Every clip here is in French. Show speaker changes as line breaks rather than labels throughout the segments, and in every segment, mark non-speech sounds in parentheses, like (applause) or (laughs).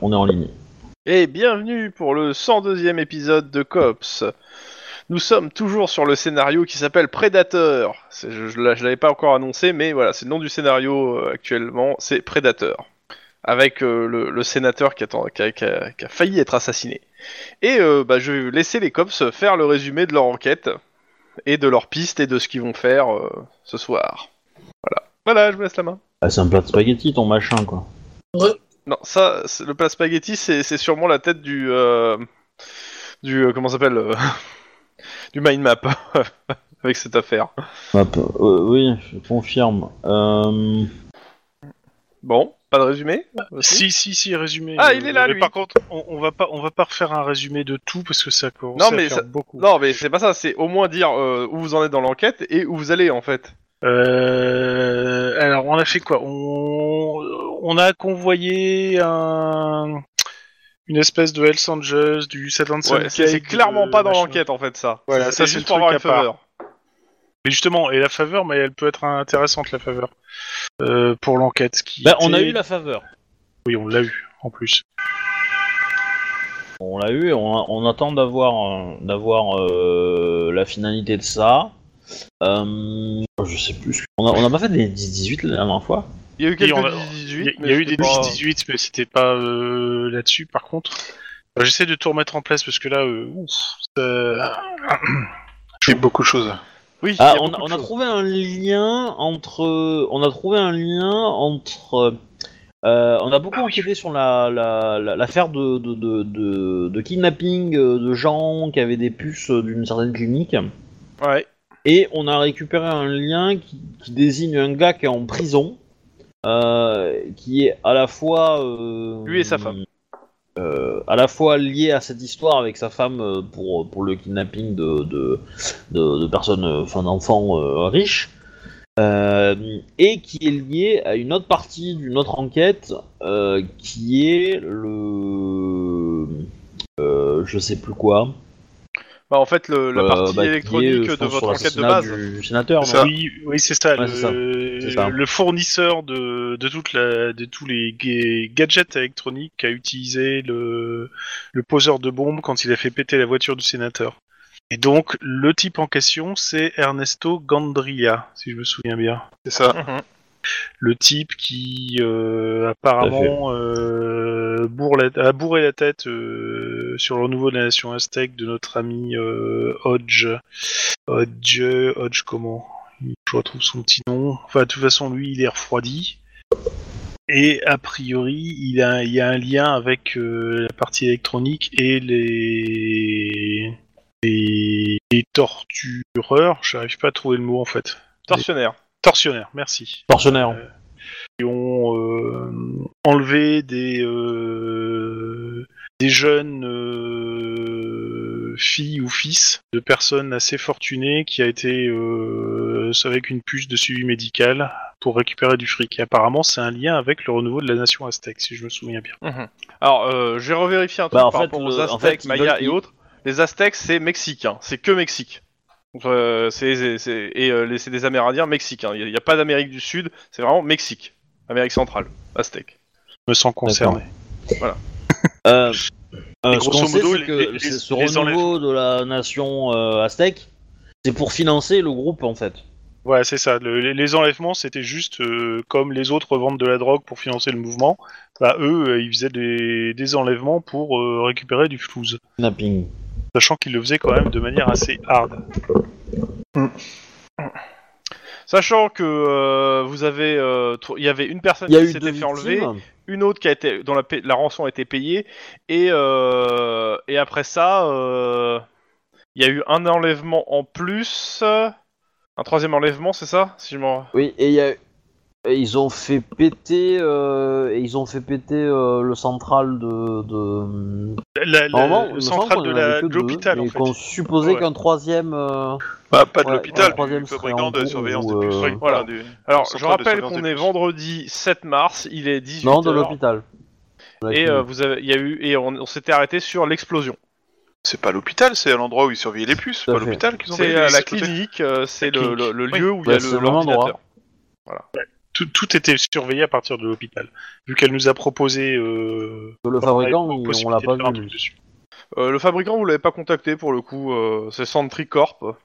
on est en ligne.
Et bienvenue pour le 102e épisode de Cops. Nous sommes toujours sur le scénario qui s'appelle Predator. C'est- Je, je l'a- je l'avais pas encore annoncé, mais voilà, c'est le nom du scénario euh, actuellement, c'est Predator. Avec euh, le, le sénateur qui, attend- qui a, qui a- qui a failli être assassiné. Et euh, bah, je vais laisser les cops faire le résumé de leur enquête, et de leur piste, et de ce qu'ils vont faire euh, ce soir. Voilà. Voilà, je vous laisse la main.
Ah, c'est un plat de spaghetti ton machin quoi.
Non, ça, c'est- le plat spaghetti, c'est c'est sûrement la tête du. euh, du. euh, comment ça s'appelle euh, (laughs) Du mind map. (laughs) Avec cette affaire.
Hop, euh, oui, je confirme. Euh,
Bon, pas de résumé aussi
Si, si, si, résumé.
Ah,
Euh,
il est là,
mais
lui.
Par contre, on, on va pas, on va pas refaire un résumé de tout parce que ça commence
Non,
à
mais
faire
ça-
beaucoup.
Non, mais c'est pas ça, c'est au moins dire euh, où vous en êtes dans l'enquête et où vous allez en fait.
Euh, alors, on a fait quoi on, on a convoyé un, une espèce de Hells Angels, du 75
Ouais, c'est c'est clairement pas dans l'enquête en fait, ça.
Voilà, ça, c'est
juste pour
le truc
avoir une
à part.
faveur.
Mais justement, et la faveur, mais elle peut être intéressante la faveur euh, pour l'enquête. qui
Bah, on a
était-
eu la faveur.
Oui, on l'a eu en plus.
On l'a eu. et On, a- on attend d'avoir euh, d'avoir euh, la finalité de ça. Euh, je sais plus. ce que- On a, on a pas fait des 10-18 la dernière fois.
Il y a eu quelques
on a-
18,
Il y a- il
mais
y, a eu des
c'était pas-
18, mais c'était pas euh, là-dessus, par contre. Euh, J'essaie de tout remettre en place parce que là, euh, ouf, ça-
Je fais beaucoup de choses.
Oui,
Ah,
il y a
on, a,
beaucoup de
on a
choses.
trouvé un lien entre. On a trouvé un lien entre. euh, on a beaucoup enquêté sur la la- la- l'affaire de, de, de, de- de kidnapping euh, de gens qui avaient des puces euh, d'une certaine clinique.
Ouais.
Et on a récupéré un lien qui, qui désigne un gars qui est en prison, euh, qui est à la fois euh,
Lui et sa femme.
euh, à la fois lié à cette histoire avec sa femme euh, pour pour le kidnapping de de, de- de personnes, euh, enfin d'enfants euh, riches, euh, et qui est lié à une autre partie d'une autre enquête euh, qui est le euh, je sais plus quoi
Bah, en fait, le- la
Euh,
partie
bah, qui est, euh,
électronique
je
de
pense, sur
votre enquête de
l'assassinat
base.
du sénateur. non
oui, oui, c'est ça,
Ouais, c'est ça.
le,
C'est ça.
le fournisseur de, de, toute la, de tous les ga- gadgets électroniques a utilisé le, le poseur de bombe quand il a fait péter la voiture du sénateur. Et donc, le type en question, c'est Ernesto Gandria, si je me souviens bien.
C'est ça.
Mhm.
le type qui euh, apparemment euh, bourre la- a bourré la tête euh, sur le renouveau de la nation aztèque de notre ami euh, Hodge. Hodge, Hodge comment Je retrouve son petit nom. Enfin, de toute façon, lui, il est refroidi. Et a priori, il, a, il y a un lien avec euh, la partie électronique et les, les, les tortureurs. J'arrive pas à trouver le mot en fait.
Tortionnaire.
Tortionnaires, merci
Tortionnaire.
qui ont euh, enlevé des euh, des jeunes euh, filles ou fils de personnes assez fortunées qui a été euh, avec une puce de suivi médical pour récupérer du fric. Et apparemment, c'est un lien avec le renouveau de la nation aztèque, si je me souviens bien.
Mhm. Alors, euh, j'ai revérifié un truc
Bah, en
par
fait,
rapport
le-
aux
en
Aztèques,
fait, ils
Mayas
veulent-
et
ils-
autres. Les Aztèques, c'est mexicain, c'est que Mexique. Donc, euh, c'est- c'est- c'est- et euh, les- c'est des Amérindiens mexicains. Il n'y a, pas d'Amérique du Sud, c'est vraiment Mexique, Amérique centrale, Aztèque.
Je me sens concerné.
Euh, euh, ce
grosso
qu'on sait,
modo,
c'est que
les- les-
c'est ce
les
renouveau de la nation euh, aztèque, c'est pour financer le groupe en fait.
Voilà, c'est ça. Le- les, les enlèvements, c'était juste euh, comme les autres revendent de la drogue pour financer le mouvement. Bah, eux, euh, ils faisaient des, des enlèvements pour euh, récupérer du flouze.
Kidnapping.
sachant qu'il le faisait quand même de manière assez hard.
Sachant que euh, vous avez, euh, tr- il y avait une personne
Il y a
qui
eu deux
s'était fait
victimes.
enlever, une autre qui a été, dont la, pa- la rançon a été payée, et euh, et après ça, euh, il y a eu un enlèvement en plus, un troisième enlèvement, c'est ça, si je m'en
Oui, et il y a- et ils ont fait péter, euh, et ils ont fait péter euh, le central de. de...
La, la-
Normalement, il
le
me
central
semble
de
qu'on en avait
la-
que
de
deux,
l'hôpital, en
mais
fait.
qu'on supposait
Ouais.
qu'un troisième. euh,
Bah, pas de
Ouais, ouais, le
l'hôpital,
troisième
du
serait
fabricant
en
de
cours
surveillance
ou,
de puces.
euh,
Oui,
voilà.
voilà, du-
Alors, je
Centrale de
rappelle
surveillance
qu'on
des
est
puces.
vendredi 7 mars, il est 18
Non, de
heures,
l'hôpital.
Et euh, vous avez, il y a eu et on, on s'était arrêté sur l'explosion.
C'est pas l'hôpital, c'est à l'endroit où ils surveillaient les puces. C'est
à
pas
fait.
l'hôpital qu'ils ont
C'est
envoyé
euh,
les
la
puces.
clinique, euh, c'est
La
le, le- le
clinique.
lieu où il y
Ouais,
a
Bah, c'est
le
le même endroit.
l'ordinateur.
tout, tout était surveillé à partir de l'hôpital. Vu qu'elle nous a proposé. euh,
Le
par
fabricant,
exemple,
on l'a
possibilité
pas
de faire un
vu.
truc dessus.
Euh, le fabricant, vous l'avez pas contacté pour le coup, euh, c'est Centricorp.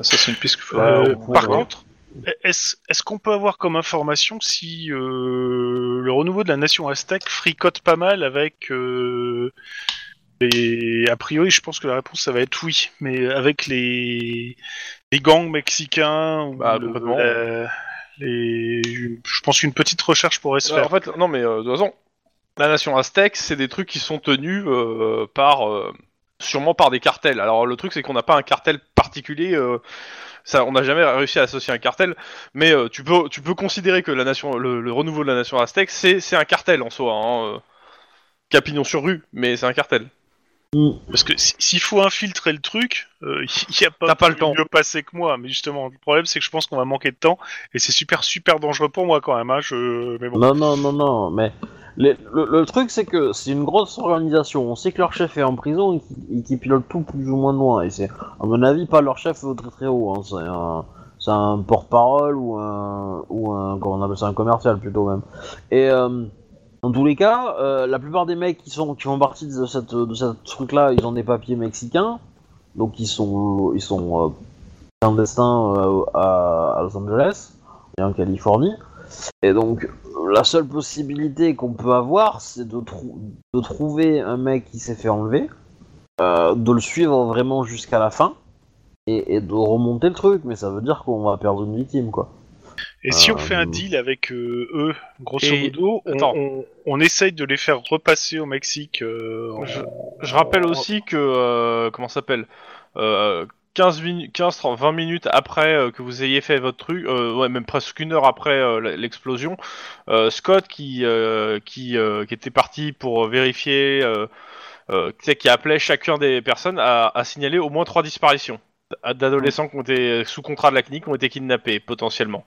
Ça, c'est une piste qu'il
Euh,
faudrait.
ouais,
par
ouais.
contre, est-ce est-ce qu'on peut avoir comme information si euh, le renouveau de la nation aztèque fricote pas mal avec euh, les... A priori, je pense que la réponse, ça va être oui, mais avec les, les gangs mexicains ou
Bah,
le-
complètement.
la- les... Je pense qu'une petite recherche pourrait se
Ouais,
faire.
en fait, non mais euh, de toute façon, la nation aztèque, c'est des trucs qui sont tenus euh, par euh, sûrement par des cartels. Alors le truc c'est qu'on n'a pas un cartel particulier. euh, ça, on n'a jamais réussi à associer un cartel, mais euh, tu peux tu peux considérer que la nation, le, le renouveau de la nation aztèque, c'est c'est un cartel en soi. Hein, euh, Capignon sur rue, mais c'est un cartel.
Parce que si- s'il faut infiltrer le truc, euh, (laughs) il n'y a pas,
T'as pas le temps.
mieux passé que moi. Mais justement, le problème, c'est que je pense qu'on va manquer de temps et c'est super, super dangereux pour moi quand même. hein, je... Mais bon.
Non, non, non, non, mais le, le- le truc c'est que c'est une grosse organisation. On sait que leur chef est en prison et qui, pilote tout plus ou moins de loin. Et c'est, à mon avis, pas leur chef très très haut. hein. C'est un, c'est un porte-parole ou un, ou un, comment on appelle ça, un commercial plutôt même. Et euh, dans tous les cas, euh, la plupart des mecs qui sont qui font partie de cette de ce truc là, ils ont des papiers mexicains, donc ils sont ils sont euh, clandestins euh, à à Los Angeles et en Californie. Et donc, euh, la seule possibilité qu'on peut avoir, c'est de, trou- de trouver un mec qui s'est fait enlever, euh, de le suivre vraiment jusqu'à la fin, et, et de remonter le truc. Mais ça veut dire qu'on va perdre une victime, quoi.
Et si on
Euh,
fait un deal avec euh, eux, grosso
Et-
modo, on,
attends.
on- on essaye de les faire repasser au Mexique. euh, en-
Je- Je rappelle aussi que, euh, comment ça s'appelle euh, 15, minu- 15, 30, 20 minutes après euh, que vous ayez fait votre truc, euh, ouais, même presque une heure après euh, l- l'explosion, euh, Scott qui, euh, qui, euh, qui était parti pour vérifier, euh, euh, tu sais, qui appelait chacun des personnes, a, a signalé au moins trois disparitions d'adolescents qui ont été sous contrat de la CNIC, qui ont été kidnappés potentiellement.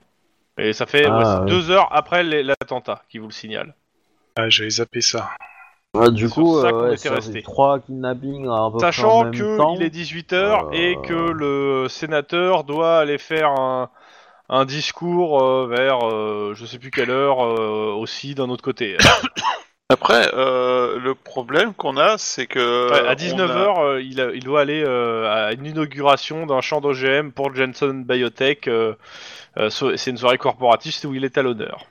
Et ça fait
Ah,
ouais, c'est
ouais.
deux heures après les- l'attentat qui vous le signale.
Ah, j'avais zappé ça.
Ouais, du
Sur
coup,
ça
euh,
qu'on
ouais,
était
ça,
resté.
c'est trois kidnappings à peu près en
Sachant
même
que
temps.
il est 18h et
Euh.
que le sénateur doit aller faire un, un discours euh, vers euh, je sais plus quelle heure euh, aussi d'un autre
(coughs)
côté. Euh,
Après, euh, le problème qu'on a, c'est que.
Ouais, à
on a-
19h, il, a- il doit aller euh, à une inauguration d'un champ d'OGM pour Jensen Biotech. euh, euh, so- c'est une soirée corporative, c'est où il est à l'honneur.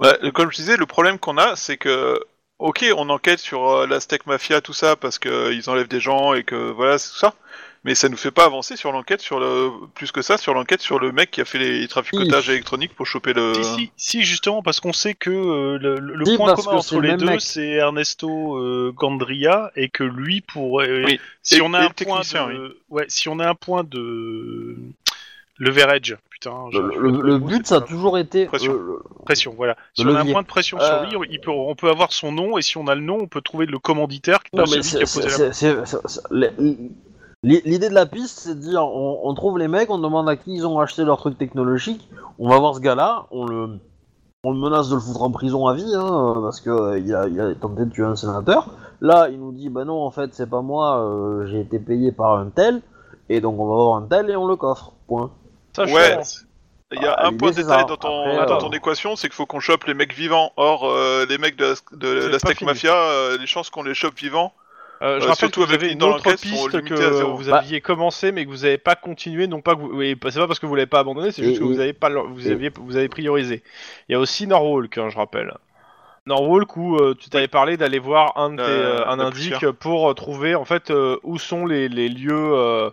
Ouais, comme je disais, le problème qu'on a, c'est que. Ok, on enquête sur euh, l'Aztec Mafia, tout ça, parce qu'ils enlèvent des gens et que voilà, c'est tout ça. Mais ça nous fait pas avancer sur l'enquête sur le. Plus que ça, sur l'enquête sur le mec qui a fait les traficotages électroniques pour choper le.
Si, si, si, justement, parce qu'on sait que euh, le, le
Si,
point
parce
commun
que c'est
entre
le
les
même
deux,
mec.
c'est Ernesto euh, Gandria et que lui pourrait. euh,
Oui.
Si
Et-
on a
et
un
le
point
technicien,
de. Ouais, si on a un point de. Leverage, putain.
Le,
j'arrive pas
le-
à trouver
le
mot,
but,
c'est
ça a
pas-
toujours été.
Pression.
euh, le-
Pression, voilà. Si
de
on a un
levier.
point de pression
Euh.
sur lui, il peut, on peut avoir son nom, et si on a le nom, on peut trouver le commanditaire qui
Non,
peut
mais
celui qui
c'est-
a posé
c'est-
la
c'est- c'est- c'est- les- les- L'idée de la piste, c'est de dire on, on trouve les mecs, on demande à qui ils ont acheté leur truc technologique, on va voir ce gars-là, on le, on le menace de le foutre en prison à vie, hein, euh, parce que euh, il, a, il a tenté de tuer un sénateur. Là, il nous dit bah non, en fait, c'est pas moi, euh, j'ai été payé par un tel, et donc on va voir un tel et on le coffre. Point.
Ça, je
Ouais.
pense.
Il y a
Ah,
un point de
l'idée, c'est
détail
ça.
dans ton,
Après,
dans
euh,
ton équation, c'est qu'il faut qu'on chope les mecs vivants. Or, euh, les mecs de, la- de
C'est
la
pas
Stack
fini.
Mafia, euh, les chances qu'on les chope vivants.
Euh, je
Euh,
rappelle que
surtout
vous
avec
avez
une
une
dans
autre
l'enquête, sont
piste
limitées
que
à zéro.
vous
Bah-
aviez commencé mais que vous n'avez pas continué, non pas que vous... oui, c'est pas parce que vous l'avez pas abandonné, c'est
Et-
juste que vous
et-
avez pas le- vous
et-
aviez vous avez priorisé. Il y a aussi Norwalk, hein, je rappelle. Norwalk où euh, tu t'avais parlé d'aller voir un, de tes,
Euh,
euh, un
la
indique
poussière.
pour euh, trouver en fait euh, où sont les, les lieux euh,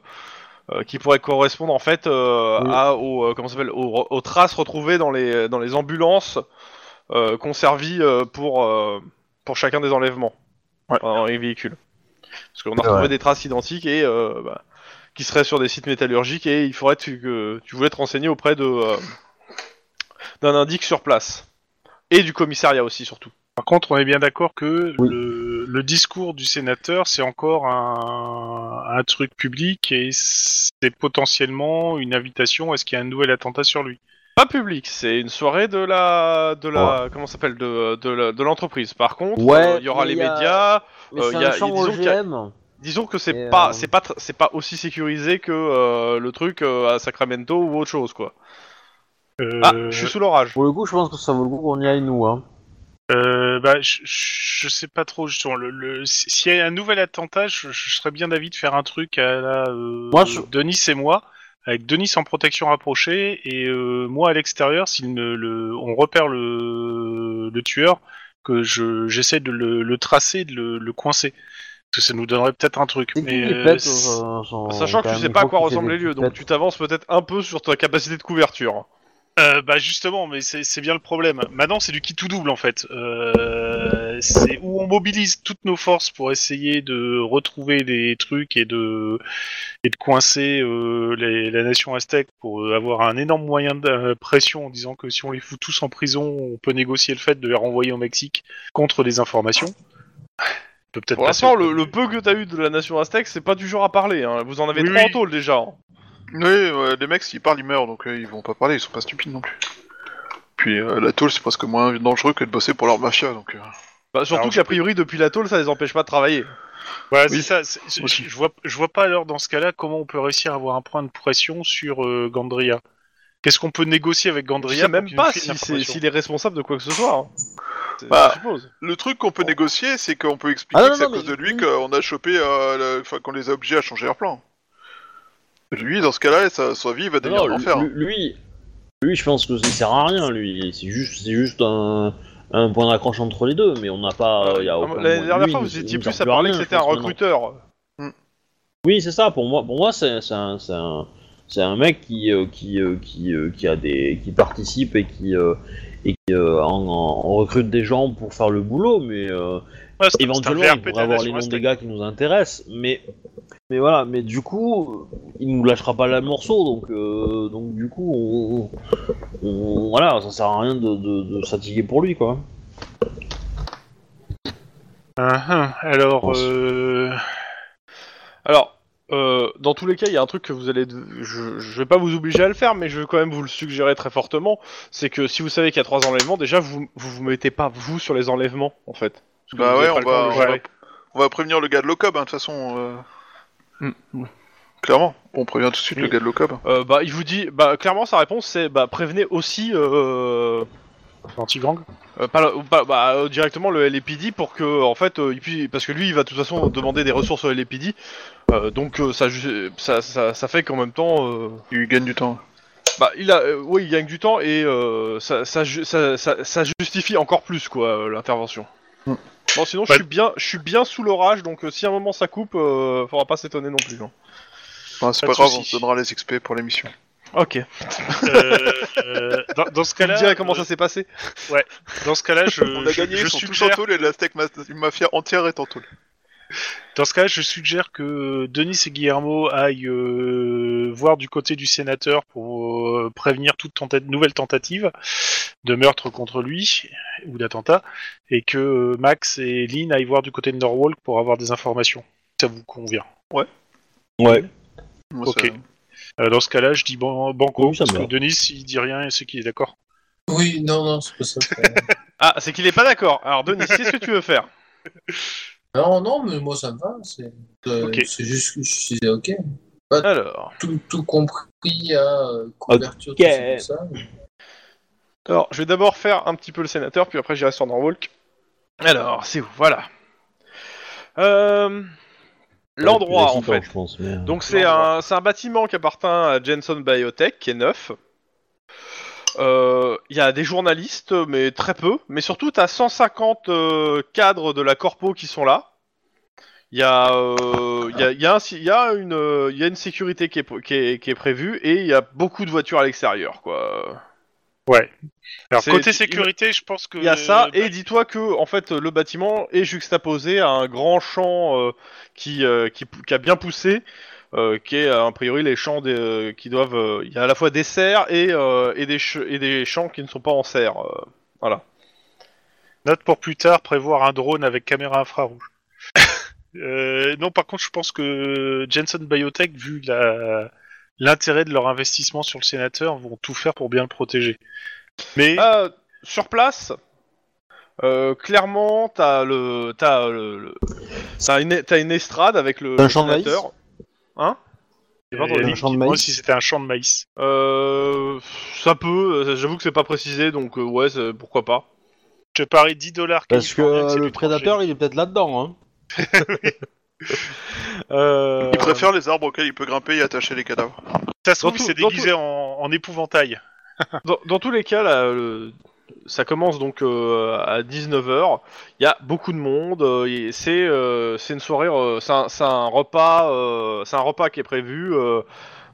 euh, qui pourraient correspondre en fait euh,
Oui.
à aux, euh, comment ça s'appelle aux, aux traces retrouvées dans les dans les ambulances euh, qu'on servit euh, pour euh, pour chacun des enlèvements
Ouais.
dans les véhicules. Parce qu'on a
Ouais.
retrouvé des traces identiques et euh, bah, qui seraient sur des sites métallurgiques et il faudrait tu- que tu voulais te renseigner auprès de euh, d'un indique sur place et du commissariat aussi surtout.
Par contre, on est bien d'accord que
Oui.
le, le discours du sénateur, c'est encore un, un truc public et c'est potentiellement une invitation à ce qu'il y ait un nouvel attentat sur lui.
Pas public, c'est une soirée de la de la comment ça s'appelle de de la- de l'entreprise. Par contre, euh, il
Ouais,
y aura
mais
les
il y a-
médias.
Mais
Euh,
c'est
y a-
un champ
y a- disons qu'il y a-
OGM.
Disons que
Et,
c'est
euh,
pas c'est pas tr- c'est pas aussi sécurisé que euh, le truc euh, à Sacramento ou autre chose quoi.
Euh,
Ah, je suis sous l'orage.
Pour le coup, je pense que ça vaut le coup qu'on y aille, nous. Hein.
euh, bah, je, je sais pas trop. Sur le, le- si- S'il y a un nouvel attentat, je, je serais bien d'avis de faire un truc à la euh,
Moi, je-
Denis et moi, avec Denis en protection rapprochée et euh, moi à l'extérieur, si le, on repère le, le tueur, que je- j'essaie de le, le tracer, de le, le coincer. Parce que ça nous donnerait peut-être un truc.
C'est qui
Mais,
qui
euh,
pète,
c'est-
euh, son-
Sachant que
quand
tu sais
même,
pas à
faut
quoi
qu'il y ait
ressemblent
des
les lieux,
petites
donc
pètes.
tu t'avances peut-être un peu sur ta capacité de couverture.
Euh, bah justement, mais c'est c'est bien le problème. Maintenant, c'est du qui tout double en fait. Euh, c'est où on mobilise toutes nos forces pour essayer de retrouver des trucs et de et de coincer euh, les- la nation aztèque pour euh, avoir un énorme moyen de euh, pression en disant que si on les fout tous en prison, on peut négocier le fait de les renvoyer au Mexique contre des informations. On peut peut-être
Pour
pas
l'instant,
se-
le, le peu que t'as eu de la nation aztèque, c'est pas du genre à parler. hein. Vous en avez
Oui,
trois
oui.
en tôle déjà. hein.
Oui, euh, les mecs, s'ils parlent, ils meurent, donc euh, ils vont pas parler, ils sont pas stupides non plus. Puis euh, la tôle, c'est presque moins dangereux que de bosser pour leur mafia, donc... euh.
Bah, surtout
Alors,
qu'a priori, depuis la tôle, ça les empêche pas de travailler.
Voilà,
Oui.
c'est ça. c'est- c'est-
Aussi.
je, vois, je vois pas alors dans ce cas-là comment on peut réussir à avoir un point de pression sur euh, Gandria. Qu'est-ce qu'on peut négocier avec
Je
Gandria
sais
pour
même
qu'il nous
pas
file
si c'est-
l'information
s'il est responsable de quoi que ce soit. hein. C'est-
Bah,
je suppose.
Le truc qu'on peut négocier, c'est qu'on peut expliquer
Ah non,
que c'est à
non,
cause
mais-
de lui qu'on a chopé, euh, le- enfin qu'on les a obligés à changer leur plan. Lui, dans ce cas-là, sa, sa vie va devenir
Non,
un
lui,
hein.
enfer.
lui, lui, je pense que ça sert à rien, lui. C'est juste, c'est juste un, un point d'accroche entre les deux, mais on n'a pas. euh, y a
Ah,
aucun-
La dernière
lui,
fois,
il-
vous
il
étiez
nous
plus
sert
à
rien,
parler que
je
c'était un
pense maintenant.
recruteur.
Oui, c'est ça. Pour moi, pour moi, c'est c'est un, c'est un, c'est un mec qui, euh, qui, euh, qui, euh, qui a des, qui participe et qui, euh, et qui euh, en, en- en recrute des gens pour faire le boulot, mais euh,
Ouais, c'est-
éventuellement,
c'est un
il
VRP de
pourrait
la
avoir les
nation
noms des
aztèque.
gars qui nous intéressent, mais, mais voilà. Mais du coup, il nous lâchera pas là le morceau, donc, euh, donc du coup, on, on- on- voilà, ça sert à rien de, de, de fatiguer pour lui, quoi.
Ah, ah. Alors,
Pense.
euh,
Alors, euh, dans tous les cas, il y a un truc que vous allez. de- Je, je vais pas vous obliger à le faire, mais je vais quand même vous le suggérer très fortement. C'est que si vous savez qu'il y a trois enlèvements, déjà vous, vous vous mettez pas vous sur les enlèvements en fait. Parce que
Bah
vous
ouais,
avez pas
on
le temps
va,
de
on,
le
va,
gérer.
on va prévenir le gars de l'OCOB, hein, de toute façon. euh,
Hmm, hmm.
Clairement, on prévient tout de suite
Oui.
le gars de l'OCOB.
Euh, bah, il vous dit, bah, clairement, sa réponse c'est, bah, prévenez aussi, euh, (laughs)
anti-gang.
euh, pas, le- pas- bah, euh, directement le LAPD pour que, en fait, euh, il puisse- parce que lui, il va de toute façon demander des ressources au LAPD, euh, donc euh, ça, ju- ça, ça, ça fait qu'en même temps, euh,
Il gagne du temps.
Bah, il a, euh, oui, il gagne du temps et euh, ça, ça, ju- ça, ça, ça justifie encore plus quoi euh, l'intervention.
Mm.
Bon, sinon je
Ouais.
suis bien, je suis bien sous l'orage, donc euh, si à un moment ça coupe, euh, faudra pas s'étonner non plus. hein.
Enfin, c'est
Pas
pas,
de
grave, on
soucis.
se donnera les XP pour l'émission.
Ok.
Euh, euh, dans, dans ce
Tu me
cas-là,
dirais comment ça
euh,
s'est passé
dans
(laughs)
ce cas-là, je,
on a
je-
gagné,
je
ils sont tous en
suggère,
tôle et la Aztec ma- mafia entière est en tôle.
dans ce cas-là, je suggère que Denis et Guillermo aillent euh, voir du côté du sénateur pour euh, prévenir toute tenta- nouvelle tentative de meurtre contre lui ou d'attentat, et que euh, Max et Lynn aillent voir du côté de Norwalk pour avoir des informations. Ça vous convient.
Ouais.
Moi,
Ok.
ça-
Euh, dans ce cas-là, je dis ban- banco
Oui, ça me
parce que
va.
Denis il dit rien et c'est qu'il est d'accord.
Oui, non, non, c'est pas ça.
(laughs) Ah, c'est qu'il est pas d'accord. Alors (laughs) Denis, qu'est-ce que tu veux faire
non, non, mais moi ça me va. C'est euh,
Ok.
c'est juste que je disais ok.
Alors,
Tout, tout compris à euh, couverture, tout ça, tout ça.
alors, je vais d'abord faire un petit peu le sénateur, puis après j'irai sur Norwalk. Alors, c'est où Voilà. Euh, L'endroit en fait.
Je pense, mais, euh,
Donc c'est un, c'est un bâtiment qui appartient à Jensen Biotech, qui est neuf. Euh, Il y a des journalistes, mais très peu. Mais surtout, tu as 150 euh, cadres de la Corpo qui sont là. Il y, a, euh, il y, a, il y, a un- il y, a une, euh, il y a une sécurité qui est, pr- qui est, qui est prévue et il y a beaucoup de voitures à l'extérieur. quoi.
Ouais. Alors
C'est-
côté
il-
sécurité, je pense que
Il y a ça,
bah,
et dis-toi que en fait le bâtiment est juxtaposé à un grand champ euh, qui, euh, qui, pou- qui a bien poussé, euh, qui est a priori les champs des, euh, qui doivent. euh, Il y a à la fois des serres et, euh, et, des, che- et des champs qui ne sont pas en serre. euh.
note pour plus tard prévoir un drone avec caméra infrarouge. (laughs) Euh, non, par contre, je pense que Jensen Biotech, vu la- l'intérêt de leur investissement sur le sénateur, vont tout faire pour bien le protéger. Mais
Euh, sur place, euh, clairement, t'as le, t'as le, le- t'as une, t'as une estrade avec le.
Un
le
champ de maïs
sénateur.
C'est pas dans
Et
un
lui
champ de
qui demande
maïs.
euh, si c'était un champ de maïs.
Euh, ça peut, euh, j'avoue que c'est pas précisé, donc euh, ouais, c'est- pourquoi pas.
Je te parie 10 dollars.
Parce que euh, le prédateur, il est peut-être là-dedans. Hein.
Euh,
Il préfère les arbres auxquels il peut grimper et attacher les cadavres.
Ça se trouve,
Dans
il
tout-
s'est
dans
déguisé en, en épouvantail.
Dans, dans tous les cas, là, le- ça commence donc euh, à 19h. Il y a beaucoup de monde. euh, et c'est euh, c'est une soirée, euh, c'est un, c'est un repas, euh, c'est un repas qui est prévu. euh,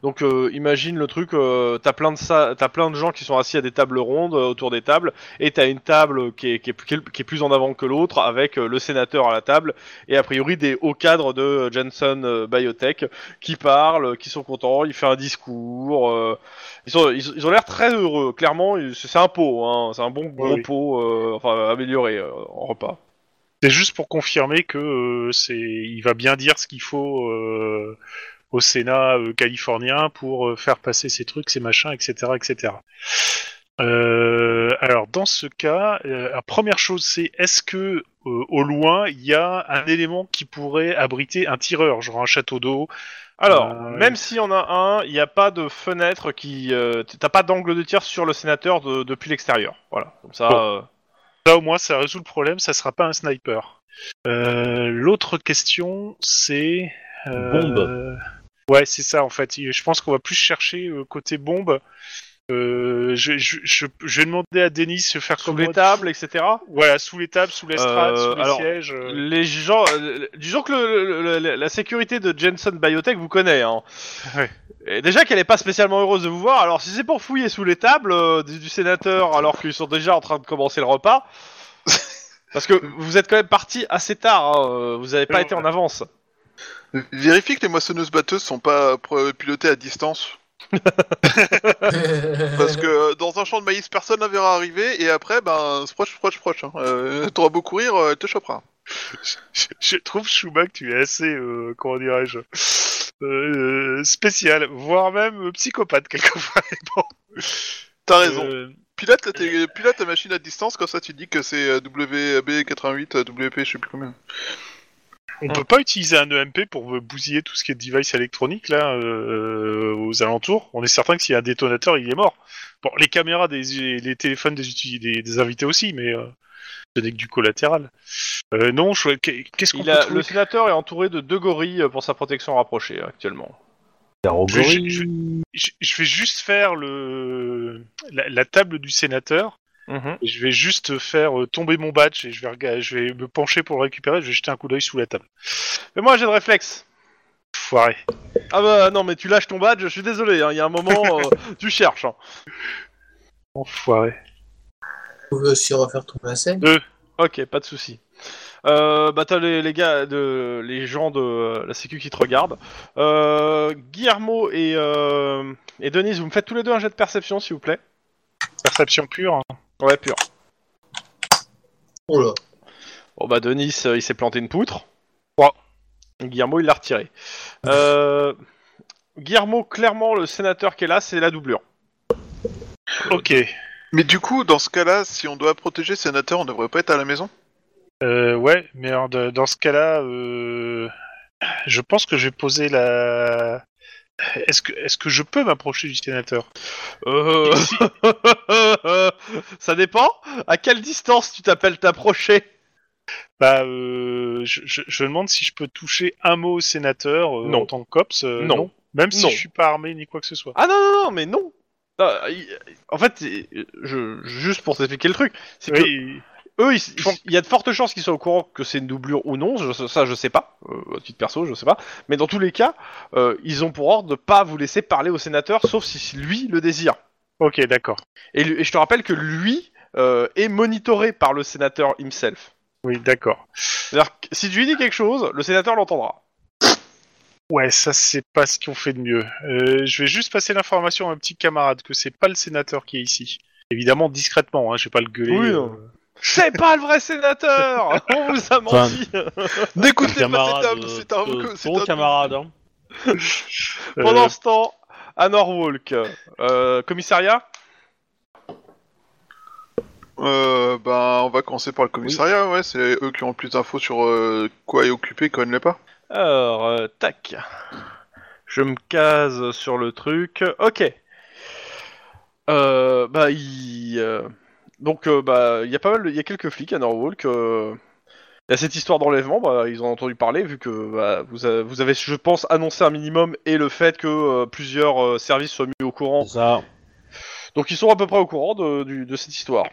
donc euh, imagine le truc, euh, t'as plein de ça, t'as plein de gens qui sont assis à des tables rondes euh, autour des tables, et t'as une table qui est, qui, est, qui est- qui est plus en avant que l'autre avec euh, le sénateur à la table et a priori des hauts cadres de euh, Johnson euh, Biotech qui parlent, euh, qui sont contents, il fait un discours. euh, ils, sont, ils, ils ont l'air très heureux, clairement. ils- C'est c'est un pot, hein, c'est un bon gros
Oui, oui.
pot, euh, enfin amélioré euh, en repas.
C'est juste pour confirmer que euh, c'est, il va bien dire ce qu'il faut euh, au Sénat euh, californien pour euh, faire passer ces trucs, ces machins, etc., etc. Euh, alors dans ce cas, euh, la première chose c'est est-ce que euh, au loin il y a un élément qui pourrait abriter un tireur, genre un château d'eau.
Alors,
Euh,
même s'il y en a un, il n'y a pas de fenêtre qui. euh, T'as pas d'angle de tir sur le sénateur de- depuis l'extérieur. Voilà, comme ça.
Bon.
euh,
Là au moins ça résout le problème, ça sera pas un sniper. Euh, L'autre question c'est euh,
Bombe.
Ouais c'est ça en fait. Je pense qu'on va plus chercher euh, côté bombe. Euh, je, je, je, je vais demander à Denis de faire
sous
comme
les
moi.
tables, etc.
Voilà sous les tables, sous l'estrade,
Euh,
sous les
alors,
sièges. euh.
Les gens. euh, disons que le- le- le- la sécurité de Jensen Biotech vous connaît. Hein.
Ouais.
Et déjà qu'elle n'est pas spécialement heureuse de vous voir, alors si c'est pour fouiller sous les tables euh, du, du sénateur alors qu'ils sont déjà en train de commencer le repas. (laughs) Parce que vous êtes quand même parti assez tard, hein, euh, vous n'avez pas
Ouais.
été en avance.
Vérifie que les moissonneuses batteuses sont pas euh, pilotées à distance.
(laughs)
Parce que euh, dans un champ de maïs, personne ne la verra arriver et après, ben, c'est proche, proche, proche. Hein. Euh, T'auras beau courir, euh, elle te chopera.
(laughs) Je, je trouve Schumach, tu es assez, euh, comment dirais-je, euh, spécial, voire même euh, psychopathe (laughs) quelquefois. Bon.
T'as raison.
Euh,
Pilote, la télé- pilote la machine à distance, comme ça tu dis que c'est euh, WB88, euh, WP, je sais plus combien.
on peut pas utiliser un EMP pour euh, bousiller tout ce qui est device électronique là euh, aux alentours. On est certain que s'il y a un détonateur, il est mort. Bon, les caméras, des, les téléphones des, uti- des, des invités aussi, mais euh, ce n'est que du collatéral. Euh, non, je- qu'est-ce qu'on
Il
peut
a,
trouver
le sénateur est entouré de deux gorilles euh, pour sa protection rapprochée euh, actuellement.
Je- je- je- je, je vais juste faire le la, la table du sénateur.
Mhm.
et Je vais juste faire euh, tomber mon badge et je vais, rega- je vais me pencher pour le récupérer. Je vais jeter un coup d'œil sous la table.
Mais moi j'ai de réflexe.
Foiré.
Ah bah non mais tu lâches ton badge, je suis désolé, hein, il y a un (laughs) moment euh, tu cherches. hein.
Enfoiré.
Tu veux aussi refaire toute la scène
Ok, pas de souci. Euh, bah t'as les, les gars de les gens de euh, la sécu qui te regardent. Euh, Guillermo et euh, et Denise, vous me faites tous les deux un jet de perception s'il vous plaît.
Perception pure. hein.
Ouais pur.
Oh là
Bon bah Denis euh, il s'est planté une poutre.
Trois.
Guillermo il l'a retiré. Euh, Guillermo clairement le sénateur qui est là c'est la doublure.
Ok.
Mais du coup, dans ce cas-là, si on doit protéger sénateur, on devrait pas être à la maison
Euh, ouais, mais alors, de- dans ce cas-là, euh, je pense que je vais poser la. Est-ce que, est-ce que je peux m'approcher du sénateur
Euh... (laughs) ça dépend. À quelle distance tu t'appelles t'approcher
Bah, euh, je, je, je me demande si je peux toucher un mot au sénateur euh,
Non.
en tant que cops. euh,
Non.
Même si
Non.
je suis pas armé ni quoi que ce soit.
Ah non, non, non, mais non. Ah, il- En fait, il- je... juste pour t'expliquer le truc, c'est que
Oui,
eux, ils-
Font-
ils- il y a de fortes chances qu'ils soient au courant que c'est une doublure ou non, je- ça je sais pas, euh, à titre perso, je sais pas, mais dans tous les cas, euh, ils ont pour ordre de pas vous laisser parler au sénateur, sauf si lui le désire.
Ok, d'accord.
Et, lui- et je te rappelle que lui euh, est monitoré par le sénateur himself.
Oui, d'accord.
C'est-à-dire que si tu lui dis quelque chose, le sénateur l'entendra.
Ouais, ça c'est pas ce qu'on fait de mieux. Euh, je vais juste passer l'information à un petit camarade que c'est pas le sénateur qui est ici. Évidemment discrètement, hein, je vais pas le gueuler.
Oui, hein.
euh,
non. C'est pas le vrai sénateur
(laughs)
On vous a menti
N'écoutez pas
Camarade,
cette dame,
euh,
c'est un...
euh,
c'est
ton
un-
camarade. hein.
euh,
Pendant ce temps, à Norwalk, euh, commissariat
Euh, ben, on va commencer par le commissariat, ouais, c'est eux qui ont le plus d'infos sur euh, quoi est occupé, quoi ne l'est pas.
Alors, euh, tac. Je me case sur le truc. Ok. Euh, bah, il. euh, Donc, euh, bah, il y a pas mal, de- il y a quelques flics à Norwalk. euh, Il y a cette histoire d'enlèvement, bah, ils en ont entendu parler vu que bah, vous, a- vous avez, je pense, annoncé un minimum et le fait que euh, plusieurs euh, services soient mis au courant.
C'est ça.
Donc, ils sont à peu près au courant de, du- de cette histoire.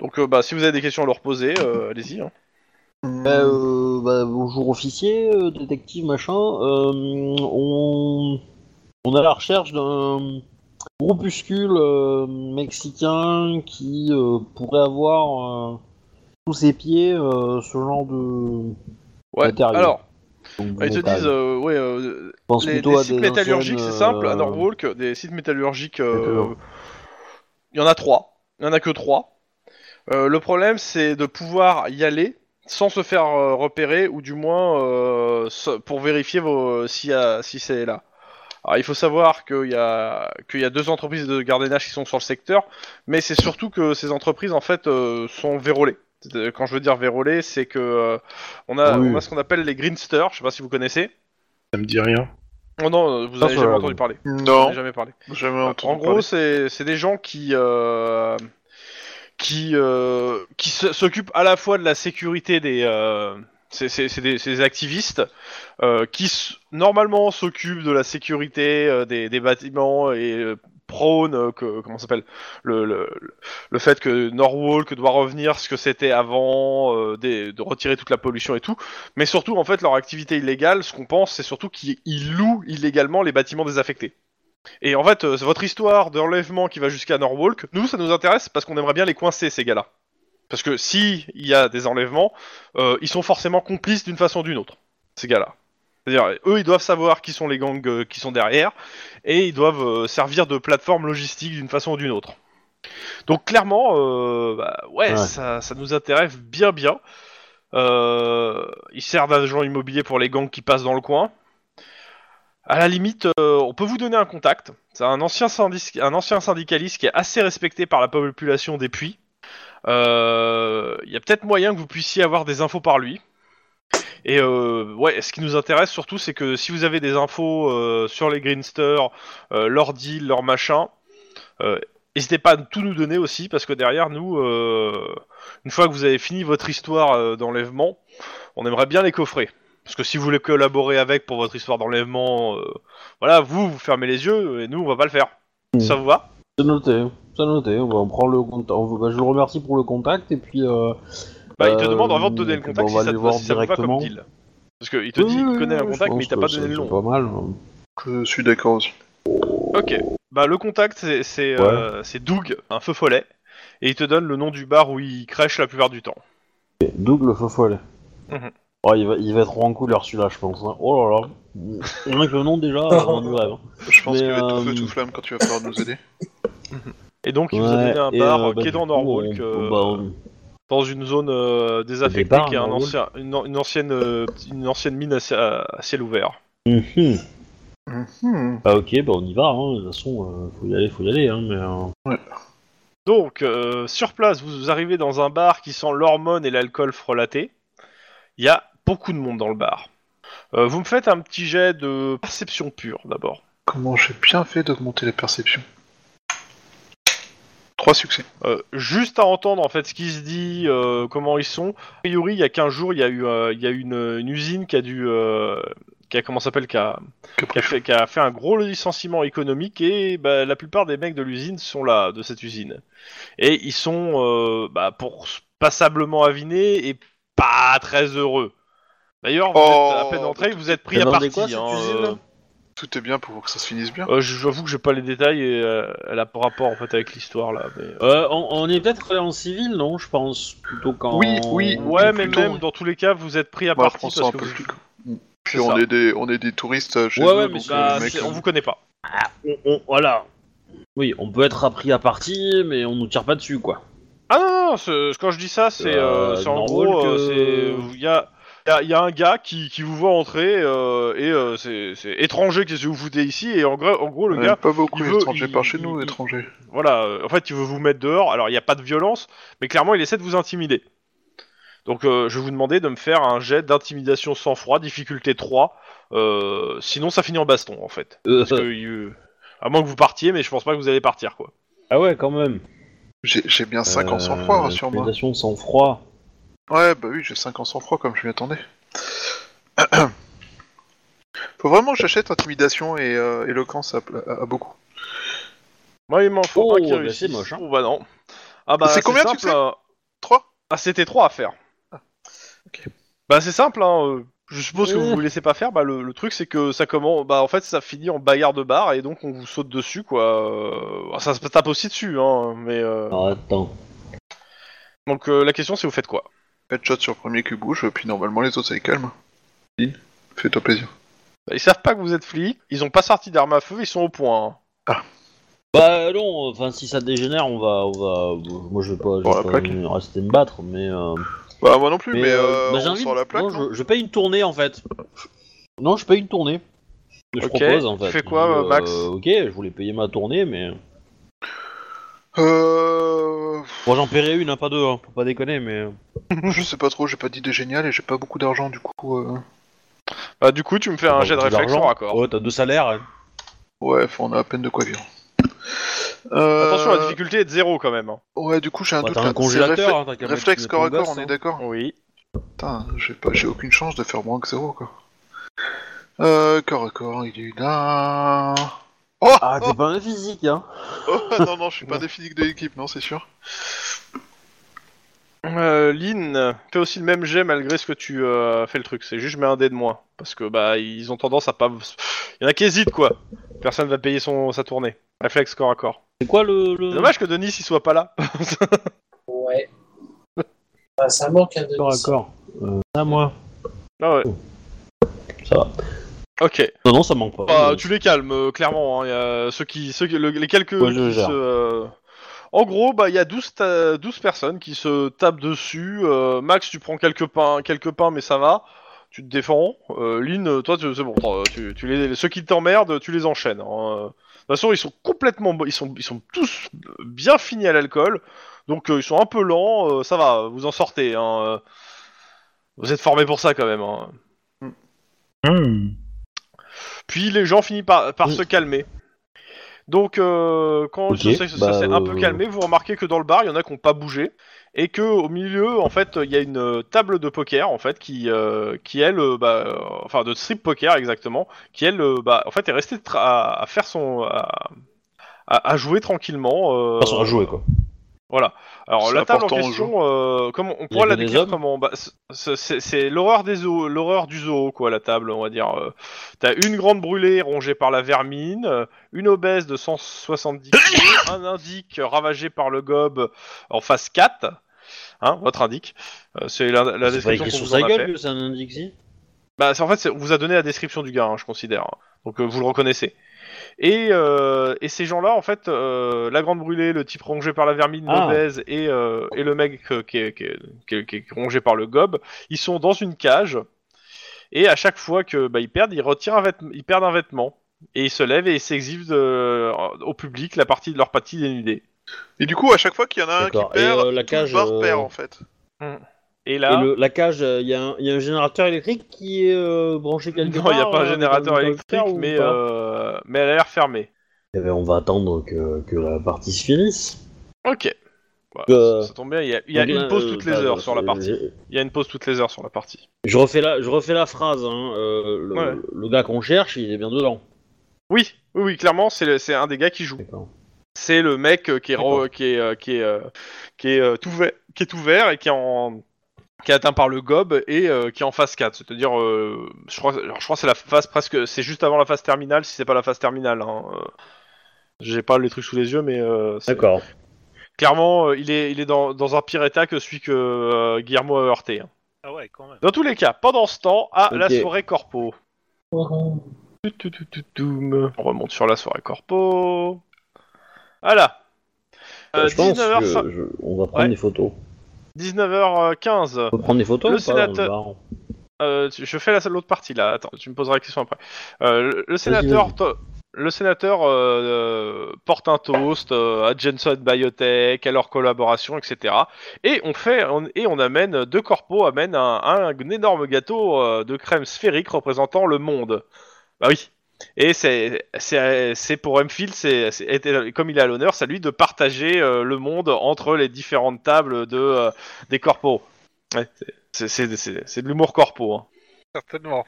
Donc, euh, bah, si vous avez des questions à leur poser, euh, allez-y. hein.
Euh, bah, bonjour officier, euh, détective, machin. Euh, on... on est à la recherche d'un groupuscule euh, mexicain qui euh, pourrait avoir euh, sous ses pieds euh, ce genre de...
Ouais.
Matériaux.
Alors,
donc,
ils te
métal.
disent, euh, ouais, euh,
Je pense
Les,
plutôt
les
à
sites
des
métallurgiques,
anciennes,
c'est simple, à
euh,
Norwalk, des sites métallurgiques, euh,
D'accord.
il y en a trois. Il y en a que trois. Euh, le problème, c'est de pouvoir y aller sans se faire euh, repérer, ou du moins euh, se- pour vérifier vos, si, y a- si c'est là. Alors, il faut savoir qu'il y, a- qu'il y a deux entreprises de gardiennage qui sont sur le secteur, mais c'est surtout que ces entreprises, en fait, euh, sont vérolées. C'est- Quand je veux dire vérolées, c'est que euh, on, a,
Oui.
on a ce qu'on appelle les greensters, je sais pas si vous connaissez.
Ça me dit rien.
Oh non, vous
Ça,
avez
ça
jamais
va,
entendu
bon.
parler. J'en ai
Non,
jamais parlé.
jamais
Bah, en
entendu.
gros, c'est c'est des gens qui euh, qui euh, qui se- s'occupent à la fois de la sécurité des euh, c'est c'est- c'est des, c'est des activistes euh, qui s- normalement s'occupent de la sécurité euh, des, des bâtiments et euh, prônent euh, que comment ça s'appelle le, le le fait que Norwalk doit revenir ce que c'était avant euh, des- de retirer toute la pollution et tout mais surtout en fait leur activité illégale ce qu'on pense c'est surtout qu'ils ils louent illégalement les bâtiments désaffectés et en fait, euh, c'est votre histoire d'enlèvement qui va jusqu'à Norwalk, nous, ça nous intéresse parce qu'on aimerait bien les coincer, ces gars-là. Parce que si il y a des enlèvements, euh, ils sont forcément complices d'une façon ou d'une autre, ces gars-là. C'est-à-dire, euh, eux, ils doivent savoir qui sont les gangs euh, qui sont derrière, et ils doivent euh, servir de plateforme logistique d'une façon ou d'une autre. Donc clairement, euh, bah, ouais,
Ouais.
Ça, ça nous intéresse bien bien. Euh, ils servent d'agents immobiliers pour les gangs qui passent dans le coin. À la limite, euh, on peut vous donner un contact. C'est un ancien, syndic- un ancien syndicaliste qui est assez respecté par la population des puits. Euh, Il y a peut-être moyen que vous puissiez avoir des infos par lui. Et euh, ouais, ce qui nous intéresse surtout, c'est que si vous avez des infos euh, sur les Greensters, euh, leur deal, leur machin, euh, n'hésitez pas à tout nous donner aussi, parce que derrière nous, euh, une fois que vous avez fini votre histoire euh, d'enlèvement, on aimerait bien les coffrer. Parce que si vous voulez collaborer avec pour votre histoire d'enlèvement, euh, voilà, vous, vous fermez les yeux, et nous, on va pas le faire.
Mhm.
Ça vous va
C'est noté, c'est noté. On va- on prend le compte. on va- bah, je le remercie pour le contact et puis. euh,
Bah, il te
Euh,
demande avant de te donner le
bah,
contact
on va
si ça
aller
te,
voir
si ça vous va
directement.
comme deal. Parce qu'il te dit qu'il connaît un
je
contact, mais
pense
il t'a
que
pas donné
c'est-
le nom.
c'est Pas mal. hein.
Je suis d'accord aussi.
Ok. Bah, le contact, c'est c'est, euh, c'est Doug, un feu follet, et il te donne le nom du bar où il crèche la plupart du temps.
Double le feu follet.
Mhm.
Oh, il va, il va être en couleur celui-là, je pense. hein. Oh là là. Il y en a que le nom
(laughs)
déjà, euh, on y rêve.
Je pense
Mais,
qu'il va être tout
euh,
feu, tout flamme quand tu vas pouvoir
(laughs)
nous aider.
Et donc, il vous a donné un
et,
bar
euh,
qui
bah,
est dans
du coup,
Norwalk,
on-
euh,
bah, on-
dans une zone euh, désaffectée
bars,
qui est un
Norwalk.
ancien, une, une ancienne, euh, une ancienne mine à, ciel- à ciel ouvert.
Mhm.
Hmm.
Bah, ok, bah on y va. hein. De toute façon, euh, faut y aller, faut y aller. Hein, mais, euh,
Donc, euh, sur place, vous arrivez dans un bar qui sent l'hormone et l'alcool frelaté. Il y a beaucoup de monde dans le bar. Euh, vous me faites un petit jet de perception pure d'abord.
Comment j'ai bien fait d'augmenter la perception Trois succès.
Euh, juste à entendre en fait ce qui se dit, euh, comment ils sont. A priori, il y a 15 jours, il y a eu, euh, il y a eu une, une usine qui a dû. euh, qui a, comment ça s'appelle qui a, qui, a fait, qui a fait un gros licenciement économique et bah, la plupart des mecs de l'usine sont là, de cette usine. Et ils sont euh, bah, pour passablement avinés et pas très heureux. D'ailleurs, vous
Oh.
êtes à peine entré, vous êtes pris
Elle
à
en
partie.
est quoi, cette
hein,
usine
Tout est bien pour que ça se finisse bien.
euh, euh, J'avoue que j'ai pas les détails et euh, elle a pas rapport en fait avec l'histoire là. mais-
euh, on, on est peut-être allé en civil, non Je pense plutôt qu'en.
Oui, oui.
Ouais, mais
plutôt-
même dans tous les cas, vous êtes pris à
Moi, je
partie
prends
parce
ça un
que
peu
vous...
plus.
c'est
Puis on
ça.
est, des, on est des touristes euh, chez
Ouais,
eux,
ouais, mais
donc
ça,
euh, le mec,
bah, c'est-
euh,
on vous connaît pas.
On, on- voilà. Oui, on peut être appris à partie, mais on nous tire pas dessus, quoi.
Ah non, non, ce- quand je dis ça, c'est euh,
Euh,
c'est en
Norwalk,
gros, euh,
euh,
c'est il y a, y a- y a un gars qui, qui vous voit entrer euh, et euh, c'est c'est étranger qui se vous foutez ici et en gros, en gros le
on
gars,
aime pas beaucoup
il
les
veut-
étrangers
il-
par chez
il-
nous,
il-
étrangers.
voilà, euh, en fait il veut vous mettre dehors. Alors il n'y a pas de violence, mais clairement il essaie de vous intimider. Donc euh, je vais vous demander de me faire un jet d'intimidation sans froid, difficulté 3. euh, sinon ça finit en baston en fait.
Euh,
Parce que, euh, à moins que vous partiez, mais je pense pas que vous allez partir quoi.
Ah ouais, quand même.
J'ai j'ai bien 5 ans sans
Euh,
froid, rassure-moi.
intimidation de sang-froid.
Ouais, bah oui, j'ai 5 ans sans froid comme je m'y attendais. (clears throat) Faut vraiment que j'achète intimidation et euh, éloquence à, à- à beaucoup.
Moi il m'en faut
Oh,
un qui
bah,
réussisse.
c'est moche, hein.
Oh, bah non. Ah bah
C'est combien de
simple,
succès
euh,
3
Ah, c'était 3 à faire.
ok.
Bah, c'est simple, hein. euh, Je suppose que
Mmh.
vous vous laissez pas faire. Bah, le, le truc, c'est que ça commence. Bah, en fait, ça finit en bagarre de bar et donc on vous saute dessus, quoi. Euh, bah, Ça se tape aussi dessus, hein. Mais. euh,
Alors, attends.
Donc, euh, la question, c'est vous faites quoi
Headshot sur le premier qui bouge, puis normalement les autres ça les calme. Si, Fais-toi plaisir.
Bah, Ils savent pas que vous êtes flics, ils ont pas sorti d'armes à feu, ils sont au point. hein.
Bah non, enfin si ça dégénère, on va, on va, moi je vais pas, je
Bon, la
vais
plaque.
pas rester me battre, mais. euh,
Bah moi non plus, mais,
euh,
euh,
bah, j'ai
on
envie-
sort la plaque.
non,
non
je, je paye une tournée en fait. Non, je paye une tournée. Je
Ok,
propose en
tu
fait.
fais
Je
quoi,
dis,
euh, Max
Ok, je voulais payer ma tournée, mais.
Euh...
Bon, j'en paierai une, hein, pas deux, hein, pour pas déconner, mais.
je sais pas trop, j'ai pas d'idée géniale et j'ai pas beaucoup d'argent du coup. euh,
Bah, du coup, tu me fais un jet de réflexion, raccord.
Ouais, t'as deux salaires. hein.
Ouais, enfin, on a à peine de quoi vivre. Euh,
Attention, la difficulté est de zéro quand même. hein.
Ouais, du coup j'ai un
Bah,
doute.
t'as
là.
un
C'est
congélateur,
réflexe-
hein, t'as qu'à
Réflexe
mettre
corps à
ton
corps,
gosse,
on est
hein.
d'accord.
Oui.
Putain, j'ai pas, j'ai aucune chance de faire moins que zéro, quoi. Euh, corps à corps, il est là. Oh,
Ah,
oh,
t'es pas un physique, hein.
(laughs) oh, non, non, je suis pas des physiques de l'équipe, non, c'est sûr.
Euh, Lynn, fais aussi le même jet malgré ce que tu euh, fais le truc. C'est juste je mets un dé de moins. Parce que bah ils ont tendance à pas. Il y en a qui hésitent quoi. Personne va payer son sa tournée. Réflexe corps à corps.
C'est quoi le. le-
C'est Dommage que Denis il soit pas là.
Ouais. Bah, ça manque un
Corps à
Denis.
corps. Euh, à moi.
Ah ouais.
Ça va.
Ok.
Non, non, ça manque pas.
Bah,
Euh,
tu les calmes euh, clairement. hein. Il y a ceux qui ceux qui- le- les quelques.
Ouais, je
qui
gère.
se, euh, En gros bah il y a 12, ta- 12 personnes qui se tapent dessus. Euh, Max tu prends quelques pains quelques pains mais ça va. Tu te défends. Euh, Lynn, toi, tu- c'est bon. t'en- Tu, tu les, ceux qui t'emmerdent, tu les enchaînes. hein. De toute façon, ils sont complètement, bo- ils sont, ils sont tous bien finis à l'alcool, donc euh, ils sont un peu lents. euh, ça va, vous en sortez. hein, euh. vous êtes formés pour ça quand même. hein. Puis les gens finissent par, par
Hmm. Oui.
se calmer. Donc, euh, quand
Ok,
ça, ça- ça
bah,
s'est un peu
euh,
calmé, vous remarquez que dans le bar, il y en a qui n'ont pas bougé. Et que au milieu, en fait, il y a une euh, table de poker, en fait, qui, euh, qui elle, euh, bah, euh, enfin, de strip poker exactement, qui elle, euh, bah, en fait, est restée tra- à, à faire son, à, à- à jouer tranquillement. euh,
façon à jouer, quoi.
voilà. Alors
C'est
la table en
important au
question, euh, comment on pourrait
avait
la
des
décrire
hommes
comment bah, c'est- c'est c'est l'horreur des zoos, l'horreur du zoo quoi la table, on va dire. euh. T'as une grande brûlée rongée par la vermine, euh, une obèse de
(coughs)
170 kilos, un indique ravagé par le gobe en face 4. Hein, votre indique. Euh, c'est la, la
C'est pas
description
écrit
qu'on
sur
vous en
sa
a
gueule,
fait.
que c'est un indice si
Bah, c'est- en fait, c'est- on vous a donné la description du gars, hein, je considère. hein. Donc, euh, vous le reconnaissez. Et, euh, et ces gens-là, en fait, euh, la grande brûlée, le type rongé par la vermine,
Ah.
l'obèse et, euh, et le mec euh, qui, est, qui est- qui est- qui est rongé par le gobe, ils sont dans une cage. Et à chaque fois que bah, ils perdent, ils retirent un vêtement, ils perdent un vêtement. Et ils se lèvent et ils s'exhibent euh, au public la partie de leur partie dénudée.
Et du coup, à chaque fois qu'il y en a un qui
D'accord. Et,
perd,
euh, la
tout
cage,
le bar
euh,
perd en fait.
Et
Et
là,
le, la cage, euh, il y, a un- y a un générateur électrique qui est euh, branché quelque
(laughs) non,
part
il n'y a pas un
euh,
générateur
dans le
électrique,
cœur ou
mais,
pas
euh, mais elle a l'air fermée.
Eh ben, on va attendre que, que la partie se finisse.
Ok. Bah,
Euh,
ça, ça tombe bien, il y a, il y a
Donc là,
une pause
euh,
toutes les
bah,
heures
je-
sur la partie.
Je,
Il y a une pause toutes les heures sur la partie.
je refais, la, je refais la phrase. Hein. euh, le,
Ouais.
le gars qu'on cherche, il est bien dedans.
Oui, oui, oui, clairement, c'est le- c'est un des gars qui joue.
D'accord.
C'est le mec euh, qui est, ro-
D'accord.
qui est, euh, qui est, euh, qui est, euh, tout vert, qui est ouvert et qui est, en, qui est atteint par le gob et euh, qui est en phase 4. C'est-à-dire, euh, je crois, alors, je crois que c'est la phase presque, c'est juste avant la phase terminale, si c'est pas la phase terminale. hein, euh. J'ai pas les trucs sous les yeux, mais euh, c'est-
D'accord.
clairement, euh, il est, il est dans, dans un pire état que celui que euh, Guillermo a heurté. hein.
Ah ouais, quand même.
Dans tous les cas, pendant ce temps, à la
Ok.
soirée corpo.
Mhm.
Toutoutoutoum. On remonte sur la soirée corpo. Voilà. Euh,
je pense
19h,
que je- on va prendre
Ouais.
des photos.
19h15.
On peut prendre des photos
Le
ou pas dans le
sénateur-
bar
Euh, tu- je fais la- l'autre partie là. Attends, tu me poseras la question après. Euh, le, le sénateur
vas-y.
To- le sénateur euh, euh, porte un toast euh, à Jensen Biotech, à leur collaboration, etc. Et on fait, on- et on amène deux corpos amènent un, un énorme gâteau euh, de crème sphérique représentant le monde. Bah oui. Et c'est c'est c'est pour Hemfield, c'est c'est- comme il est à l'honneur, c'est à lui de partager euh, le monde entre les différentes tables de euh, des corpos. Ouais, c'est c'est- c'est c'est de l'humour corpo. hein.
Certainement.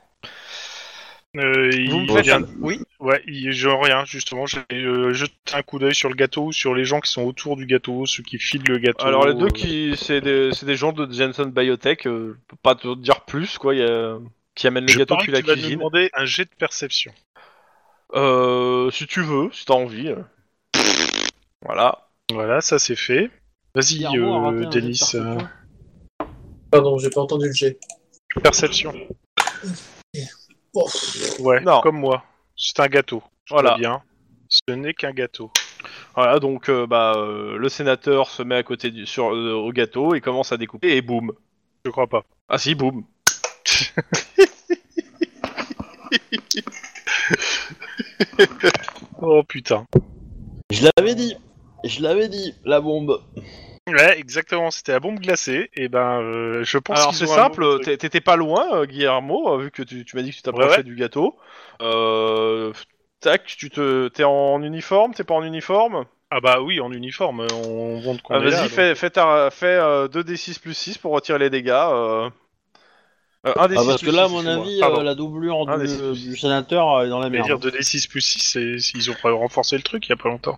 Euh,
Vous
il,
me faites
il-
un- Oui.
Ouais, il- je rien, justement. J'ai euh, jeté un coup d'œil sur le gâteau, sur les gens qui sont autour du gâteau, ceux qui filent le gâteau.
Alors les deux
euh,
qui c'est des, c'est des gens de Jensen Biotech, euh, je peux pas te dire plus quoi, il y a- qui amènent le
Je
gâteau
parie
puis la
que tu vas nous
cuisine.
demander un jet de perception.
Euh, si tu veux, si t'as envie. euh. Voilà.
Voilà, ça c'est fait. Vas-y,
Guillermo a raté un
euh,
jet de
Denis, euh,
perception.
Pardon, j'ai pas entendu le jet.
perception.
Bon, pff,
Ouais,
Non.
comme moi. C'est un gâteau. Je
Voilà.
vois bien. Ce n'est qu'un gâteau.
Voilà, donc euh, bah euh, le sénateur se met à côté du sur euh, au gâteau et commence à découper et boum.
Je crois pas.
Ah si, boum.
Oh putain.
Je l'avais dit. Je l'avais dit, la bombe.
Ouais, exactement. C'était la bombe glacée. Et ben, euh, je pense
Alors
qu'ils
c'est
ont un
simple,
nombre de-
t'é- t'étais pas loin euh, Guillermo, euh, vu que tu, tu m'as dit que tu t'approchais
Ouais, ouais.
du gâteau. Euh, tac, tu te t'es en uniforme, t'es pas en uniforme
Ah bah oui, en uniforme. euh, On monte qu'on
Ah,
est là,
Vas-y,
donc.
fais, fais, ta- fais euh, 2d6 plus 6 pour retirer les dégâts. Euh... 1d6
Ah, parce
plus
que là, à
six,
mon
excuse-moi.
avis,
Pardon.
euh, la doublure
Ah,
du,
des-
du sénateur euh, est dans la
Mais
merde.
dire 2d6 plus 6, ils ont renforcé le truc il y a pas longtemps.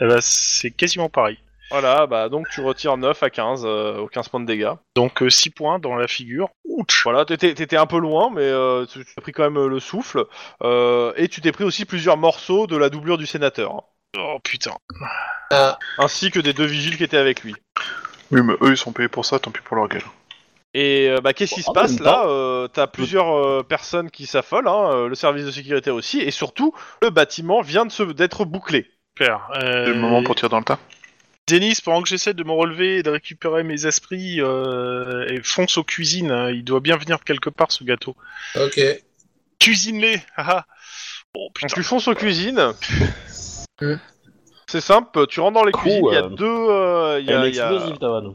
Eh ben, c'est quasiment pareil.
Voilà, bah donc tu retires 9 à 15, euh, aux 15 points de dégâts.
Donc 6 points dans la figure. Ouch
Voilà, t'étais t'étais un peu loin, mais euh, tu tu t'es pris quand même euh, le souffle. Euh, et tu t'es pris aussi plusieurs morceaux de la doublure du sénateur, hein,
Oh putain.
ainsi que des deux vigiles qui étaient avec lui.
Oui, mais eux, ils sont payés pour ça, tant pis pour leur gueule.
Et euh, bah, qu'est-ce qui
Bon,
se
en
passe
même temps-
là Euh, T'as plusieurs euh, personnes qui s'affolent, hein, euh, le service de sécurité aussi, et surtout, le bâtiment vient de se- d'être bouclé.
Super. Euh,
C'est le moment pour tirer dans le tas.
Denis, pendant que j'essaie de me relever et de récupérer mes esprits, euh, et fonce aux cuisines. hein. Il doit bien venir de quelque part ce gâteau.
ok.
Cuisine-les ah, ah. Oh
Donc
putain.
tu fonces aux cuisines.
Euh.
C'est simple, tu rentres dans les
Coup,
cuisines, il y a
euh,
deux... euh, il y a-
Elle est
il y a-
explosive, ta vanne.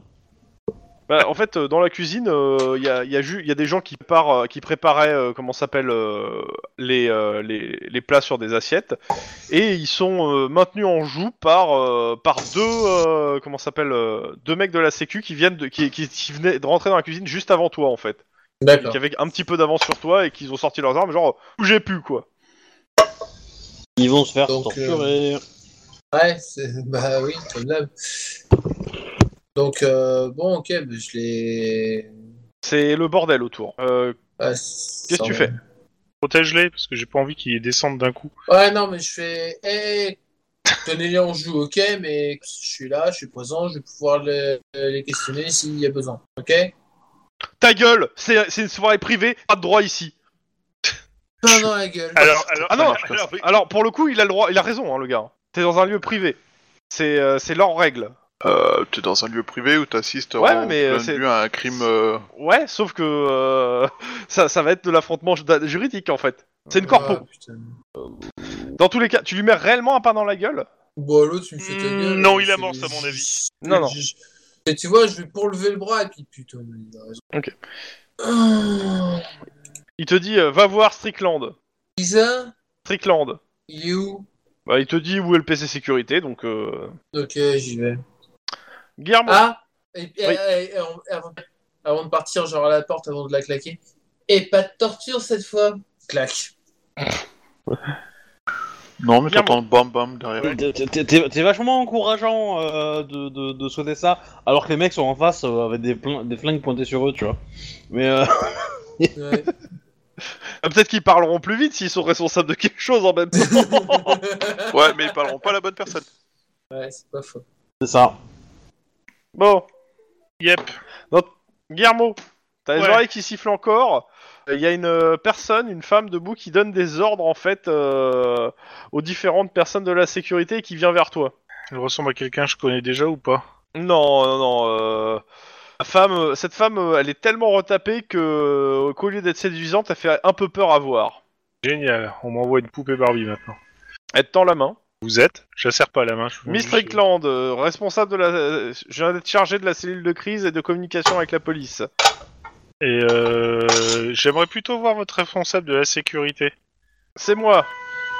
Bah, en fait, euh, dans la cuisine, euh, il y, a, il y, a ju- il y a des gens qui, préparent, euh, qui préparaient, euh, comment ça s'appelle, euh, les, euh, les, les plats sur des assiettes, et ils sont euh, maintenus en joue par, euh, par deux, euh, comment ça s'appelle, euh, deux mecs de la sécu qui viennent de, qui, qui, qui venaient de rentrer dans la cuisine juste avant toi, en fait.
D'accord.
Qui avaient un petit peu d'avance sur toi et qu'ils ont sorti leurs armes, genre, où j'ai pu, quoi.
Ils vont se faire
Donc,
torturer.
Ouais, c'est- (laughs) bah oui, comme d'hab. Donc, euh, bon, ok, mais je l'ai.
C'est le bordel autour. Euh,
Qu'est-ce
Qu'est-ce que tu fais
Protège-les, parce que j'ai pas envie qu'ils descendent d'un coup.
Ouais, non, mais je fais. Hé, tenez-les en joue, ok, mais je suis là, je suis présent, je vais pouvoir le- euh, les questionner s'il y a besoin, ok
Ta gueule C'est c'est une soirée privée, pas de droit ici.
Non, non, la gueule.
(laughs) Alors, alors,
Ah non,
ça marche pas, ça.
alors, alors, pour le coup, il a le droit, il a raison, hein, le gars. T'es dans un lieu privé. C'est euh, c'est leur règle.
Euh, t'es dans un lieu privé où t'assistes
Ouais,
en
mais, euh,
plein
c'est-
lieu à un crime. euh,
Ouais, sauf que euh, (laughs) ça, ça va être de l'affrontement ju- juridique en fait. C'est une corpo.
Ah, putain.
Dans tous les cas, tu lui mets réellement un pain dans la gueule
Bon, l'autre, tu me fais ta
Hmm,
gueule.
non, il
c'est-
amorce, à mon avis.
Non, non.
Je- Et tu vois, je vais pour lever le bras, et puis putain, il a raison.
Ok.
Ah,
Il te dit, euh, va voir Strickland.
Isa,
Strickland.
il est où
Bah, il te dit où est le PC sécurité, donc. Euh...
Ok, j'y vais.
Guillermo.
Ah et, et-
Oui.
et- et- avant, avant- avant de partir, genre à la porte, avant de la claquer. Et pas de torture cette fois Clac.
Non, mais
Bien
t'entends le bam bam derrière.
T'es- t'es- T'es t'es vachement encourageant euh, de, de, de souhaiter ça, alors que les mecs sont en face euh, avec des, plin- des flingues pointées sur eux, tu vois. Mais euh, (laughs)
Ouais.
Ah, Peut-être qu'ils parleront plus vite s'ils sont responsables de quelque chose en même temps.
Ouais, mais ils parleront pas à la
(laughs)
bonne personne.
ouais, c'est pas faux.
c'est ça.
bon,
Yep.
Guillermo, t'as les
Ouais.
oreilles qui sifflent encore. Il y a une euh, personne, une femme debout qui donne des ordres en fait euh, aux différentes personnes de la sécurité et qui vient vers toi.
Elle ressemble à quelqu'un que je connais déjà ou pas
Non, non, non. euh, la femme, euh, cette femme, euh, elle est tellement retapée que euh, qu'au lieu d'être séduisante, elle fait un peu peur à voir.
Génial, on m'envoie une poupée Barbie maintenant.
Elle te tend la main.
Vous êtes Je la serre pas la main. je vous-
Miss Strickland, euh, responsable de la. euh, Je viens d'être chargé de la cellule de crise et de communication avec la police.
Et euh, j'aimerais plutôt voir votre responsable de la sécurité.
C'est moi.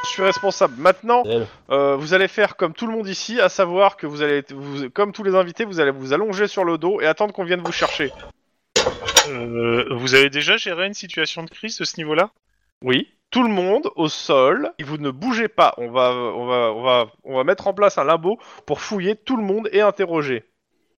Je suis responsable. Maintenant,
Elle.
euh, vous allez faire comme tout le monde ici, à savoir que vous allez, être- vous- comme tous les invités, vous allez vous allonger sur le dos et attendre qu'on vienne vous chercher.
Euh, vous avez déjà géré une situation de crise de ce niveau-là
Oui. Tout le monde au sol. Et vous ne bougez pas. On va, on va, on va, on va mettre en place un labo pour fouiller tout le monde et interroger.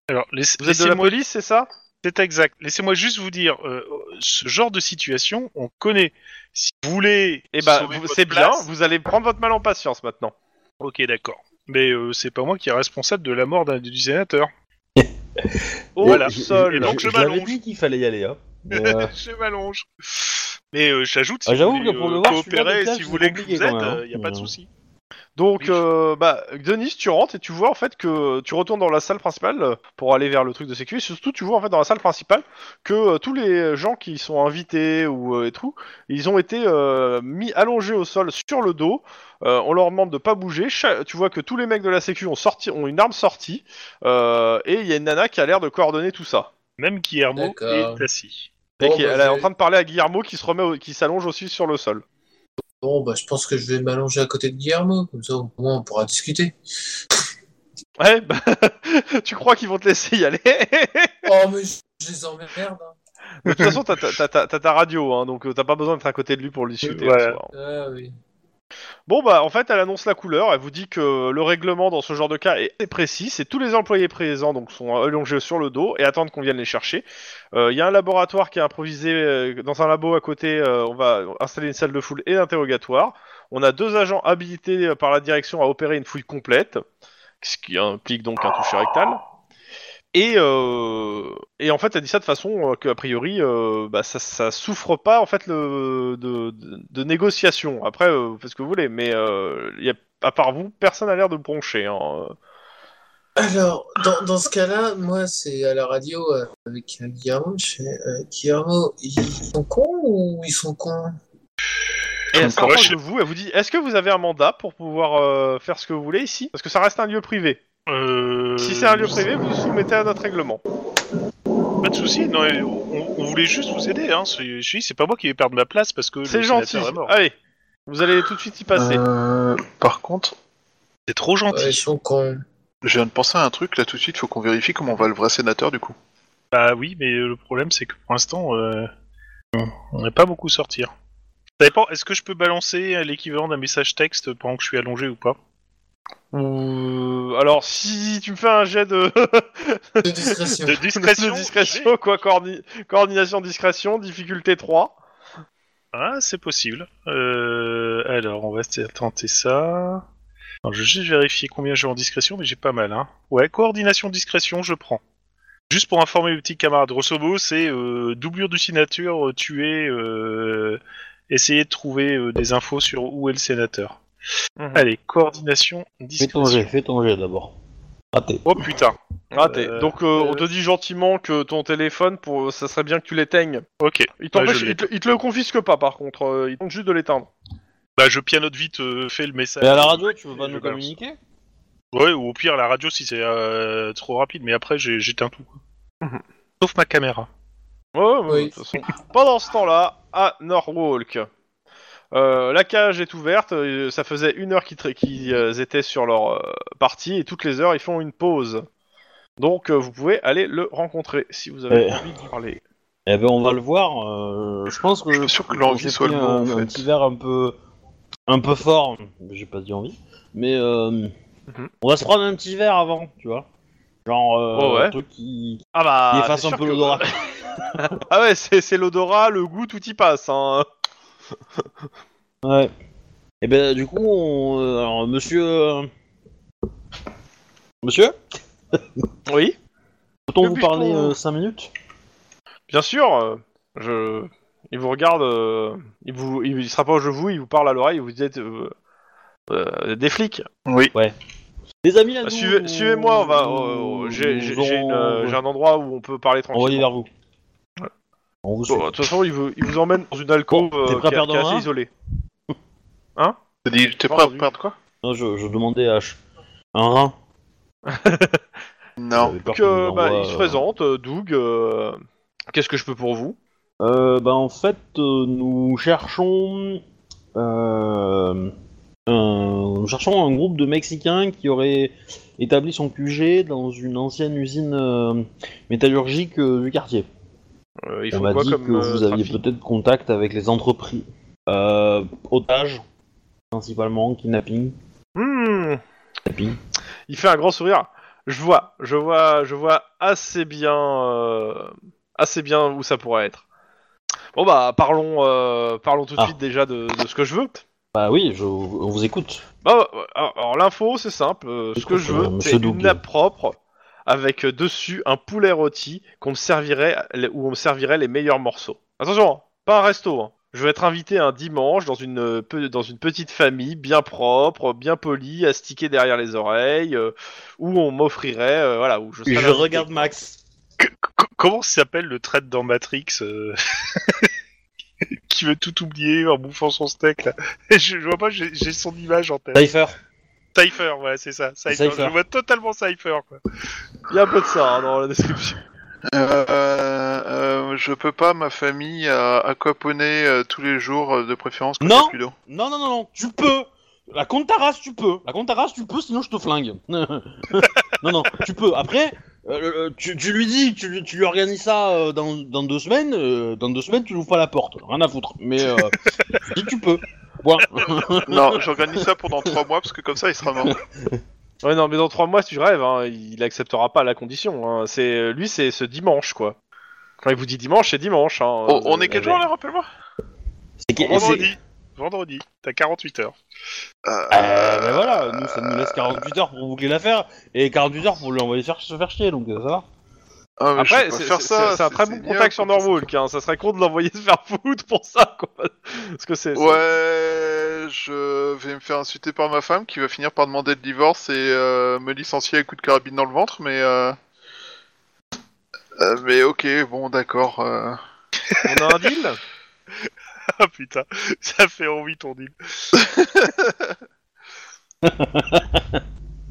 Alors, laisse-
Vous êtes de la
laissez-moi-
police, c'est ça
C'est exact. Laissez-moi juste vous dire, euh, ce genre de situation, on connaît. Si vous voulez,
Eh ben,
Sauvez
vous-
votre
c'est bien.
place.
Vous allez prendre votre mal en patience maintenant.
ok, d'accord. Mais euh, c'est pas moi qui est responsable de la mort d'un du sénateur.
Au
Voilà.
J- j-
sol.
Et donc,
j-
je
j'avais
m'allonge.
dit qu'il fallait y aller. Hein. Mais,
(laughs)
euh,
je m'allonge. Mais euh, j'ajoute, si
Ah,
vous
j'avoue
voulez
que pour
euh,
le voir, celui-là, des
coopérer, si
plages,
vous voulez
c'est
que vous
compliqué
aide,
quand
il
même, hein.
n'y a pas de
Euh,
souci.
Donc,
Oui.
euh, bah, Denis, tu rentres et tu vois en fait que tu retournes dans la salle principale euh, pour aller vers le truc de sécurité. Surtout, tu vois en fait dans la salle principale que euh, tous les gens qui sont invités ou euh, et tout, ils ont été euh, mis allongés au sol sur le dos. Euh, on leur demande de pas bouger. Cha- tu vois que tous les mecs de la sécu ont sorti, ont une arme sortie euh, et il y a une nana qui a l'air de coordonner tout ça.
Même Guillermo
D'accord.
est assis.
Et
Bon,
qui-
bah,
elle
je
est en
vais-
train de parler à Guillermo qui se remet, au- qui s'allonge aussi sur le sol.
Bon, bah, je pense que je vais m'allonger à côté de Guillermo, comme ça au moins on pourra discuter.
Ouais, bah, (laughs) tu crois qu'ils vont te laisser y aller
Oh, mais je, je les emmerde. hein.
De toute façon, t'as- t'as t'as- t'as- t'as ta radio, hein, donc euh, t'as pas besoin d'être à côté de lui pour le discuter.
Voilà.
en soi.
Ah oui.
Bon, bah, en fait, elle annonce la couleur, elle vous dit que le règlement dans ce genre de cas est est précis, c'est tous les employés présents donc sont allongés sur le dos et attendent qu'on vienne les chercher. Euh, Il y a un laboratoire qui est improvisé euh, dans un labo à côté, euh, on va installer une salle de foule et d'interrogatoire. On a deux agents habilités euh, par la direction à opérer une fouille complète, ce qui implique donc un toucher rectal. Et, euh, et en fait, elle dit ça de façon euh, qu'a priori, euh, bah, ça, ça souffre pas en fait le, de, de, de négociation. Après, euh, vous faites ce que vous voulez, mais euh, y a, à part vous, personne n'a l'air de broncher. Hein.
Alors, dans, dans ce cas-là, moi, c'est à la radio euh, avec euh, Guillermo. Je fais, euh, Guillermo, ils sont cons ou ils sont cons
Et elle
Encore
s'approche
chez-
de vous, elle vous dit Est-ce que vous avez un mandat pour pouvoir euh, faire ce que vous voulez ici Parce que ça reste un lieu privé.
Euh,
Si c'est un lieu privé, vous vous soumettez à notre règlement.
Pas de souci, non, mais on, on voulait juste vous aider. Hein. C'est- Je dis, c'est pas moi qui vais perdre ma place parce que le
C'est gentil.
sénateur est mort. Ah,
Allez, vous allez tout de suite y passer.
Euh, par contre,
C'est trop gentil.
Ouais, Ils sont cons.
je viens de penser à un truc là tout de suite, faut qu'on vérifie comment va le vrai sénateur du coup.
Bah oui, mais le problème c'est que pour l'instant, euh, on n'est pas beaucoup sortir. Ça dépend, est-ce que je peux balancer l'équivalent d'un message texte pendant que je suis allongé
(laughs)
ou pas
Ou- Alors, si tu me fais un jet de. (laughs)
De discrétion.
De discrétion,
de discrétion quoi, coordi- coordination, discrétion, difficulté 3.
Ah, c'est possible. Euh, alors, on va se- tenter ça. Alors, je vais juste vérifier combien j'ai en discrétion, mais j'ai pas mal. Hein. Ouais, coordination discrétion, je prends. Juste pour informer mes petits camarades, grosso modo, c'est euh, doublure du sénateur, euh, tuer, euh, essayer de trouver euh, des infos sur où est le sénateur.
Mhm.
Allez, coordination
Fais ton jet,
discrétion.
fais ton jet d'abord. Raté.
Oh putain.
Raté.
Euh,
Donc euh, on te dit gentiment que ton téléphone, pour, ça serait bien que tu l'éteignes.
Ok.
Il, t'empêche-
Ouais, je l'ai.
il, te, il te le confisque pas par contre, euh, il tente juste de l'éteindre.
Bah, je pianote vite, euh, fais le message.
Et à la radio, tu veux pas
Je
nous
balance.
communiquer
Ouais, ou au pire, la radio si c'est euh, trop rapide, mais après, j'ai- j'éteins tout. quoi. Sauf ma caméra.
Ouais, ouais, ouais,
Oui.
de toute façon. Pendant ce temps-là, à Norwalk, euh, la cage est ouverte, euh, ça faisait une heure qu'ils tra- qu'ils, euh, étaient sur leur euh, partie et toutes les heures ils font une pause. Donc euh, vous pouvez aller le rencontrer si vous avez
Euh.
envie de lui parler.
Eh ben, on va le voir. euh, je pense que
Je suis sûr que l'envie
j'ai
soit
pris
le mot,
un,
en
un
fait.
petit verre un peu, un peu fort. J'ai pas dit envie, mais euh,
Mhm.
on va se prendre un petit verre avant, tu vois. Genre euh,
Oh ouais.
un truc qui, qui
Ah bah...
efface
c'est
un
sûr
peu
que-
l'odorat.
Ah ouais, c'est c'est l'odorat, le goût, tout y passe. Hein. bah,
Ouais. Et ben du coup, on, euh, alors, monsieur, euh, monsieur,
Oui
peut-on
Que
vous
puis-je
parler
pour vous
5 minutes
Bien sûr, euh, je... il vous regarde, euh, il, vous... il se rapproche de vous, il vous parle à l'oreille, vous dites euh, euh, des flics.
Oui.
Les amis, à
Bah,
nous,
suivez- Suivez-moi, on va. euh,
nous
j'ai j'ai-
aurons-
j'ai une, euh, j'ai un endroit où on peut parler
envoyé
tranquillement.
vers vous. On vous suit.
Bon, bah. de toute façon, il vous, il vous emmène dans une alcôve
Bon, t'es prêt
euh,
à
qui est-
perdre
qui est
un
assez isolée.
T'as dit, T'es
Pas
prêt à
entendu.
perdre quoi
Non, je, je demandais H. Un rein
Non.
J'avais peur
Donc,
qu'on
euh,
nous
bah,
envoie,
il se
euh,
présente, euh, Doug. euh, Qu'est-ce que je peux pour vous
Euh, bah, en fait, euh, nous cherchons. euh, un- nous cherchons un groupe de Mexicains qui aurait établi son QG dans une ancienne usine euh, métallurgique euh, du quartier.
Euh, Ils
On
font
m'a
quoi
dit
comme
que
euh,
vous aviez
trafic
peut-être contact avec les entreprises. Euh, otages, principalement, kidnapping.
Hmm,
kidnapping.
Il fait un grand sourire. Je vois, je vois, je vois assez bien, euh, assez bien où ça pourrait être. Bon bah parlons, euh, parlons tout de
Ah.
suite déjà de, de ce que je veux.
Bah oui, je, on vous écoute.
Bah, alors alors, l'info c'est simple, euh, ce que je
Écoute, euh,
veux
monsieur
c'est une
Doug.
nappe propre avec euh, dessus un poulet rôti qu'on me servirait, où on me servirait les meilleurs morceaux. Attention, pas un resto. hein. Je vais être invité un dimanche dans une, euh, pe- dans une petite famille bien propre, bien polie, astiquée derrière les oreilles, euh, où on m'offrirait, euh, voilà, où je. serais l'invité.
Max.
Co- Comment s'appelle le traite dans Matrix euh, (laughs) qui veut tout oublier en bouffant son steak là (laughs) je, je vois pas, j'ai j'ai son image en tête.
Cypher.
Cypher, voilà, c'est ça. Cypher.
Cypher.
Je vois totalement Cypher quoi.
Il y a un peu de ça hein, dans la description.
Euh, euh, je peux pas, ma famille, à, à coaponner, euh, tous les jours, euh, de préférence quand
Non.
il y a
(laughs)
plus d'eau.
Non, non, non, non, tu peux La compte ta race, tu peux La compte ta race, tu peux, sinon je te flingue (laughs) Non, non, tu peux. Après, euh, euh, tu, tu lui dis, tu, lui- tu lui organises ça euh, dans, dans deux semaines, euh, dans deux semaines, tu n'ouvres pas la porte. Rien à foutre. Mais euh, tu dis, tu peux. Point.
Non, j'organise ça pendant trois mois parce que comme ça il sera mort.
Ouais non mais dans trois mois si tu rêves, hein, il acceptera pas la condition. hein. C'est lui c'est ce dimanche quoi. Quand il vous dit dimanche c'est dimanche. hein.
On- on est quel
Euh,
jour là, rappelle-moi
C'est que- c'est-
Vendredi. Vendredi. T'as 48 heures. (laughs)
Euh, ben voilà, nous, ça nous laisse 48 heures pour boucler l'affaire, et 48 heures pour lui envoyer faire- se faire chier, donc euh, ça va.
Ah, mais je
Après,
peux
c'est
faire
c'est-
ça,
c'est- c'est un très bon
génial,
contact sur
quand on-
Norwalk. Hein. Ça serait con de l'envoyer se faire foutre pour ça, quoi. Parce que c'est.
Ouais, je vais me faire insulter par ma femme qui va finir par demander le divorce et euh, me licencier à coups de carabine dans le ventre, mais. euh, euh, mais ok, bon, d'accord. euh.
On a un deal
Ah putain, ça fait envie ton deal.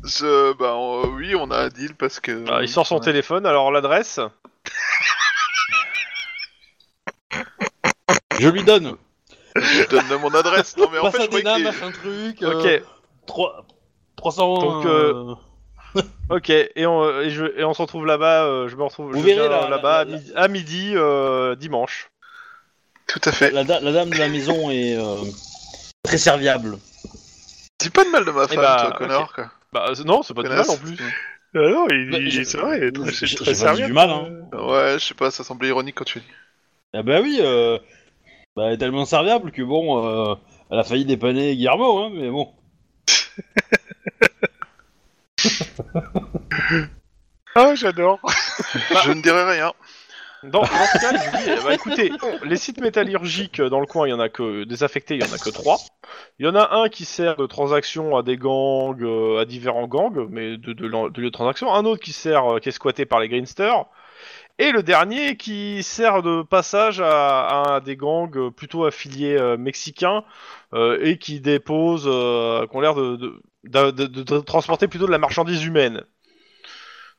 Je, bah, on- oui, on a un deal parce que.
(laughs) Ah, Il sort son téléphone, alors l'adresse
Je lui donne.
Je donne mon adresse. Non, mais
(laughs)
en
Passe à
fait, je
des
croyais que.
machin truc.
Ok,
euh, trois- 300.
Donc,
euh,
ok. Et on, et je- et on se retrouve là-bas, euh, je me retrouve
Vous
je
verrez,
viens
là,
là-bas à
là, là.
midi, à midi, euh, dimanche.
Tout à fait.
La, da- la dame de la maison est euh, très serviable.
Dis pas de mal de ma femme,
bah,
toi, connard, quoi.
Bah euh, non, c'est pas du mal
Connasse.
en plus.
Ah non, il,
Bah,
il-
je-
c'est vrai, il est très,
je-
c'est
je-
très
j'ai pas dit
sérieux.
du mal, hein.
Ouais, je sais pas, ça semblait ironique quand tu dis.
Ah bah oui, euh, bah, elle est tellement serviable que bon, euh, elle a failli dépanner Guillermo, hein, mais bon.
Ah, j'adore.
Bah,
Je ne dirai rien.
Dans, dans ce cas, je vous dis, eh ben, écoutez, les sites métallurgiques euh, dans le coin, il y en a que désaffectés, il y en a que trois. Il y en a un qui sert de transaction à des gangs, euh, à différents gangs, mais de, de, l'en- de lieu de transaction. Un autre qui sert, euh, qui est squatté par les greensters. Et le dernier qui sert de passage à, à des gangs euh, plutôt affiliés euh, mexicains euh, et qui déposent, euh, qui ont l'air de, de- d'a- de- de- de transporter plutôt de la marchandise humaine.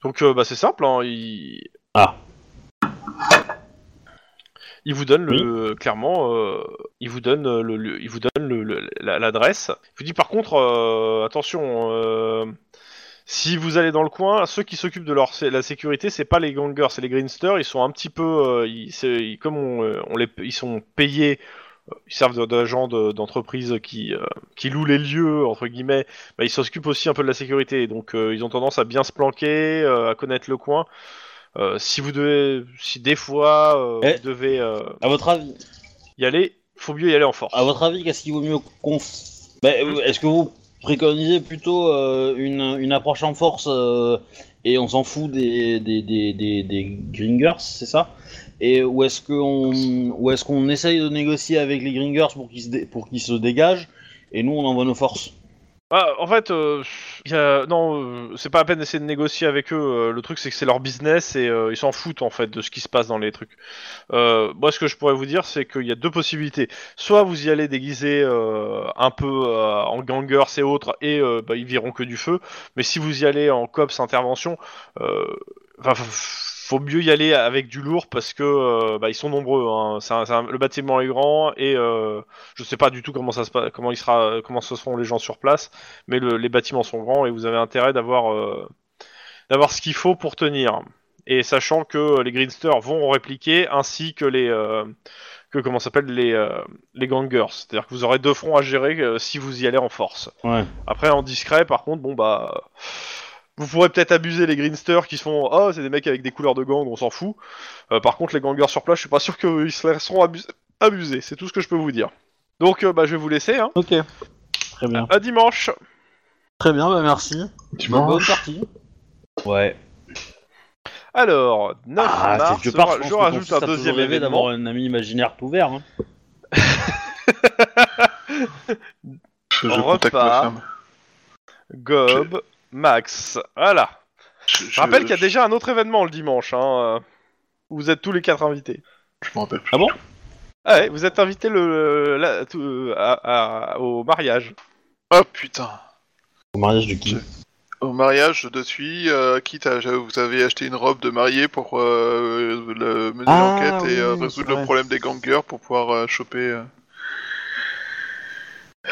Donc euh, bah, c'est simple, hein, il, il vous donne le clairement, euh, il vous donne euh, le, le- il vous donne le- le- la- l'adresse. Il vous dit par contre, euh, attention, euh, si vous allez dans le coin, ceux qui s'occupent de leur sé- la sécurité, c'est pas les gangers, c'est les greensters. Ils sont un petit peu, euh, ils, c'est- ils- comme on, euh, on les, ils sont payés, euh, ils servent de- d'agents de- d'entreprise qui euh, qui louent les lieux entre guillemets. Bah, ils s'occupent aussi un peu de la sécurité, donc euh, ils ont tendance à bien se planquer, euh, à connaître le coin. Euh, si vous devez, si des fois euh,
Eh.
vous devez euh,
À votre avis,
y aller, faut mieux y aller en force.
à votre avis, qu'est-ce qu'il vaut mieux qu'on. f- Bah, euh, Est-ce que vous préconisez plutôt euh, une, une approche en force euh, et on s'en fout des des, des, des, des gringers, c'est ça et ou est-ce qu'on ou est-ce qu'on essaye de négocier avec les gringers pour qu'ils se dé- pour qu'ils se dégagent et nous on envoie nos forces
Bah, en fait, euh, y a- non, euh, c'est pas à peine d'essayer de négocier avec eux. euh, le truc, c'est que c'est leur business et euh, ils s'en foutent en fait de ce qui se passe dans les trucs. Euh, moi, ce que je pourrais vous dire, c'est qu'il y a deux possibilités. Soit vous y allez déguisé euh, un peu euh, en gangers et autres et euh, bah, ils viront que du feu. Mais si vous y allez en cops intervention, euh, enfin, f- faut mieux y aller avec du lourd parce que euh, bah, ils sont nombreux. hein. C'est un- c'est un- le bâtiment est grand et euh, je sais pas du tout comment ça se passe, comment il sera, comment se seront les gens sur place, mais le- les bâtiments sont grands et vous avez intérêt d'avoir euh, d'avoir ce qu'il faut pour tenir. Et sachant que les Greensters vont répliquer ainsi que les euh, que comment ça s'appelle les euh, les gangers, c'est-à-dire que vous aurez deux fronts à gérer euh, si vous y allez en force.
Ouais.
Après en discret, par contre, bon bah euh, vous pourrez peut-être abuser les Greensters qui se font oh c'est des mecs avec des couleurs de gang, on s'en fout. Euh, par contre les gangers sur place, je suis pas sûr qu'ils se laisseront abus- abuser. C'est tout ce que je peux vous dire. Donc euh, bah je vais vous laisser. Hein.
Ok. Très bien.
À dimanche.
Très bien, bah merci.
Tu
Bonne
manges
partie. Ouais.
bah, Alors, 9
Ah,
mars,
c'est je pars.
ra- je rajoute un deuxième
rêvé d'avoir
événement.
un ami imaginaire tout vert. Hein.
Je,
On
je contacte ma
repart.
femme.
Gob, Max, voilà.
Je,
Je rappelle qu'il y a déjà un autre événement le dimanche, hein, euh, où vous êtes tous les quatre invités.
Je m'en rappelle plus.
Ah bon
Ah ouais, vous êtes invités le, la- tout- euh, à- à- au mariage.
Oh putain.
Au mariage de qui
Au mariage, je te suis, euh, quitte à. Vous avez acheté une robe de mariée pour euh, le- mener
Ah,
l'enquête et euh,
oui,
résoudre
c'est
le
vrai.
problème des gangers pour pouvoir euh, choper. euh.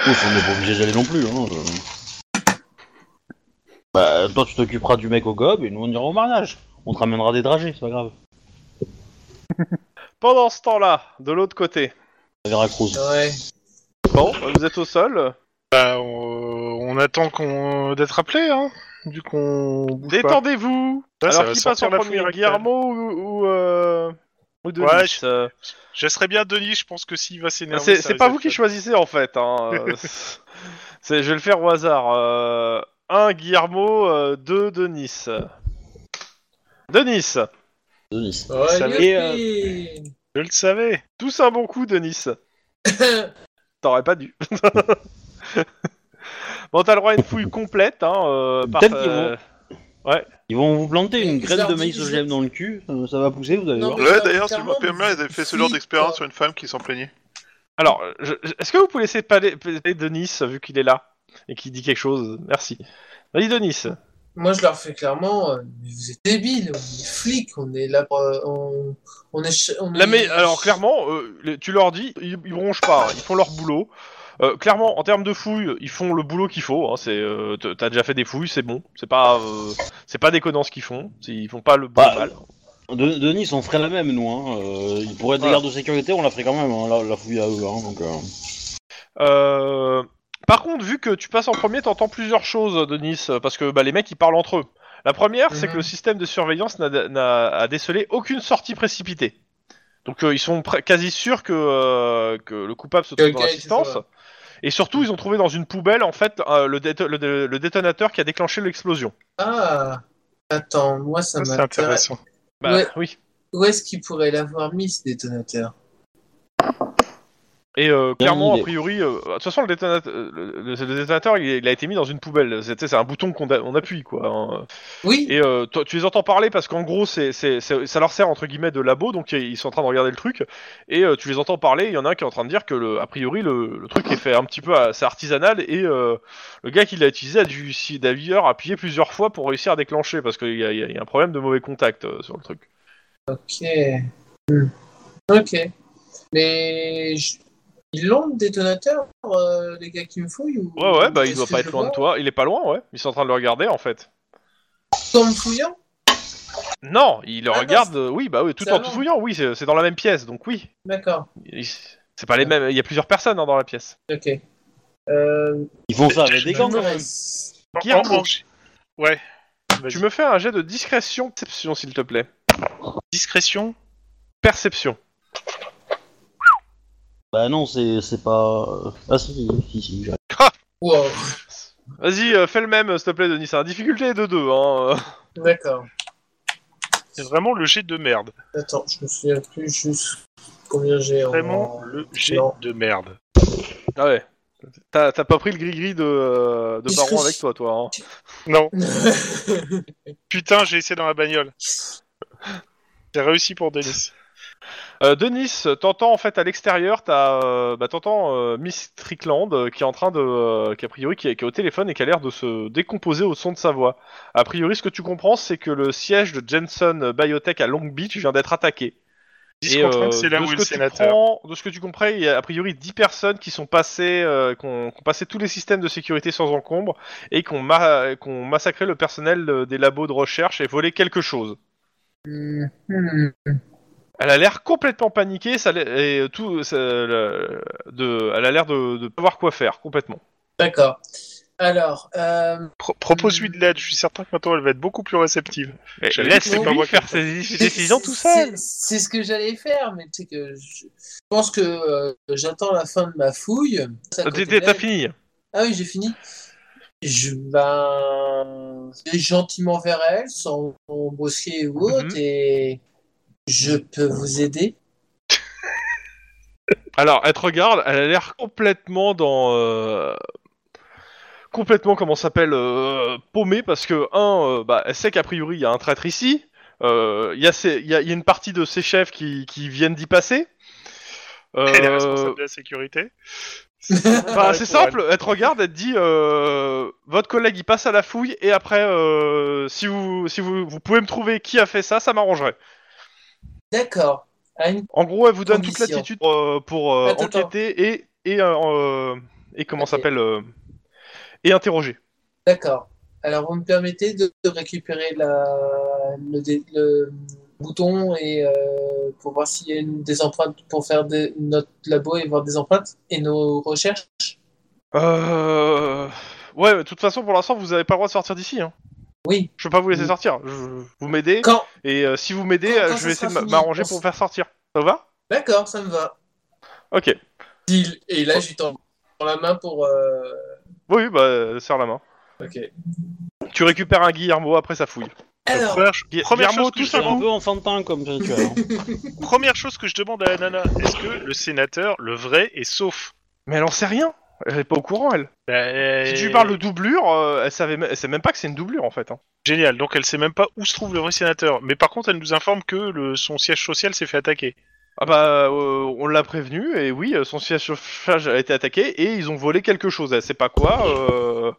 Ouf, on n'est pas obligé d'aller non plus. Hein. euh. Bah, toi, tu t'occuperas du mec au gob et nous, on ira au mariage. On te ramènera des dragées, c'est pas grave.
Pendant ce temps-là, de l'autre côté,
À Veracruz.
Ouais.
bon, euh, vous êtes au sol,
Bah, on, on attend qu'on d'être appelé, hein. Du coup, on bouge pas.
détendez-vous
Ouais, ça
Alors,
va
qui passe
sortir
en
la
premier,
fouille rectale.
Guillermo ou, ou, euh, ou Denis
Ouais, je-
Euh,
Je serais bien Denis, je pense que s'il va s'énerver.
C'est
ça
c'est
risque
pas
d'être
vous qui
fun.
choisissez en fait.
(laughs)
Hein. euh, c'est- je vais le faire au hasard. Euh, un Guillermo, euh, deux Denis. Denis,
Denis.
Ouais,
Ça
l'est,
youpi
Je le savais.
tous un bon coup, Denis. T'aurais pas dû. (laughs) bon, t'as le droit à une fouille complète. Hein, euh, par-
Peut-être qu'ils
euh,
Ils vont vous planter une
Et
graine de
leur
maïs
dis-
OGM dans le cul, euh, ça, ça va pousser, vous allez
Non,
voir.
mais
Ouais,
ça,
d'ailleurs, si je
clairement,
me permets,
mais
ils avaient fait ce
si,
genre d'expérience
quoi.
sur une femme qui s'en plaignait.
Alors, je- je- est-ce que vous pouvez laisser parler, parler Denis vu qu'il est là et qu'il dit quelque chose Merci. Vas-y, Denis.
(laughs) Moi, je leur fais clairement, euh, mais vous êtes débiles, on est flics, on est là pour, euh, on, on est, ch- on
La
est-
mais alors clairement, euh, les- tu leur dis, ils, ils bronchent pas, hein, ils font leur boulot. Euh, clairement, en termes de fouilles, ils font le boulot qu'il faut. Hein, c'est, euh, t- t'as déjà fait des fouilles, c'est bon. C'est pas, euh, c'est pas déconnant ce qu'ils font. c'est- Ils font pas le bon
Bah,
mal.
De- Denis, on ferait la même, nous. Hein. Euh, il pourrait être des
Voilà.
gardes de sécurité, on la ferait quand même, hein, la, la fouille à eux. Hein, donc, euh.
Euh, par contre, vu que tu passes en premier, t'entends plusieurs choses, Denis, euh, parce que bah, les mecs ils parlent entre eux. La première, c'est que
Mhm.
le système de surveillance n'a- n'a a décelé aucune sortie précipitée. Donc euh, ils sont pr- quasi sûrs que, euh, que le coupable se trouve
Ok,
dans l'assistance.
c'est ça.
Et surtout, ils ont trouvé dans une poubelle en fait euh, le, déto- le dé- le détonateur qui a déclenché l'explosion.
Ah, attends, moi, ça
Ça, C'est
m'intéresse.
intéressant.
Bah
Ouais.
oui.
Où est-ce qu'ils pourraient l'avoir mis, ce détonateur
Et euh,
Bien
clairement, a
idée.
priori, euh, de toute façon, le détonateur, le, le détonateur il, est- il a été mis dans une poubelle. C'est tu sais, c'est un bouton qu'on a- on appuie quoi. hein.
Oui,
Et euh, toi, tu les entends parler parce qu'en gros, c'est, c'est- c'est- ça leur sert entre guillemets de labo, donc ils ils sont en train de regarder le truc. Et euh, tu les entends parler. Il y en a un qui est en train de dire que, le, a priori, le, le truc est fait un petit peu, à- c'est artisanal. Et euh, le gars qui l'a utilisé a dû, si, d'ailleurs, appuyer plusieurs fois pour réussir à déclencher parce qu'il y a, il y a- il y a un problème de mauvais contact euh, sur le truc.
Ok. Hmm. Ok. Mais je- ils l'ont le détonateur, euh, les gars qui me fouillent ou...
Ouais, ouais, bah il
Est-ce
doit
que
pas être
je le
loin de
vois
toi. Il est pas loin, ouais. Ils sont en train de le regarder en fait.
Tout en me fouillant
Non, il le
Ah non,
regarde. euh, oui, bah oui, tout
c'est
en
avant.
te fouillant. Oui, c'est, c'est dans la même pièce, donc oui.
D'accord,
Il- c'est pas les mêmes. Il y a plusieurs personnes hein, dans la pièce.
ok. Euh,
Ils font ça avec des gangs.
Maurice.
Guillermo.
En- en- Ouais. Vas-y.
Tu me fais un jet de discrétion, perception, s'il te plaît.
discrétion
Perception.
Bah non, c'est c'est pas... Ah si, si, si. j'arrive.
Wow.
Vas-y, euh, fais le même, s'il te plaît, Denis. C'est un difficulté de 2. Hein.
D'accord.
C'est vraiment le jet de merde.
Attends, je me souviens plus juste combien j'ai en... (laughs)
Vraiment le jet
Non.
de merde.
Ah ouais. T'as t'as pas pris le gris-gris de, euh, de
Qu'est-ce
Baron
que
avec
c'est
toi, toi. hein.
Non,
Putain,
putain, j'ai essayé dans la bagnole. J'ai réussi pour Denis.
Euh, Denis, t'entends en fait à l'extérieur, t'as, euh, bah, t'entends euh, Miss Strickland euh, qui est en train de, euh, qui a priori qui est, qui est au téléphone et qui a l'air de se décomposer au son de sa voix. A priori, ce que tu comprends, c'est que le siège de Jensen Biotech à Long Beach vient d'être attaqué.
Dix contre un,
euh,
c'est là
de
où
ce
est
que
le
tu
sénateur.
prends- de ce que tu comprends, il y a a priori 10 personnes qui sont passées, euh, qui ont, qui ont passé tous les systèmes de sécurité sans encombre et qui ont, ma- qui ont massacré le personnel euh, des labos de recherche et volé quelque chose.
Hmm,
Elle a l'air complètement paniquée, ça, l'a- et tout, ça, le- de, elle a l'air de ne pas voir quoi faire, complètement.
D'accord. Alors, euh,
Pro- Propose-lui de l'aide, je suis certain que maintenant elle va être beaucoup plus réceptive.
Et
J'avais dit que
Laisse
c'est
lui
pas moi qui
faire
le
ses dé- décisions tout seul.
c'est- C'est ce que j'allais faire, mais tu sais que je je pense que euh, j'attends la fin de ma fouille. C'est à
T'as
côté
t'as- t'as
d'elle.
fini.
Ah oui, j'ai fini. Je ben, je vais gentiment vers elle, sans brusquer ou autre,
Mhm.
et je peux vous aider.
Alors, elle te regarde, elle a l'air complètement dans. euh, complètement, comment ça s'appelle euh, Paumée, parce que, un, euh, bah, elle sait qu'a priori, il y a un traître ici. euh, Il y, a ses- il y a, il y a une partie de ses chefs qui, qui viennent d'y passer. Euh,
Elle est responsable de la (laughs) sécurité.
Bah, c'est
Pour elle.
simple, elle te regarde, elle te dit euh, votre collègue il passe à la fouille et après euh, si vous si vous, vous pouvez me trouver qui a fait ça, ça m'arrangerait.
D'accord. À une-
En gros, elle vous donne toute
Condition.
l'attitude euh, pour euh,
Attends, attends.
enquêter et et euh, et comment
Ok.
s'appelle euh, et interroger.
D'accord. Alors, vous me permettez de, de récupérer la, le, dé- le bouton et euh, pour voir s'il y a une, des empreintes pour faire des- notre labo et voir des empreintes et nos recherches.
Euh... Ouais, de toute façon pour l'instant vous avez pas le droit de sortir d'ici. Hein.
Oui.
Je peux pas vous laisser
Mm.
sortir. Je- vous m'aidez
Quand
et euh, si vous m'aidez,
Quand- quand
euh,
ça
je vais
sera
essayer de m'a-
fini,
m'arranger
on
pour
s-
vous faire sortir. Ça vous va
D'accord, ça me va. Oh.
Ok.
Deal. Et là, je lui tends la main pour. euh,
Oui, bah serre la main.
Ok.
Tu récupères un Guillermo après sa fouille.
La
Alors,
première, ch-
Guillermo,
première chose que
tout
je
C'est un
demande-
peu enfantin comme rituel. (laughs) hein.
première chose que je demande à la nana, est-ce que le sénateur, le vrai, est sauf
Mais elle en sait rien. Elle est pas au courant, elle.
Bah,
Si tu parles de doublure, euh, elle savait, m- elle sait même pas que c'est une doublure en fait. hein.
Génial, donc elle sait même pas où se trouve le vrai sénateur. Mais par contre, elle nous informe que le- son siège social s'est fait attaquer.
Ah bah, euh, on l'a prévenue et oui, euh, son siège chauffage a été attaqué et ils ont volé quelque chose. Elle sait pas quoi. euh,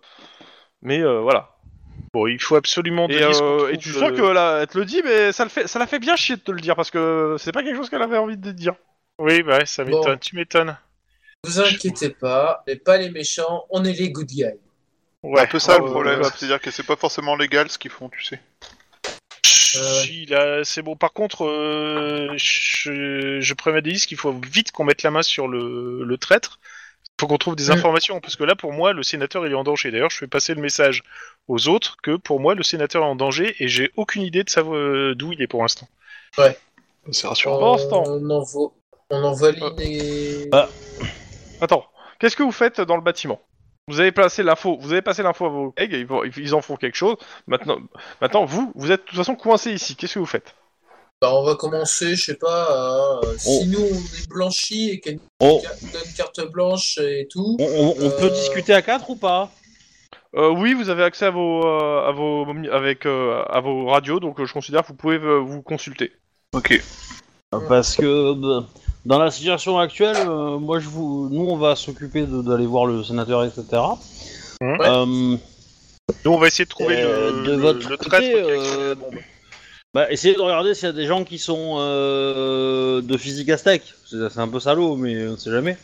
Mais euh, voilà.
Bon, il faut absolument
Et,
Denis, qu'on
euh,
trouve
et tu
le-
sens que là, elle te le dit, mais ça le fait, ça la fait bien chier de te le dire parce que c'est pas quelque chose qu'elle avait envie de te dire.
Oui, bah, ça
Bon.
m'étonne, tu m'étonnes.
vous inquiétez pas, on n'est pas les méchants, on est les good guys.
Bah, C'est un peu ça
euh,
le problème,
ouais.
c'est-à-dire que c'est pas forcément légal ce qu'ils font, tu sais.
Si, là, c'est bon. Par contre, euh, je, je préviens Denis qu'il faut vite qu'on mette la main sur le, le traître. Il faut qu'on trouve des
Mm.
informations, parce que là, pour moi, le sénateur, il est en danger. D'ailleurs, je fais passer le message aux autres que pour moi, le sénateur est en danger et j'ai aucune idée de savoir euh, d'où il est pour l'instant.
C'est
On,
rassurant.
pense, tant.
on envoie, on envoie Lynn et.
Ah.
Attends, qu'est-ce que vous faites dans le bâtiment Vous avez placé l'info, vous avez passé l'info à vos collègues, ils, vont- ils en font quelque chose. Maintenant, maintenant, vous, vous êtes de toute façon coincé ici. Qu'est-ce que vous faites
Bah, on va commencer, je sais pas. à, euh, Si
Oh.
nous on est blanchi et qu'elle
On,
nous ca- donne carte blanche et tout.
Oh, on- on- on peut
Euh.
discuter à quatre ou pas
Euh, oui, vous avez accès à vos, euh, à vos, avec, euh, à vos radios, donc euh, je considère que vous pouvez euh, vous consulter.
Ok.
Parce que bah, dans la situation actuelle, euh, moi je vous, nous on va s'occuper de- d'aller voir le sénateur, etc.
Ouais.
Euh,
Nous, on va essayer de trouver
Euh,
le,
de
le-
votre
le
côté,
traître qui a
euh,
explosé la bombe.
bah, essayez de regarder s'il y a des gens qui sont euh, de physique aztèque. C'est c'est un peu salaud, mais on sait jamais.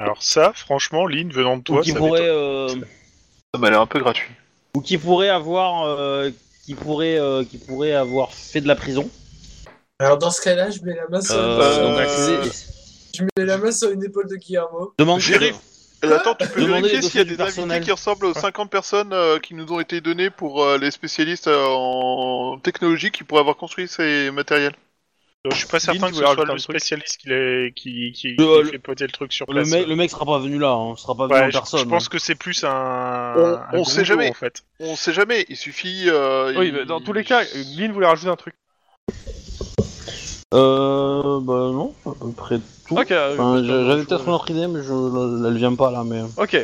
Alors ça, franchement, Lynn, venant de toi,
ou qui
ça
pourraient,
m'étonne.
euh,
Ah,
Ça
bah,
m'a l'air un peu gratuit.
ou qui pourraient avoir, euh, qui pourraient, euh, qui pourraient avoir fait de la prison.
Alors, dans ce cas-là, je mets la main sur,
Euh,
Euh,
donc, accéder-
je mets la main sur une épaule de Guillermo.
demande-
Gérer. Et Bah, attends, tu peux
Euh, Demandez les
vérifier s'il y a
dossiers
des
du personnel.
invités qui ressemblent aux 50 personnes euh, qui nous ont été données pour euh, les spécialistes euh, en technologie qui pourraient avoir construit ces matériels.
Donc, je suis pas certain
Lynn,
que
tu
ce
voulais
soit
rajouter
le
un truc
spécialiste qui, l'ait- qui, qui,
Le-
qui fait poter le truc sur
Le
place.
mec, le mec sera pas venu là, hein, sera pas venu
Ouais,
en
je,
personne. hein.
je pense que c'est plus un.
On-
un
on
gros
sait jamais.
en fait.
On sait jamais, il suffit. euh,
Oui,
il-
mais dans tous les cas, euh, Lynn voulait rajouter un truc.
Euh, bah non, à peu près tout.
Ok, euh,
Enfin,
parce que
j'a- J'avais
je-
peut-être une autre idée, mais je, elle elle vient pas là. Mais
Ok.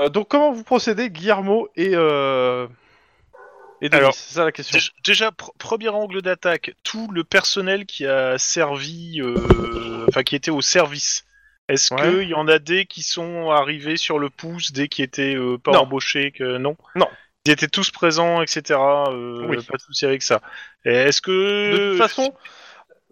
Euh, donc comment vous procédez, Guillermo et euh... et Denis
Alors,
C'est ça la question.
Déjà, déjà, pr- premier angle d'attaque, tout le personnel qui a servi, euh, enfin qui était au service. Est-ce
Ouais.
qu'il y en a des qui sont arrivés sur le pouce, des qui étaient euh, pas
Non.
embauchés, que non
Non.
Ils étaient tous présents, etc. euh,
Oui.
Pas de souci avec ça. Et Est-ce que
De toute façon,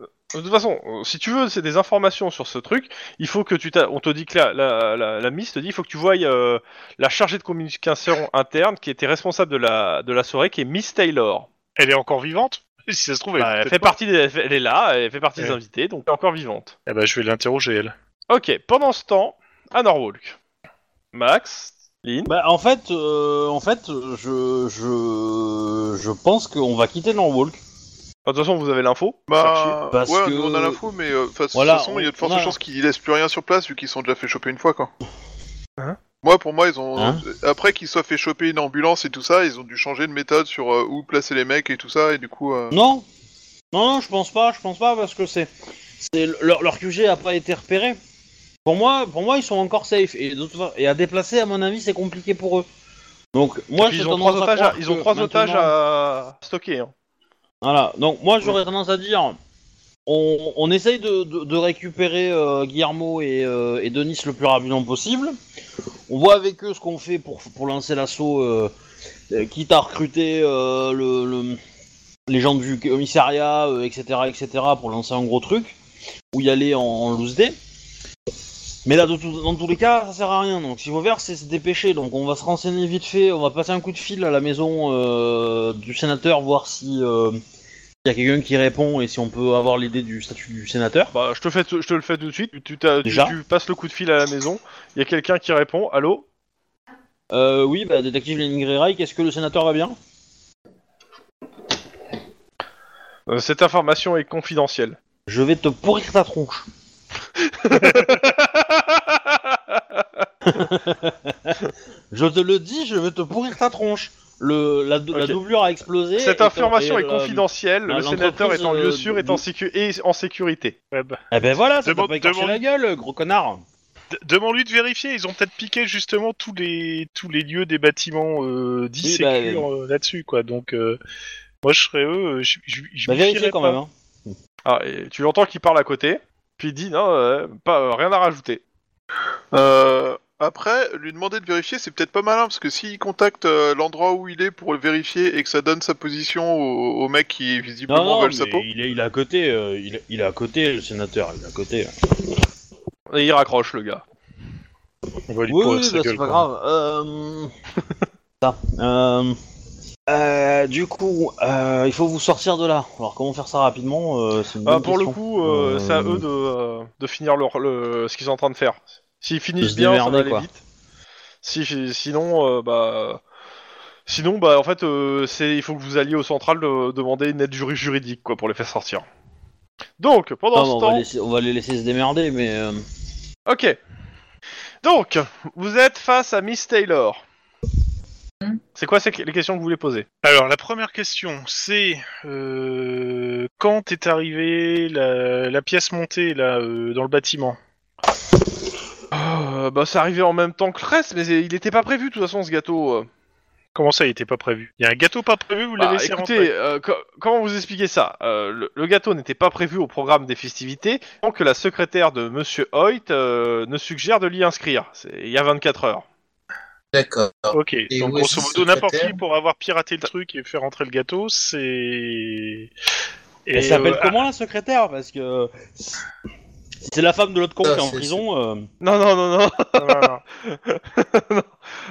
euh, de toute façon, euh, si tu veux, c'est des informations sur ce truc. Il faut que tu t'a- on te dit que la la, la, la miss te dit, il faut que tu voyes euh, la chargée de communication interne qui était responsable de la de la soirée, qui est Miss Taylor.
elle est encore vivante Si ça se trouve, elle,
Bah,
est
elle
peut-être
fait
pas.
partie, des, elle fait- elle est là, elle fait partie des
Ouais.
invités, donc elle est encore vivante.
Eh ben, je vais l'interroger elle.
Ok. Pendant ce temps, à Norwalk, Max, Lynn.
bah, en fait, euh, en fait, je je je pense qu'on va quitter Norwalk.
De toute façon, vous avez l'info.
Bah,
Parce
ouais,
que-
on a l'info, mais euh, 'fin, de
Voilà,
toute façon, il y a de
on-
fortes
on a-
chances qu'ils laissent plus rien sur place vu qu'ils se sont déjà fait choper une fois, quoi.
Hein
moi, pour moi, ils ont.
Hein
Après qu'ils se soient fait choper une ambulance et tout ça, ils ont dû changer de méthode sur euh, où placer les mecs et tout ça, et du coup. euh,
Non, non, non, je pense pas, je pense pas parce que c'est c'est leur, leur QG a pas été repéré. Pour moi, pour moi, ils sont encore safe et, d'autre part- et à déplacer, à mon avis, c'est compliqué pour eux. Donc moi,
Puis
j'ai
ils ont
tendance
trois
à
otages, à,
croire
ils ont
que
trois otages
euh, maintenant-
à stocker. hein.
Voilà, donc moi j'aurais tendance à dire, on, on essaye de, de- de récupérer euh, Guillermo et, euh, et Denis le plus rapidement possible. On voit avec eux ce qu'on fait pour, pour lancer l'assaut, euh, euh, quitte à recruter euh, le, le- les gens du commissariat, euh, etc., etc., pour lancer un gros truc, ou y aller en, en loose day. Mais là, de tout- dans tous les cas, ça sert à rien. Donc, ce qu'il faut faire, c'est se dépêcher. Donc, on va se renseigner vite fait. On va passer un coup de fil à la maison euh, du sénateur, voir si euh, il y a quelqu'un qui répond et si on peut avoir l'idée du statut du sénateur.
Bah, je te, fais, je te le fais tout de suite. Tu, t'as- tu-
Déjà
tu passes le coup de fil à la maison. Il y a quelqu'un qui répond. Allô
Euh, oui, bah, détective Leningreray, qu'est-ce que le sénateur va bien
Euh, Cette information est confidentielle.
Je vais te pourrir ta tronche. (laughs) je te le dis, je vais te pourrir ta tronche. Le, la, dou- la
Ok.
doublure a explosé. et euh,
Cette
ton-
information
et
est
le-
confidentielle.
la-
Le sénateur est en
l'entreprise,
lieu
euh,
sûr est
de-
en, sécu- et en sécurité.
Ouais, bah,
Eh ben voilà, ça t'a
Demande-
pas écorché
demande-
la gueule, gros connard.
d- Demande-lui de vérifier. Ils ont peut-être piqué justement tous les tous les lieux des bâtiments euh, dits
Oui, bah,
sécures euh, là-dessus, quoi. Donc euh, moi je serais eux. euh, Je, je, je
Bah
m'y
vérifiez
fierais
quand
pas.
même. Hein.
Ah, et tu l'entends qui parle à côté. Puis il dit non, euh, pas, euh, rien à rajouter.
Euh, après, lui demander de vérifier, c'est peut-être pas malin, parce que s'il contacte euh, l'endroit où il est pour le vérifier et que ça donne sa position au, au mec qui visiblement
Non, non,
veulent sa
mais
peau.
il est, il est à côté, euh, il, est- il est à côté, le sénateur, il est à côté.
Et il raccroche le gars.
On va lui
Oui,
pourrir
oui,
sa
bah,
gueule,
c'est pas
quoi.
grave. Euh... ça, euh, euh, du coup, euh, il faut vous sortir de là. Alors, comment faire ça rapidement euh, c'est une
Ah,
bonne
pour le
question.
coup, euh,
Euh,
c'est à eux de, euh, de finir leur, le, ce qu'ils sont en train de faire. S'ils
De
finissent
se
bien, ça va
démerder,
aller
quoi.
vite. Si, sinon, euh, bah, sinon, bah, en fait, euh, c'est, il faut que vous alliez au central de, demander une aide juri- juridique, quoi, pour les faire sortir. Donc, pendant
Non, mais
ce
on,
temps,
va laisser- on va les laisser se démerder, mais. euh,
ok. Donc, vous êtes face à Miss Taylor.
Hmm.
C'est quoi c'est que- les questions que vous voulez poser
Alors la première question, c'est euh, quand est arrivée la, la pièce montée là euh, dans le bâtiment
Euh, Bah, c'est arrivé en même temps que le reste, mais il n'était pas prévu de toute façon ce gâteau. euh.
Comment ça, il était pas prévu Il y a un gâteau pas prévu, vous
Bah,
l'avez laissé
écoutez,
rentrer
euh, co- comment vous expliquez ça Euh, le, le gâteau n'était pas prévu au programme des festivités, tant que la secrétaire de Monsieur Hoyt euh, ne suggère de l'y inscrire. C'est- Il y a 24 heures.
D'accord.
Ok,
Et
donc
où est-ce
grosso
que
modo,
c'est
n'importe qui
secrétaire
pour avoir piraté le truc et fait rentrer le gâteau, c'est. Et
Elle s'appelle
euh,
comment la secrétaire Parce que. C'est la femme de l'autre con
Ah,
qui est en
c'est-
prison. euh,
(laughs) Non, non, non, non.
ah, voilà, voilà.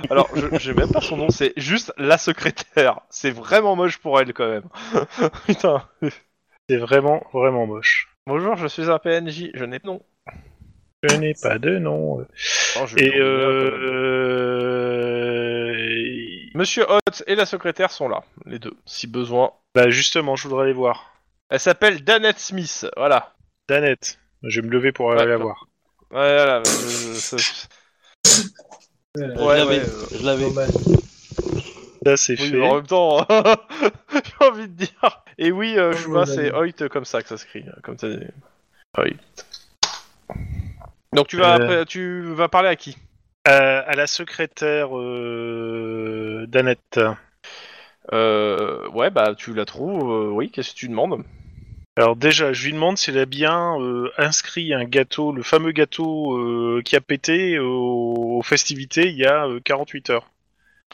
Alors, je- j'ai même pas son nom, c'est juste la secrétaire. C'est vraiment moche pour elle quand même. (laughs) Putain.
(laughs) c'est vraiment, vraiment moche.
Bonjour, je suis un PNJ, je n'ai pas de nom.
Je n'ai pas de nom.
Oh, je vais l'enlever,
Et
là, quand même.
euh... euh,
Monsieur Hoyt et la secrétaire sont là, les deux, si besoin.
Bah justement, je voudrais aller voir.
Elle s'appelle Danette Smith, voilà.
Danette, je vais me lever pour aller la
D'accord.
voir.
Voilà, je- je- je-
je
Ouais,
l'avais,
ouais, euh,
je l'avais.
Normal.
Ça, c'est
Oui,
fait.
mais en même temps, (laughs) j'ai envie de dire. Et oui, euh,
Oh,
je vois,
madame.
c'est Hoyt comme ça que ça s'écrit. euh, Comme ça, dit. Hoyt. Donc tu vas,
Euh.
après- tu vas parler à qui
Euh, à la secrétaire euh, d'Annette.
euh, Ouais, bah tu la trouves, euh, oui, qu'est-ce que tu demandes
Alors déjà, je lui demande si elle a bien euh, inscrit un gâteau, le fameux gâteau euh, qui a pété aux, aux festivités il y a euh, 48 heures.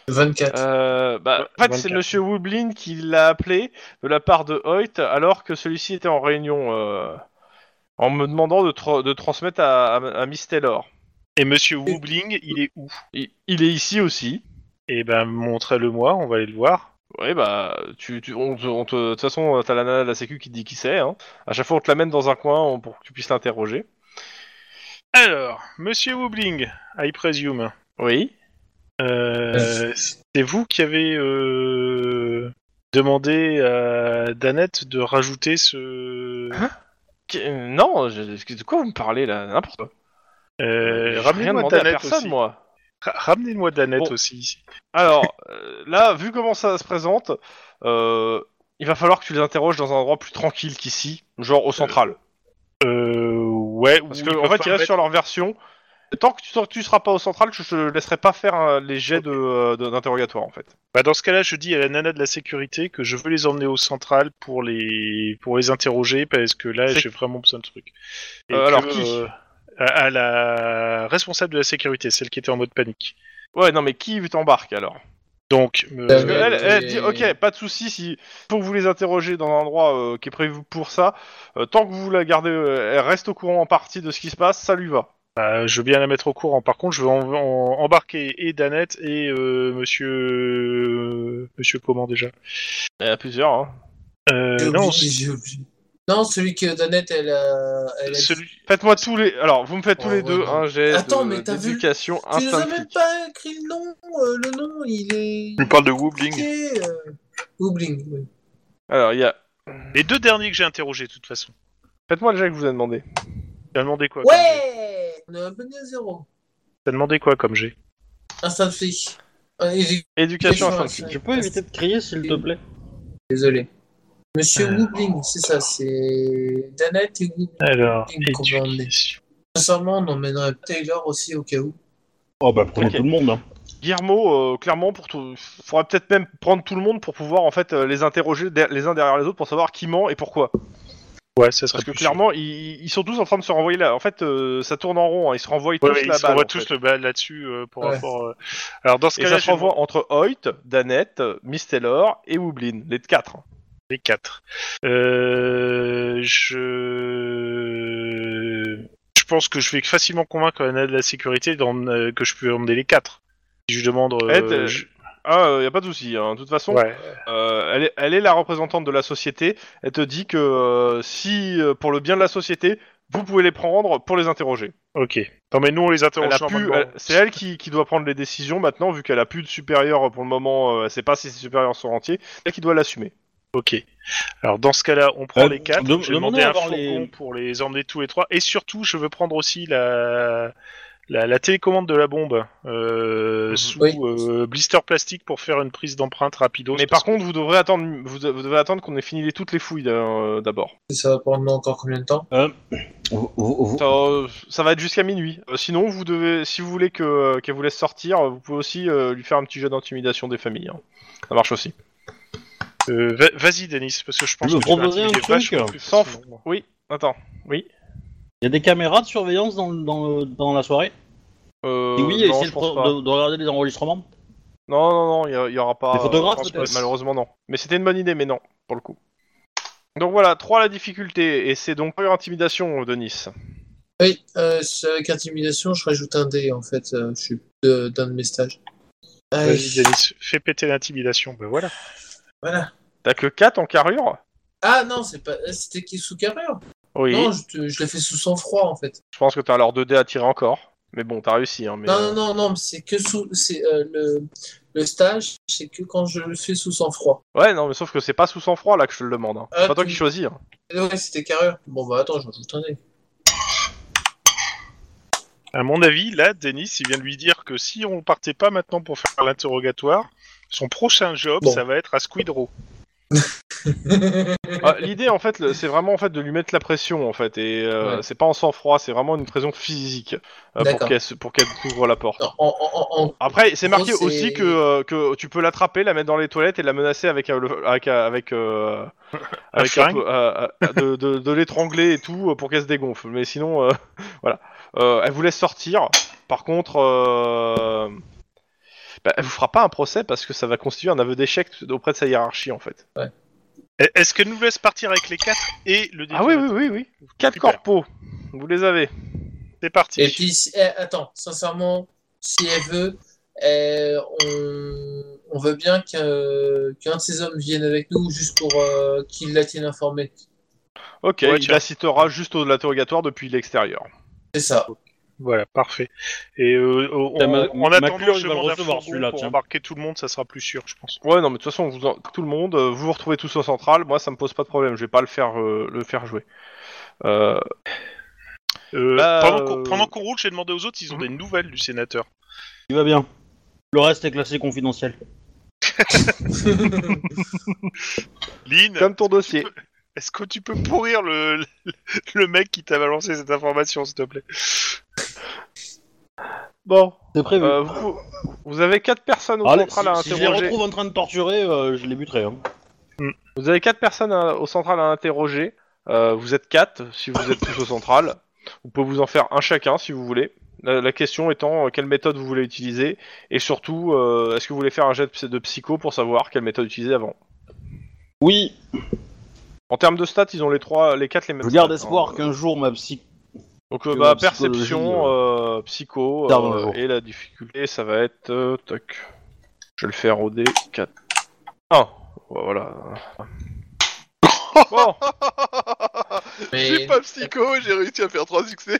24.
euh, bah, En fait, c'est
24.
Monsieur Wooblin qui l'a appelé de la part de Hoyt alors que celui-ci était en réunion euh, en me demandant de, tra- de transmettre à, à- à Miss Taylor.
Et Monsieur Woobling, il est où
Il- il est ici aussi.
Eh ben, montrez-le-moi, on va aller le voir.
Oui, bah, tu, tu, on, te- on te- de toute façon, euh, t'as la nana de la sécu qui te dit qui c'est. Hein. À chaque fois, on te l'amène dans un coin on- pour que tu puisses l'interroger.
Alors, Monsieur Woobling, I presume,
Oui.
euh, c'est vous qui avez euh, demandé à Danette de rajouter ce...
Qui- euh, non, je, de quoi vous me parlez là N'importe quoi.
Euh,
J'ai rien
Ramenez-moi
demandé à
Danette
personne,
aussi.
moi.
Ra- Ramenez-moi Danette
Bon.
aussi.
Alors, euh, là, vu comment ça se présente, euh, il va falloir que tu les interroges dans un endroit plus tranquille qu'ici, genre au central.
Euh, ouais,
Parce
ou
que
ils
en
peuvent
fait,
pas
ils restent
mettre-
sur leur version. Tant que tu, tant que tu seras pas au central, je te laisserai pas faire euh, les jets de, euh, de- d'interrogatoire en fait.
Bah, dans ce cas-là, je dis à la nana de la sécurité que je veux les emmener au central pour les pour les interroger parce que là,
C'est-
j'ai vraiment besoin de trucs. Et
Euh,
que,
alors, qui
euh, à, à la responsable de la sécurité, celle qui était en mode panique.
Ouais, non, mais qui t'embarque alors
Donc, me-
Parce
Parce que
Euh,
elle, elle
et-
dit ok, pas de souci si pour vous les interroger dans un endroit euh, qui est prévu pour ça, euh, tant que vous la gardez, euh, elle reste au courant en partie de ce qui se passe, ça lui va.
bah, je veux bien la mettre au courant. Par contre, je veux en- en- embarquer et Danette et euh, Monsieur Monsieur comment déjà
Il y en a plusieurs. Hein.
Euh,
J'ai
Non,
oublié, j'ai oublié. Non, celui que Danette, elle a. Elle a dit-
celui.
Faites-moi tous les, alors vous me faites tous
Oh,
les
ouais,
deux
non.
un jet
Attends,
de-
mais t'as vu-
d'éducation
Ah,
Tu nous as
instinct
même
flic.
pas écrit le nom, euh, le nom, il est.
Tu me parles de Woobling
Compliqué, euh, Woobling, oui.
Alors il y a,
Les deux derniers que j'ai interrogés, de toute façon.
faites-moi le jet que je vous ai demandé.
T'as demandé quoi comme jet
Ouais On est un peu né à zéro. Ah,
T'as demandé quoi comme j'ai
Instant flic. Euh, édu-
Éducation
Oui,
instinct
Ah, c'est
flic.
vrai,
Tu peux éviter de crier, s'il te plaît
Désolé. Monsieur
Euh.
Woobling, c'est ça, c'est Danette et Woobling.
Alors,
Combien on est
éducation.
Sincèrement, on emmènerait Taylor aussi au cas où.
Oh bah prenez
Ok.
tout le monde. Hein.
Guillermo, euh, clairement, pour tout... faudrait peut-être même prendre tout le monde pour pouvoir en fait euh, les interroger der- les uns derrière les autres pour savoir qui ment et pourquoi.
Ouais, ça serait
Parce que
plus
clairement, ils, ils sont tous en train de se renvoyer là. En fait, euh, ça tourne en rond. hein. Ils se renvoient
Ouais,
tous
mais
la
ils se
balle.
renvoient
en
tous
fait.
le bal là-dessus euh, pour
Ouais.
rapport. euh. Alors dans ce
Et
cas-là,
ça se
je
renvoie
vois
entre Hoyt, Danette, Miss Taylor et Wooblin, les quatre. hein.
les quatre. Euh, je je pense que je vais facilement convaincre la nana de la sécurité d'emmener- euh, que je peux emmener les quatre. Si je demande. euh,
Elle, euh,
je-
Ah, euh, y a pas de souci. hein. De toute façon,
Ouais.
euh, elle, est, elle est la représentante de la société. Elle te dit que euh, si, euh, pour le bien de la société, vous pouvez les prendre pour les interroger.
Ok. Non mais nous on les
Elle a
interroge.
plus-
normalement.
elle- c'est elle qui, qui doit prendre les décisions maintenant, vu qu'elle a plus de supérieurs pour le moment. euh, elle sait pas si ses supérieurs sont entiers. C'est elle qui doit l'assumer.
Ok. Alors dans ce cas-là, on prend
Euh,
les quatre.
dem-
je vais demander
demandez à
un
voir
fourgon
les-
pour les emmener tous les trois. Et surtout, je veux prendre aussi la la, la télécommande de la bombe euh,
Mhm.
sous
Oui.
euh, blister plastique pour faire une prise d'empreinte rapido.
Mais par contre, vous devrez attendre, vous, vous devez attendre qu'on ait fini les- toutes les fouilles euh, d'abord.
Ça va prendre encore combien de temps
Euh, vous- vous- vous-
Ça, euh, ça va être jusqu'à minuit. Euh, sinon, vous devez, si vous voulez que euh, qu'elle vous laisse sortir, euh, vous pouvez aussi euh, lui faire un petit jeu d'intimidation des familles. hein. Ça marche aussi.
Euh, va- Vas-y, Denis, parce que je pense
veux
que tu vas
proposer un
intimider
truc
vachement plus
Sans
facilement.
Oui. Attends.
Il y a des caméras de surveillance dans, le- dans, le- dans la soirée
Euh,
Et Oui,
non,
essayez
je
de,
pense
pro-
pas.
de- de regarder les enregistrements.
Non, non, non, il n'y aura pas.
Des
euh,
photographes,
je pense
peut-être
pas, Malheureusement, non. Mais c'était une bonne idée, mais non, pour le coup. Donc voilà, 3 la difficulté, et c'est donc première intimidation, euh, Denis.
Oui, euh, c'est avec intimidation, je rajoute un dé en fait, euh, je suis de- d'un de mes stages. Ah,
Vas-y, Denis, fais péter l'intimidation. Ben voilà.
voilà.
T'as que 4 en carrure
Ah non, c'est pas... c'était qui sous carrure
Oui.
Non, je, te- je l'ai fait sous sang-froid en fait.
Je pense que t'as alors 2 dés à tirer encore. Mais bon, t'as réussi, hein. Mais,
Non,
euh,
non, non, non, mais c'est que sous. C'est, euh, le... le stage, c'est que quand je le fais sous sang-froid.
Ouais, non, mais sauf que c'est pas sous sang-froid là que je te le demande. hein. C'est
Ah,
pas toi
tu-
qui choisis.
(laughs)
hein.
Ouais, c'était carrure. Bon bah attends, je rajoute un dé.
À mon avis, là, Denis, il vient de lui dire que si on partait pas maintenant pour faire l'interrogatoire, Son prochain job,
Bon.
ça va être à Squidrow.
Ah, L'idée, en fait, le- c'est vraiment en fait de lui mettre la pression, en fait, et euh,
Ouais.
c'est pas en sang froid, c'est vraiment une pression physique euh, pour
D'accord.
qu'elle se- pour qu'elle ouvre la porte.
Non, en- en- en- en-
Après, c'est marqué
Gros, c'est-
aussi que, euh, que tu peux l'attraper, la mettre dans les toilettes et la menacer avec euh, le- avec euh, avec, euh, avec (laughs) un
flingue.
peu, euh, euh, de, de- de l'étrangler et tout euh, pour qu'elle se dégonfle. Mais sinon, euh, (laughs) voilà, Euh, elle vous laisse sortir. Par contre, euh, bah, elle vous fera pas un procès parce que ça va constituer un aveu d'échec auprès de sa hiérarchie en fait.
E- Est-ce qu'elle nous laisse partir avec les quatre et le
Ah oui,
détonateur
oui, oui, oui. Quatre
Super.
corpos, vous les avez.
C'est parti.
Et puis, si- eh, attends, sincèrement, si elle veut, eh, on, on veut bien que- qu'un de ces hommes vienne avec nous juste pour euh, qu'il la tienne informée.
Ok,
Ouais,
il
tiens.
la citera juste au interrogatoire depuis l'extérieur.
C'est ça.
Voilà, parfait. Et euh, on,
Putain, ma-
on, on attend
Maclure, il
je
va le
demande un
recevoir,
fourgon
celui-là,
pour
tiens.
embarquer tout le monde, ça sera plus sûr, je pense.
Ouais, non, mais de toute façon, vous en- tout le monde, euh, vous vous retrouvez tous au central. Moi, ça me pose pas de problème. Je vais pas le faire, euh, le faire jouer. Euh,
Euh,
Bah,
pendant qu'on-
euh,
Pendant qu'on roule, j'ai demandé aux autres s'ils ont des nouvelles du sénateur.
Il va bien. Le reste est classé confidentiel.
Lynn,
comme ton dossier.
est-ce que tu peux pourrir le, le, le mec qui t'a balancé cette information, s'il te plaît
Bon,
C'est prévu.
euh, vous, vous avez quatre personnes au hein,
Allez,
central à
si, si je les
interroger.
retrouve en train de torturer, euh, je les buterai. Hein.
Vous avez quatre personnes à- au central à interroger. Euh, vous êtes quatre, si vous êtes tous au central. Vous pouvez vous en faire un chacun, si vous voulez. La, la question étant euh, quelle méthode vous voulez utiliser et surtout euh, est-ce que vous voulez faire un jet de psy- de psycho pour savoir quelle méthode utiliser avant.
Oui,
En termes de stats, ils ont les trois, les quatre les mêmes.
je garde
stats,
espoir
hein.
qu'un jour ma psy.
Donc euh,
Que
bah,
la psychologie,
perception, euh, psycho,
tard dans
euh,
le jour.
et la difficulté, ça va être... euh, tac. Je vais le faire au dé 4. 1. bah,
(laughs)
Voilà. bon,
Mais-
J'ai pas psycho et j'ai réussi à faire 3 succès.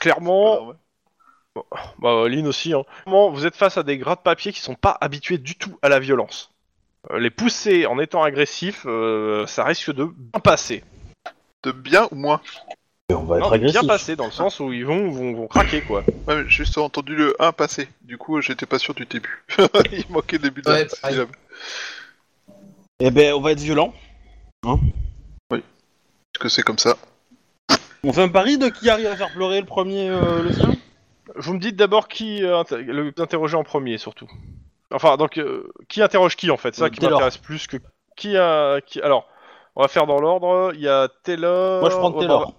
clairement, bah, euh, Lynn aussi, hein. Clairement, vous êtes face à des gras de papier qui sont pas habitués du tout à la violence. Euh, les pousser en étant agressif, euh, ça risque de bien passer.
De bien ou moins
On va
Non,
être
de
agressif.
bien passer, dans le sens où ils vont, vont, vont craquer, quoi.
Ouais, mais j'ai juste entendu le 1 passer. Du coup, j'étais pas sûr du début. (laughs) Il manquait le début de
Ouais,
la
pareil.
syllabe.
Eh ben, on va être violent.
Parce que c'est comme ça.
On fait un pari de qui arrive à faire pleurer le premier, euh, le sien
Vous me dites d'abord qui euh, inter- le- interroger en premier, surtout. Enfin, donc, euh, qui interroge qui, en fait C'est ça
Euh,
qui
Taylor.
m'intéresse plus que... Qui a... Qui... Alors, on va faire dans l'ordre. Il y a Taylor...
Moi, je prends
Ouais, bah,
Taylor.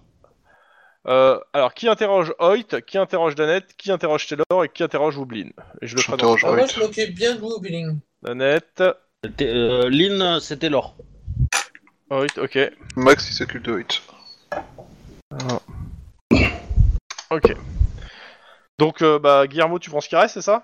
euh, alors, qui interroge Hoyt Qui interroge Danette Qui interroge Taylor Et qui interroge Wooblin Et je le ferai dans
J'interroge
Ah, moi,
Hoyt.
je m'occupe bien de vous, Billing.
Danette...
T- euh, Lynn, c'est Taylor.
Hoyt, ok.
Max, il s'occupe de 8.
Ok. Donc, euh, bah, Guillermo, tu prends ce qui reste, c'est ça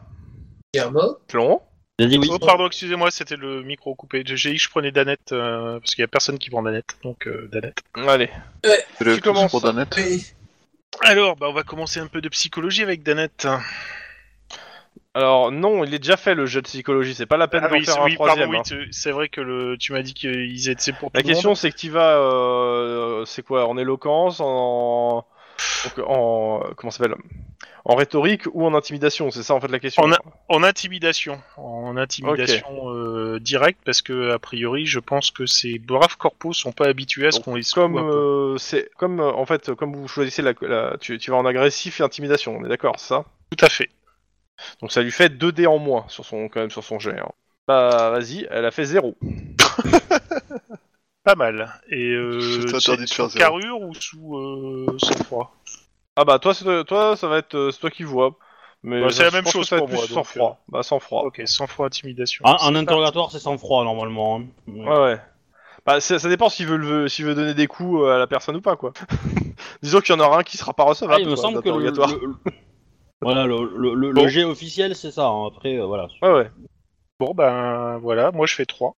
Guillermo
Clon
Il a dit oui.
Oh, pardon, excusez-moi, c'était le micro coupé. J'ai dit que je prenais Danette, euh, parce qu'il y a personne qui prend Danette, donc euh, Danette.
Allez.
Tu lèves
Tu
tous
commences.
pour Danette.
Mais-
Alors, bah, on va commencer un peu de psychologie avec Danette.
Ah, Alors, non, il est déjà fait, le jeu de psychologie. C'est pas la peine
Ah
d'en
oui,
faire
c'est-
un
oui,
troisième.
pardon, oui,
hein.
tu- c'est vrai que le, tu m'as dit qu'ils étaient c'est pour
La
tout le
question
monde.
c'est que tu vas, euh, c'est quoi, en éloquence, en, donc, en comment ça s'appelle, en rhétorique ou en intimidation, c'est ça en fait la question.
En En intimidation, en intimidation euh, directe, parce que a priori, je pense que ces braves corpos sont pas habitués à ce
Donc,
qu'on les secoue
Comme
un peu.
euh, c'est comme euh, en fait comme vous choisissez la, la- tu, tu vas en agressif et intimidation, on est d'accord, c'est ça.
Tout à fait.
Donc ça lui fait 2 dés en moins sur son quand même sur son jet. hein. Bah vas-y, elle a fait 0.
Pas mal. Et
Je
euh,
t'interdis
c'est
de
sous
faire zéro.
carrure ou sous euh, sang-froid
Ah bah toi c'est toi ça va être euh, c'est toi qui vois. Mais
Bah, c'est la
je
même
pense que
chose
ça va
pour
être plus
moi,
Sans
donc, euh.
froid, bah sans froid.
Ok, sang-froid, intimidation.
Ah, Un, un interrogatoire, c'est sans froid normalement. hein. Ouais.
Ouais, ouais. Bah, ça, ça dépend s'il veut, le- s'il veut donner des coups euh, à la personne ou pas, quoi. (laughs) Disons qu'il y en aura un qui sera pas recevable.
Ah, il me
quoi,
semble que le,
d'interrogatoire.
le- (laughs) le- voilà, le, le, le-
Bon.
le jet officiel, c'est ça. hein. Après, euh, voilà.
Ouais, ouais.
Bon, ben voilà, moi je fais 3.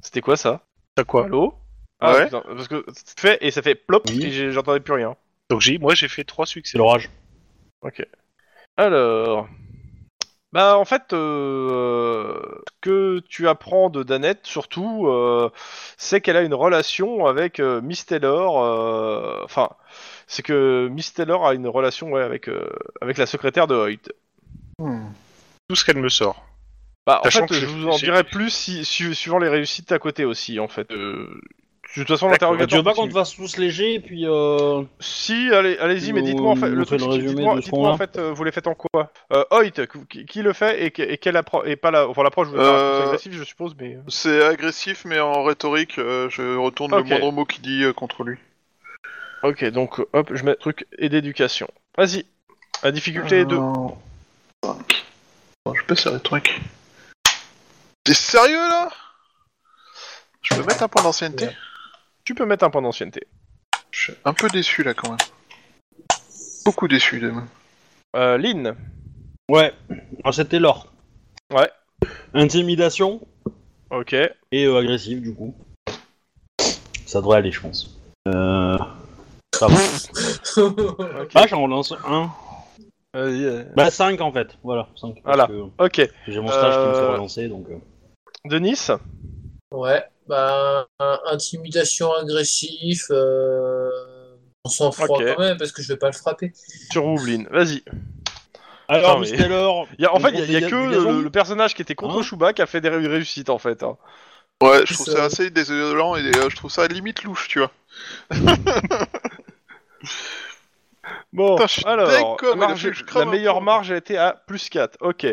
C'était quoi ça
T'as quoi
Allô
Ah ouais
putain, Parce que c'est fait et ça fait plop
Oui.
et j'ai- j'entendais plus rien.
Donc j'ai, moi j'ai fait 3 succès.
C'est l'orage.
Alors. Bah, en fait, euh, ce que tu apprends de Danette, surtout, euh, c'est qu'elle a une relation avec euh, Miss Taylor. euh, Enfin, c'est que Miss Taylor a une relation ouais, avec, euh, avec la secrétaire de Hoyt.
Tout ce qu'elle me sort.
Bah, en
Sachant
fait,
que
je
j'ai-
vous en
j'ai-
dirai plus si, su- suivant les réussites à côté aussi, en fait. Euh, de toute façon,
Bah, tu veux
l'interrogatoire.
pas qu'on
continue.
te fasse tous léger et puis. euh,
Si, allez, allez-y, mais
Vous
dites-moi en fait.
nous
Le
faites
truc,
le
c'est que
résumé
dites-moi,
de ce qu'on
dites-moi, en
a
fait, euh, vous les faites en quoi euh, Hoyt, qui, qui le fait et, que- et quelle approche Et pas la. Enfin, l'approche, vous avez
Euh,
un agressif, je suppose, mais. euh.
C'est agressif, mais en rhétorique, euh, je retourne
Ok.
le moindre mot qu'il dit euh, contre lui.
Ok, donc euh, hop, je mets truc et d'éducation. Vas-y. La difficulté
Euh,
est 2.
Non. Cinq. Bon, je peux faire le truc.
T'es sérieux là Je peux mettre un point d'ancienneté
Tu peux mettre un point d'ancienneté.
Je suis un peu déçu là quand même. Beaucoup déçu de moi.
Euh, Lynn.
Ouais, Ah, c'était l'or.
Ouais.
Intimidation
Ok.
et euh, agressif, du coup. Ça devrait aller, je pense. Euh... ça va.
(laughs)
Ah, j'en relance un.
Vas-y, euh,
Bah, 5 en fait, voilà. 5.
Voilà. Ok.
J'ai mon stage qui me fait
Euh,
relancer, donc. euh.
Denis
Ouais, bah, un- intimidation agressif, euh, on s'en froid
Ok.
quand même parce que je vais pas le frapper.
sur Roublin. Vas-y.
Alors,
mais-
Miss (laughs) Taylor,
Y a- en
On
fait, il y a,
compte
que
les gaz-
le, le personnage qui était contre
Hein
Chouba qui a fait des ré- réussites en fait. hein.
Ouais, je trouve
Ça-
ça assez désolant et euh, je trouve ça limite louche, tu vois.
Bon,
Putain, je suis
alors,
dingue comme
marge-
elle a fait que je crame
la
un
meilleure
peu.
marge a été à plus 4. Ok.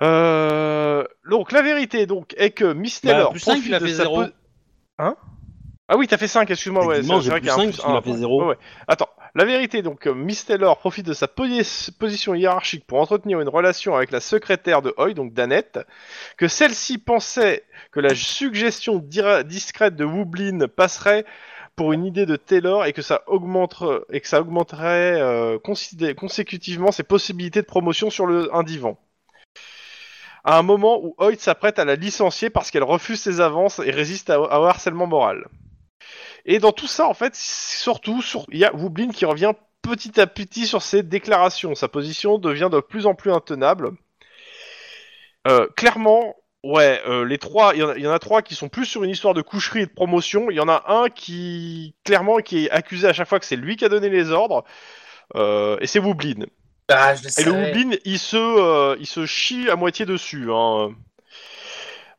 Euh, donc, la vérité donc, est que Miss
Bah,
Taylor.
plus cinq,
profite
il a
de
fait
sa
zéro.
po- Hein Ah oui, t'as fait 5, excuse-moi, ouais,
Techniquement,
c'est c'est
j'ai
vrai
plus
qu'il y a un
5
plus
parce qu'il
un,
a fait
ouais.
0.
Ouais, ouais. Attends, la vérité, donc, euh, Miss Taylor profite de sa posi- position hiérarchique pour entretenir une relation avec la secrétaire de Hoy, donc Danette, que celle-ci pensait que la suggestion dira- discrète de Wooblin passerait pour une idée de Taylor et que ça, augmente, et que ça augmenterait euh, considé- consécutivement ses possibilités de promotion sur le, un divan. À un moment où Hoyt s'apprête à la licencier parce qu'elle refuse ses avances et résiste à, à au harcèlement moral. Et dans tout ça, en fait, surtout, sur- il y a Wooblin qui revient petit à petit sur ses déclarations. Sa position devient de plus en plus intenable. Euh, clairement, ouais, euh, les trois, il y, en a- il y en a trois qui sont plus sur une histoire de coucherie et de promotion. Il y en a un qui, clairement, qui est accusé à chaque fois que c'est lui qui a donné les ordres. Euh, et c'est Wooblin.
Ah, je le
Et le
savais.
Wooblin, il se, euh, il se chie à moitié dessus. Hein.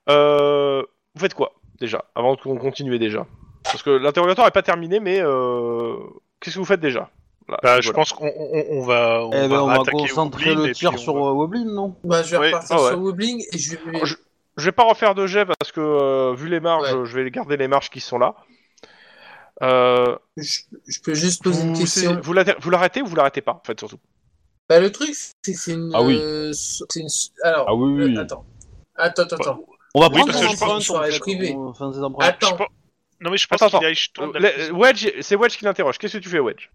Euh, vous faites quoi déjà Avant de continuer déjà. Parce que l'interrogatoire n'est pas terminé, mais euh, qu'est-ce que vous faites déjà Là,
Bah, je
voilà.
pense qu'on on, on- on va. On
Eh ben, on va
attaquer
concentrer
Oblin
le
et
tir
puis on
sur
va-
euh, Woblin, non
Bah, je vais
Oui,
repartir
ah ouais.
sur Woobling et je vais.
Oh, je- Je vais pas refaire de jet parce que euh, vu les marges,
Ouais.
je vais garder les marges qui sont là. Euh,
Je, je peux juste poser une
vous
question.
c'est- vous l'atter- vous l'arrêtez ou vous l'arrêtez pas en fait surtout.
Bah, le truc, c'est que c'est une.
Ah oui.
euh, c'est une- Alors,
Ah oui, oui.
euh, attends. Attends, attends, attends.
On va Ah,
Oui,
prendre
parce
son
que je pense-
empreinte, en
soirée
fait,
privée.
on- euh, Enfin, ses empreintes.
Attends.
Je pense- Non, mais je pense
Attends,
qu'il a
Ah,
Euh,
bah,
échoué.
le- Wedge, c'est Wedge qui l'interroge. Qu'est-ce que tu fais Wedge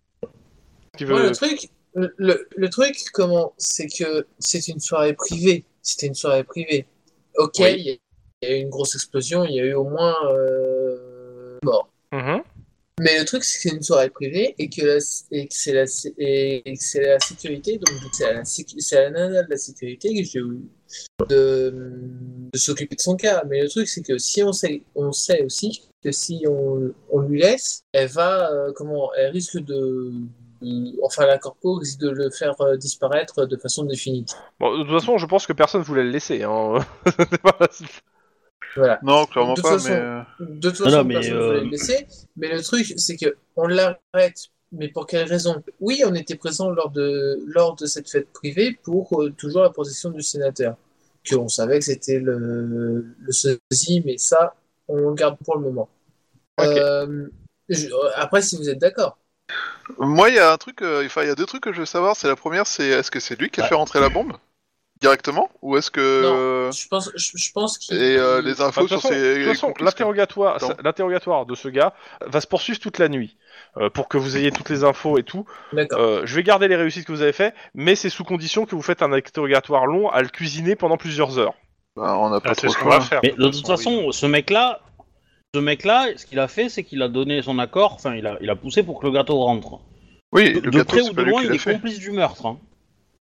Tu veux-
Moi, le truc, le, le- le truc, comment, c'est que c'est une soirée privée. C'était une soirée privée. Ok, il
Oui.
y a- il y, a eu une grosse explosion, il y a eu au moins euh, mort.
Mhm.
Mais le truc, c'est que c'est une soirée privée et que, la, et que c'est la, et, et que c'est la sécurité, donc vu que c'est à la, sécu- c'est à la nana de la sécurité que j'ai eu de, de s'occuper de son cas. Mais le truc, c'est que si on sait, on sait aussi que si on, on lui laisse, elle va, euh, comment, elle risque de, de- enfin, la corpo risque de le faire euh, disparaître de façon définitive.
Bon, de toute façon, je pense que personne voulait le laisser. Hein. (laughs) C'est pas facile.
Voilà.
Non, clairement
De toute
pas,
façon-
mais. euh,
De toute
Non,
façon,
non, mais,
personne ne
euh,
voulait le laisser. Mais le truc, c'est que on l'arrête. Mais pour quelle raison Oui, on était présent lors de, lors de cette fête privée pour euh, toujours la protection du sénateur. Que on savait que c'était le, le sosie, mais ça, on le garde pour le moment.
Ok.
Euh, je- euh, après, si vous êtes d'accord.
Moi, il y a un truc, euh, enfin, il y a deux trucs que je veux savoir. C'est la première, c'est est-ce que c'est lui qui a
Ouais.
fait rentrer la bombe directement, ou est-ce que
Je pense, je, je pense qu'il.
et euh, les
Bah,
infos
de toute
sur
façon- de
ses
toute façon, l'interrogatoire,
Attends.
l'interrogatoire de ce gars va se poursuivre toute la nuit euh, pour que vous ayez toutes les infos et tout.
D'accord.
Euh, je vais garder les réussites que vous avez fait, mais c'est sous condition que vous faites un interrogatoire long à le cuisiner pendant plusieurs heures.
Bah, on n'a pas
Ah,
trop
c'est
le
ce qu'on
choix.
va faire.
Mais de toute
oui.
façon, ce mec-là, ce mec-là, ce qu'il a fait, c'est qu'il a donné son accord, enfin, il a, il a poussé pour que le gâteau rentre.
Oui,
De,
le
de
gâteau,
près
c'est
ou de
pas lui
loin,
qui
il
l'a
est
fait.
complice du meurtre. Hein.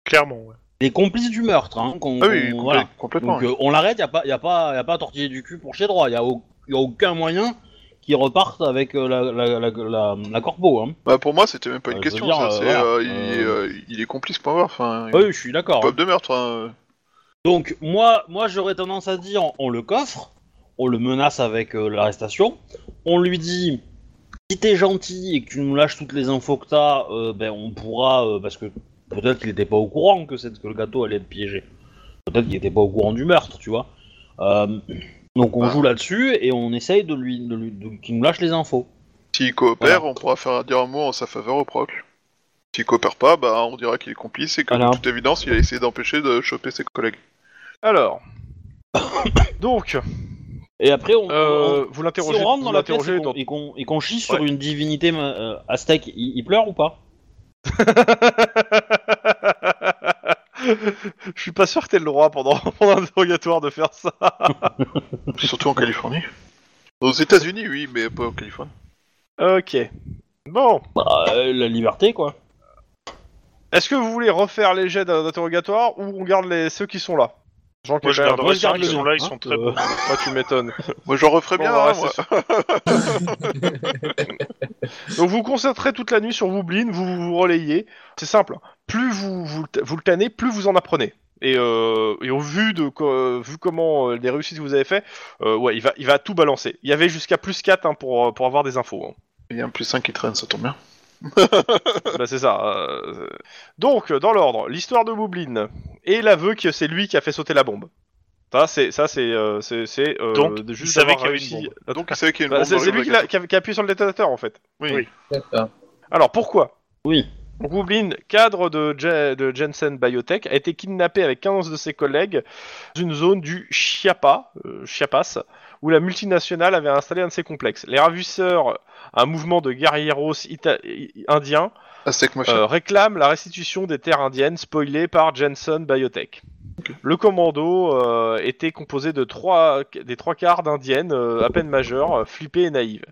Clairement, ouais.
Il est complice du meurtre. Hein, qu'on-
Ah oui,
qu'on-
complè-
voilà.
complètement.
Donc euh, on l'arrête, il n'y a, pas- y a, pas- y a pas à tortiller du cul pour chez droit, il n'y a, au- y a aucun moyen qu'il reparte avec euh, la, la, la, la, la corpo. Hein.
Bah, pour moi, c'était même pas une
Euh, je
question.
veux dire,
ça,
euh,
c'est,
voilà.
euh, il,
Euh,
euh, il est complice, point barre. Enfin,
Oui, je suis d'accord.
pop de meurtre. hein.
Donc moi, moi j'aurais tendance à dire on le coffre, on le menace avec euh, l'arrestation, on lui dit si t'es gentil et que tu nous lâches toutes les infos que t'as, euh, ben on pourra euh, parce que peut-être qu'il était pas au courant que c'est que le gâteau allait être piégé, peut-être qu'il était pas au courant du meurtre, tu vois. Euh, donc on joue là-dessus et on essaye de lui, de lui- de- qu'il nous lâche les infos.
S'il coopère, on pourra faire dire un mot en sa faveur au proc. S'il coopère pas, bah, on dira qu'il est complice et que
Voilà.
de toute évidence, il a essayé d'empêcher de choper ses collègues.
Alors. (coughs) Donc,
Et après on,
euh,
on-
vous
si
l'interrogez
on rentre
vous
dans la pièce
l'interrogez
et qu'on-
dans-
et qu'on et qu'on chie sur une divinité ma- euh, aztèque, il, il pleure ou pas
(laughs) Je suis pas sûr que t'aies le droit pendant, (laughs) pendant l'interrogatoire de faire ça.
Surtout en Californie. Aux États-Unis, oui, mais pas en Californie.
Ok. Bon.
Bah euh, la liberté quoi.
Est-ce que vous voulez refaire les jets d'interrogatoire ou on garde les... ceux qui sont là Jean
Moi, je
Québert,
garderai
moi,
ceux qui
les-
sont là, ils sont
Euh,
très bons.
Ah, tu m'étonnes.
Moi, j'en referais
Bon, bah,
bien,
on va
hein,
rester
moi.
Donc vous vous concentrez toute la nuit sur Woublin, vous vous vous relayez. C'est simple. Plus vous, vous, le ta- vous le tannez, plus vous en apprenez. Et, euh, et au vu de co- euh, vu comment euh, les réussites que vous avez fait, euh, ouais, il va, il va tout balancer. Il y avait jusqu'à plus 4 hein, pour, euh, pour avoir des infos. hein.
Il y a un plus 5 qui traîne, ça tombe bien.
Bah, c'est ça. euh, Donc, euh, dans l'ordre, l'histoire de Woublin et l'aveu que c'est lui qui a fait sauter la bombe. Ça, c'est ça, c'est euh, c'est c'est, euh,
Donc,
de
il savait
avoir
qu'il y avait une
réussi-
Donc, il savait qu'il y a une
Bah,
bombe
c'est
dans
c'est
le
lui qui, l'a- qui a, qui a appuyé sur le détonateur en fait.
Oui.
Oui.
D'accord.
Alors pourquoi
Oui.
Donc, Woublin, cadre de, Je- de Jensen Biotech, a été kidnappé avec 15 de ses collègues dans une zone du Chiapa, euh, Chiapas, où la multinationale avait installé un de ses complexes. Les ravisseurs, un mouvement de guerrieros ita- i- indiens,
Aztec Ah, Mafia.
euh, réclament la restitution des terres indiennes spoilées par Jensen Biotech. Le commando euh, était composé de trois, des trois quarts d'indiennes euh, à peine majeures, euh, flippées et naïves.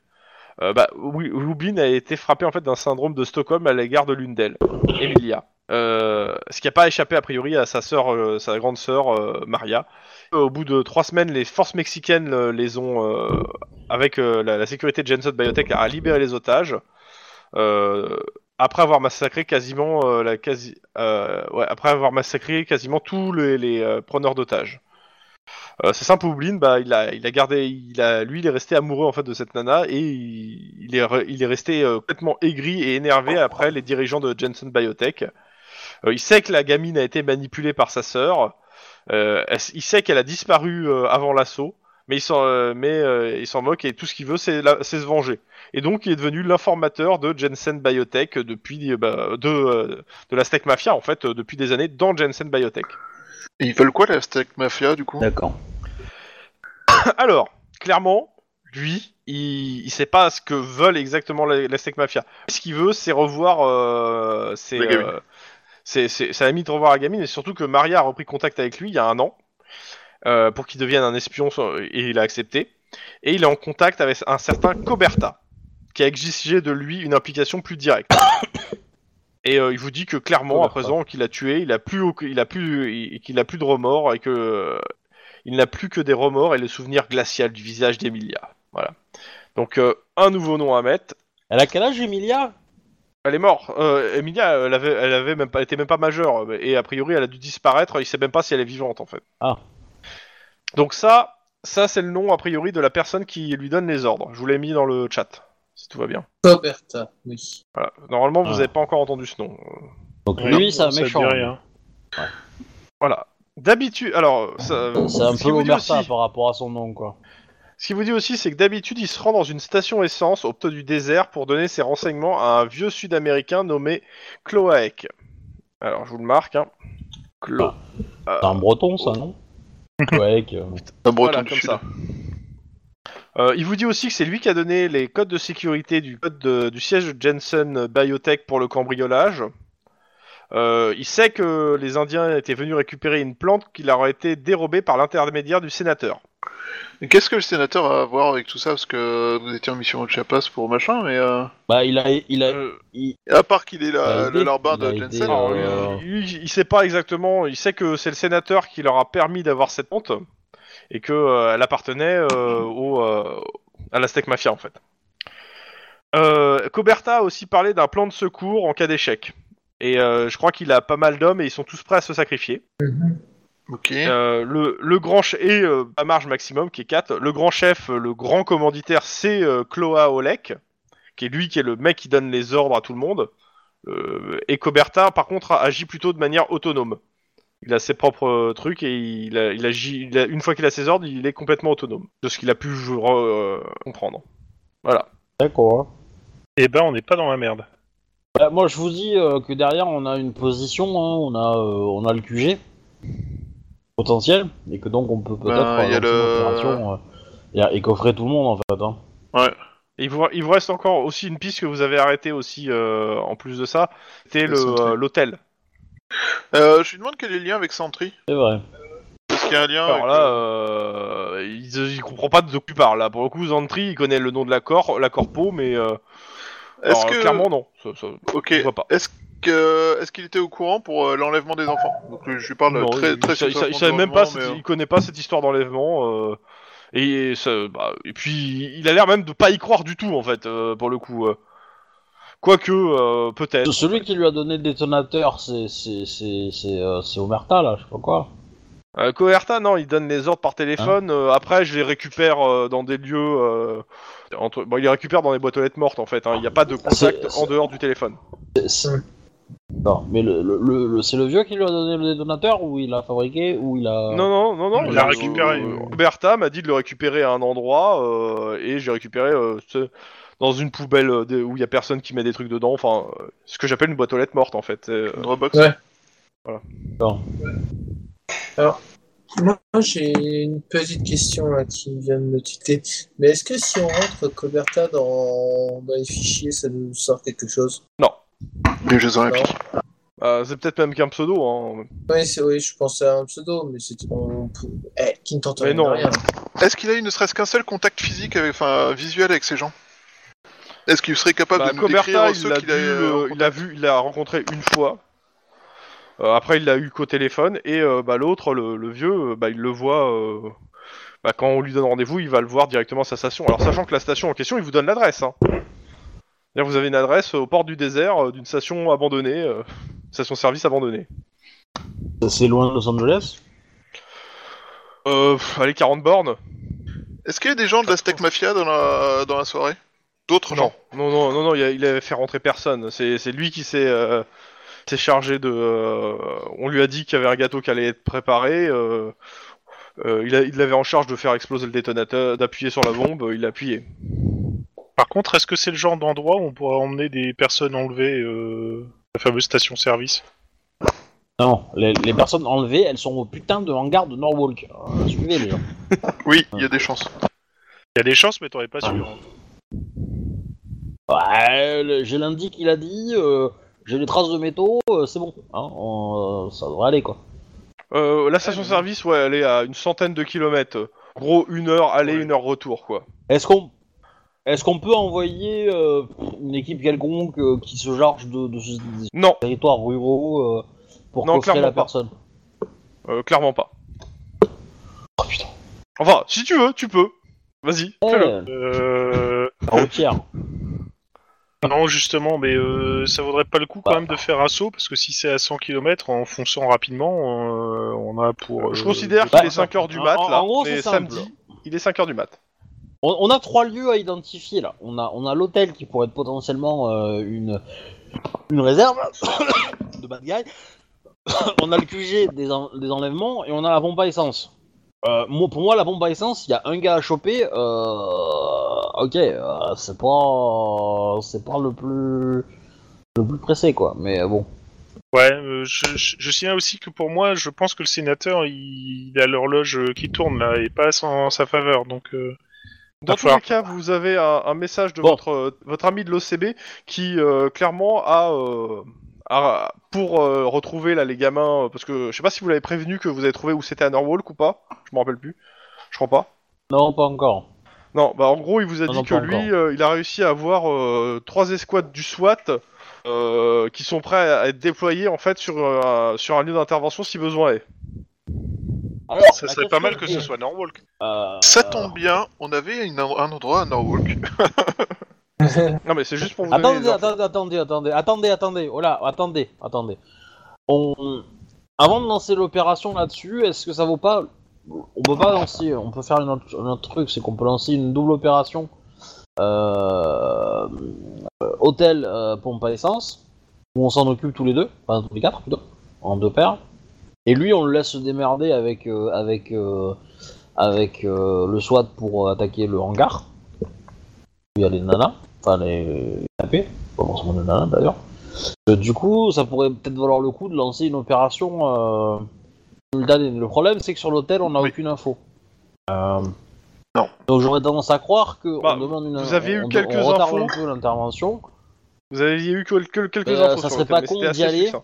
Euh, bah, Wi- Rubin a été frappé en fait d'un syndrome de Stockholm à l'égard de l'une d'elles, Emilia. Euh, ce qui n'a pas échappé a priori à sa sœur, euh, sa grande sœur euh, Maria. Au bout de trois semaines, les forces mexicaines euh, les ont, euh, avec euh, la, la sécurité de Jensen Biotech, a libéré les otages. Euh, après avoir massacré quasiment euh, la quasi euh, ouais, après avoir massacré quasiment tous les, les, euh, preneurs d'otages. Euh, c'est simple, Oublin, bah il a il a gardé il a lui il est resté amoureux en fait de cette nana et il, il est re- il est resté euh, complètement aigri et énervé après les dirigeants de Jensen Biotech. Euh, il sait que la gamine a été manipulée par sa sœur. Euh, elle s- il sait qu'elle a disparu euh, avant l'assaut, mais il s'en euh, mais euh, il s'en moque et tout ce qu'il veut c'est la- c'est se venger. Et donc, il est devenu l'informateur de Jensen Biotech depuis euh, bah, de, euh, de la Steak Mafia, en fait, euh, depuis des années dans Jensen Biotech. (clears throat)
Et ils veulent quoi, la Aztec Mafia, du coup
D'accord.
Alors, clairement, lui, il, il sait pas ce que veulent exactement la, la Steak Mafia. Ce qu'il veut, c'est revoir. Euh, c'est,
La gamine.
euh, c'est, c'est, ça a mis de revoir la gamine, et surtout que Maria a repris contact avec lui il y a un an euh, pour qu'il devienne un espion, sur- et il a accepté. Et il est en contact avec un certain Coberta, qui a exigé de lui une implication plus directe. (coughs) Et euh, il vous dit que clairement, à
Coberta.
présent, qu'il a tué, il a plus, au- il a plus, il- qu'il a plus de remords et que euh, il n'a plus que des remords et le souvenir glacial du visage d'Emilia. Voilà. Donc euh, un nouveau nom à mettre.
Elle a quel âge Emilia
Elle est morte. Euh, Emilia, elle avait, elle avait même pas, elle était même pas majeure et a priori elle a dû disparaître. Il sait même pas si elle est vivante en fait.
Ah.
Donc ça, ça c'est le nom a priori de la personne qui lui donne les ordres. Je vous l'ai mis dans le chat. Si tout va bien.
Roberta, oui.
Voilà. Normalement, vous
Ah.
n'avez pas encore entendu ce nom.
Donc
Ouais,
euh,
lui, c'est un
ça
méchant. hein.
dit rien.
Voilà. D'habitude, alors, ça-
C'est un peu
ce qu'il vous dit
l'omerta
aussi-
par rapport à son nom, quoi.
Ce qui vous dit aussi, c'est que d'habitude, il se rend dans une station essence au pied du désert pour donner ses renseignements à un vieux sud-américain nommé Cloaek. Alors, je vous le marque, hein. Clo.
C'est un breton, ça,
(laughs)
non Ouais, euh, que-
Un breton
Voilà,
du
comme
Sud.
ça. Euh, il vous dit aussi que c'est lui qui a donné les codes de sécurité du code de- du siège de Jensen Biotech pour le cambriolage. Euh, il sait que les Indiens étaient venus récupérer une plante qui leur a été dérobée par l'intermédiaire du sénateur.
Et Qu'est-ce que le sénateur a à voir avec tout ça Parce que vous étiez en mission au Chiapas pour machin, mais... euh,
Bah, il a. Il a...
Euh,
il-
À part qu'il est
Il a
la,
aidé,
le larbin
il a
de
aidé,
Jensen.
euh,
Alors, Ah, lui, lui, il sait pas exactement, il sait que c'est le sénateur qui leur a permis d'avoir cette honte et que euh, elle appartenait euh, au, euh, à la Steak Mafia en fait. Euh, Coberta a aussi parlé d'un plan de secours en cas d'échec. Et euh, je crois qu'il a pas mal d'hommes et ils sont tous prêts à se sacrifier.
Ok.
Euh, le, le grand chef, et euh, à marge maximum qui est 4, le grand chef, euh, le grand commanditaire, c'est euh, Cloa Olek, qui est lui qui est le mec qui donne les ordres à tout le monde. Euh, et Coberta, par contre, a- agit plutôt de manière autonome. Il a ses propres euh, trucs et il, a- il agit. il a- une fois qu'il a ses ordres, il est complètement autonome de ce qu'il a pu je, re- euh, comprendre.
D'accord.
Eh ben, on n'est pas dans la merde.
Bah, moi, je vous dis euh, que derrière, on a une position, hein, on, a, euh, on a le QG potentiel, et que donc on peut peut-être
Ben,
par
il y a
exemple,
le-
une opération, euh, et, et coffrer tout le monde en fait. hein.
Et il, vous, il vous reste encore aussi une piste que vous avez arrêtée aussi euh, en plus de ça, c'était le,
Sentry.
euh, l'hôtel.
Euh, je lui demande quel est le lien avec Sentry.
C'est vrai.
Est-ce qu'il y a un lien
Alors
avec,
là,
euh,
euh, il, il comprend pas de qui parle. Là, pour le coup, Zantri, il connaît le nom de la, cor la corpo, mais euh,
Est-ce
alors,
que.
clairement non. Ça, ça-
Ok.
je vois pas.
Est-ce que est-ce qu'il était au courant pour euh, l'enlèvement des enfants Donc euh, je lui parle
Non,
très
il,
très
il sa- il sa- il
succinctement
savait
de
même pas,
l'enlèvement,
cette-
mais, euh,
il connaît pas cette histoire d'enlèvement. euh, et, ça- bah, et puis, il a l'air même de pas y croire du tout en fait, euh, pour le coup. euh. Quoique, euh, peut-être.
Celui qui lui a donné le détonateur, c'est c'est- c'est- c'est, euh, c'est Omerta, là, je sais pas quoi.
Euh, Coerta, non, il donne les ordres par
Hein
téléphone. euh, après, je les récupère euh, dans des lieux. euh, entre... bon, il les récupère dans des boîtes aux lettres mortes en fait. hein, Il n'y a pas de contact
c'est-
en dehors du téléphone.
C'est- c'est- Non, mais le, le, le- le- c'est le vieux qui lui a donné le détonateur, ou il l'a fabriqué, ou il a...
Non, non, non, non.
Il
je-
l'a récupéré.
euh, Roberta m'a dit de le récupérer à un endroit euh, et j'ai récupéré euh, ce- dans une poubelle euh, des- où il y a personne qui met des trucs dedans. Enfin, euh, ce que j'appelle une boîte aux lettres morte en fait. euh,
euh, une Dropbox.
Ouais.
Non.
Moi, j'ai une petite question là, qui vient de me tuter. Mais est-ce que si on rentre Coberta dans, dans les fichiers, ça nous sort quelque chose
Les Jeux Olympiques.
euh, c'est peut-être même qu'un pseudo. Hein.
Oui, c'est oui, je pensais à un pseudo, mais c'était bon. Eh, qui ne tente
Mais
rien.
non.
rien.
Est-ce qu'il a eu ne serait-ce qu'un seul contact physique, avec, enfin visuel avec ces gens Est-ce qu'il serait capable
Bah,
de nous
Coberta,
décrire
il
ceux
l'a
qu'il a,
vu,
euh,
euh,
rencontrés
il l'a vu, il l'a rencontré une fois. Euh, après, il l'a eu qu'au téléphone et euh, bah, l'autre, le, le vieux, euh, bah, il le voit. euh, bah, quand on lui donne rendez-vous, il va le voir directement à sa station. Alors, sachant que la station en question, il vous donne l'adresse. Hein. Là, vous avez une adresse au port du désert euh, d'une station abandonnée, euh, station-service abandonnée.
C'est loin de Los Angeles
Euh, pff, allez, 40 bornes.
Est-ce qu'il y a des gens de la Steak Mafia dans la, dans la soirée D'autres gens
Non, non, non, non, il, a- il avait fait rentrer personne. C'est c'est lui qui s'est euh, s'est chargé de. euh, on lui a dit qu'il y avait un gâteau qui allait être préparé. euh, euh, il, a- il l'avait en charge de faire exploser le détonateur, d'appuyer sur la bombe. euh, Il l'a appuyé.
Par contre, est-ce que c'est le genre d'endroit où on pourrait emmener des personnes enlevées euh, à la fameuse station-service
Non, les, les personnes enlevées, elles sont au putain de hangar de Norwalk. Euh, suivez les gens.
Oui, il y a
Euh,
des chances.
Il y a des chances, mais t'en es pas sûr. hein.
Ouais, le- j'ai lundi qu'il a dit, euh, j'ai les traces de métaux, euh, c'est bon. hein, on- euh, ça devrait aller quoi.
Euh, la station-service, ouais, elle est à une centaine de kilomètres. Gros, une heure aller, une heure retour, quoi.
Est-ce qu'on est-ce qu'on peut envoyer euh, une équipe quelconque euh, qui se charge de, de ce de ce
Non,
territoire ruraux euh, pour
Non,
coffrer la
clairement pas.
personne
euh, clairement pas.
Oh putain.
Enfin, si tu veux, tu peux. Vas-y, fais-le.
Eh,
Euh,
la routière.
non, justement, mais euh, ça vaudrait pas le coup quand même de faire un saut, parce que si c'est à 100 km, en fonçant rapidement, euh, on a pour...
Je
euh,
considère
deux-
qu'il est
bah,
5h du
en-
mat,
en
là.
gros, c'est
mais
simple.
samedi, il est 5h du mat.
On, on a trois lieux à identifier là. On a on a l'hôtel qui pourrait être potentiellement euh, une une réserve (coughs) de bad guy. (coughs) on a le QG des, en- des enlèvements et on a la pompe à essence. Euh, moi, pour moi, la pompe à essence, il y a un gars à choper. euh, ok, euh, c'est pas c'est pas le plus le plus pressé quoi. Mais euh, bon.
Ouais, euh, je, je, je signale aussi que pour moi, je pense que le sénateur, il, il a l'horloge euh, qui tourne là, et pas en sa faveur, donc... euh,
Dans
Va
tous les cas,
falloir-
vous avez un, un message de
Bon.
votre, euh, votre ami de l'OCB qui, euh, clairement, a, euh, a- pour euh, retrouver là, les gamins, euh, parce que je sais pas si vous l'avez prévenu que vous avez trouvé où c'était à Norwalk ou pas, je me rappelle plus, je crois pas.
Non, pas encore.
Non, bah en gros, il vous a
Non,
dit
non,
que
pas
lui,
encore.
euh, il a réussi à avoir euh, trois escouades du SWAT euh, qui sont prêts à être déployés en fait sur, euh, sur un lieu d'intervention si besoin est.
Alors,
Ça
la
serait
question
pas mal que ce
est,
soit Norwalk.
euh,
Ça tombe bien, on avait une- un endroit à Norwalk.
Non, mais c'est juste
Ah,
pour vous
bah,
donner.
Attendez,
les
attendez,
infos.
attendez, attendez, attendez, attendez, oh là, attendez, attendez. On... Avant de lancer l'opération là-dessus, est-ce que ça vaut pas On peut pas lancer. On peut faire une autre- un autre truc, c'est qu'on peut lancer une double opération. Euh... euh, hôtel euh, pompe à essence, où on s'en occupe tous les deux, enfin tous les quatre plutôt, en deux paires. Et lui, on le laisse se démerder avec euh, avec euh, avec euh, le SWAT pour euh, attaquer le hangar. Il y a les nanas, enfin les tapés, pas forcément les nanas d'ailleurs. Euh, du coup, ça pourrait peut-être valoir le coup de lancer une opération euh, simultanée. Le problème, c'est que sur l'hôtel, on n'a aucune info. Euh,
Non.
Donc j'aurais tendance à croire que
Bah,
on demande une.
vous aviez eu
on- on
quelques
retarde
infos
un peu l'intervention.
Vous aviez eu quel- quel- quelques
Bah,
Euh,
infos
ça
sur
serait
le thème,
pas
mais
con
c'était
d'y
assez
aller.
succinct.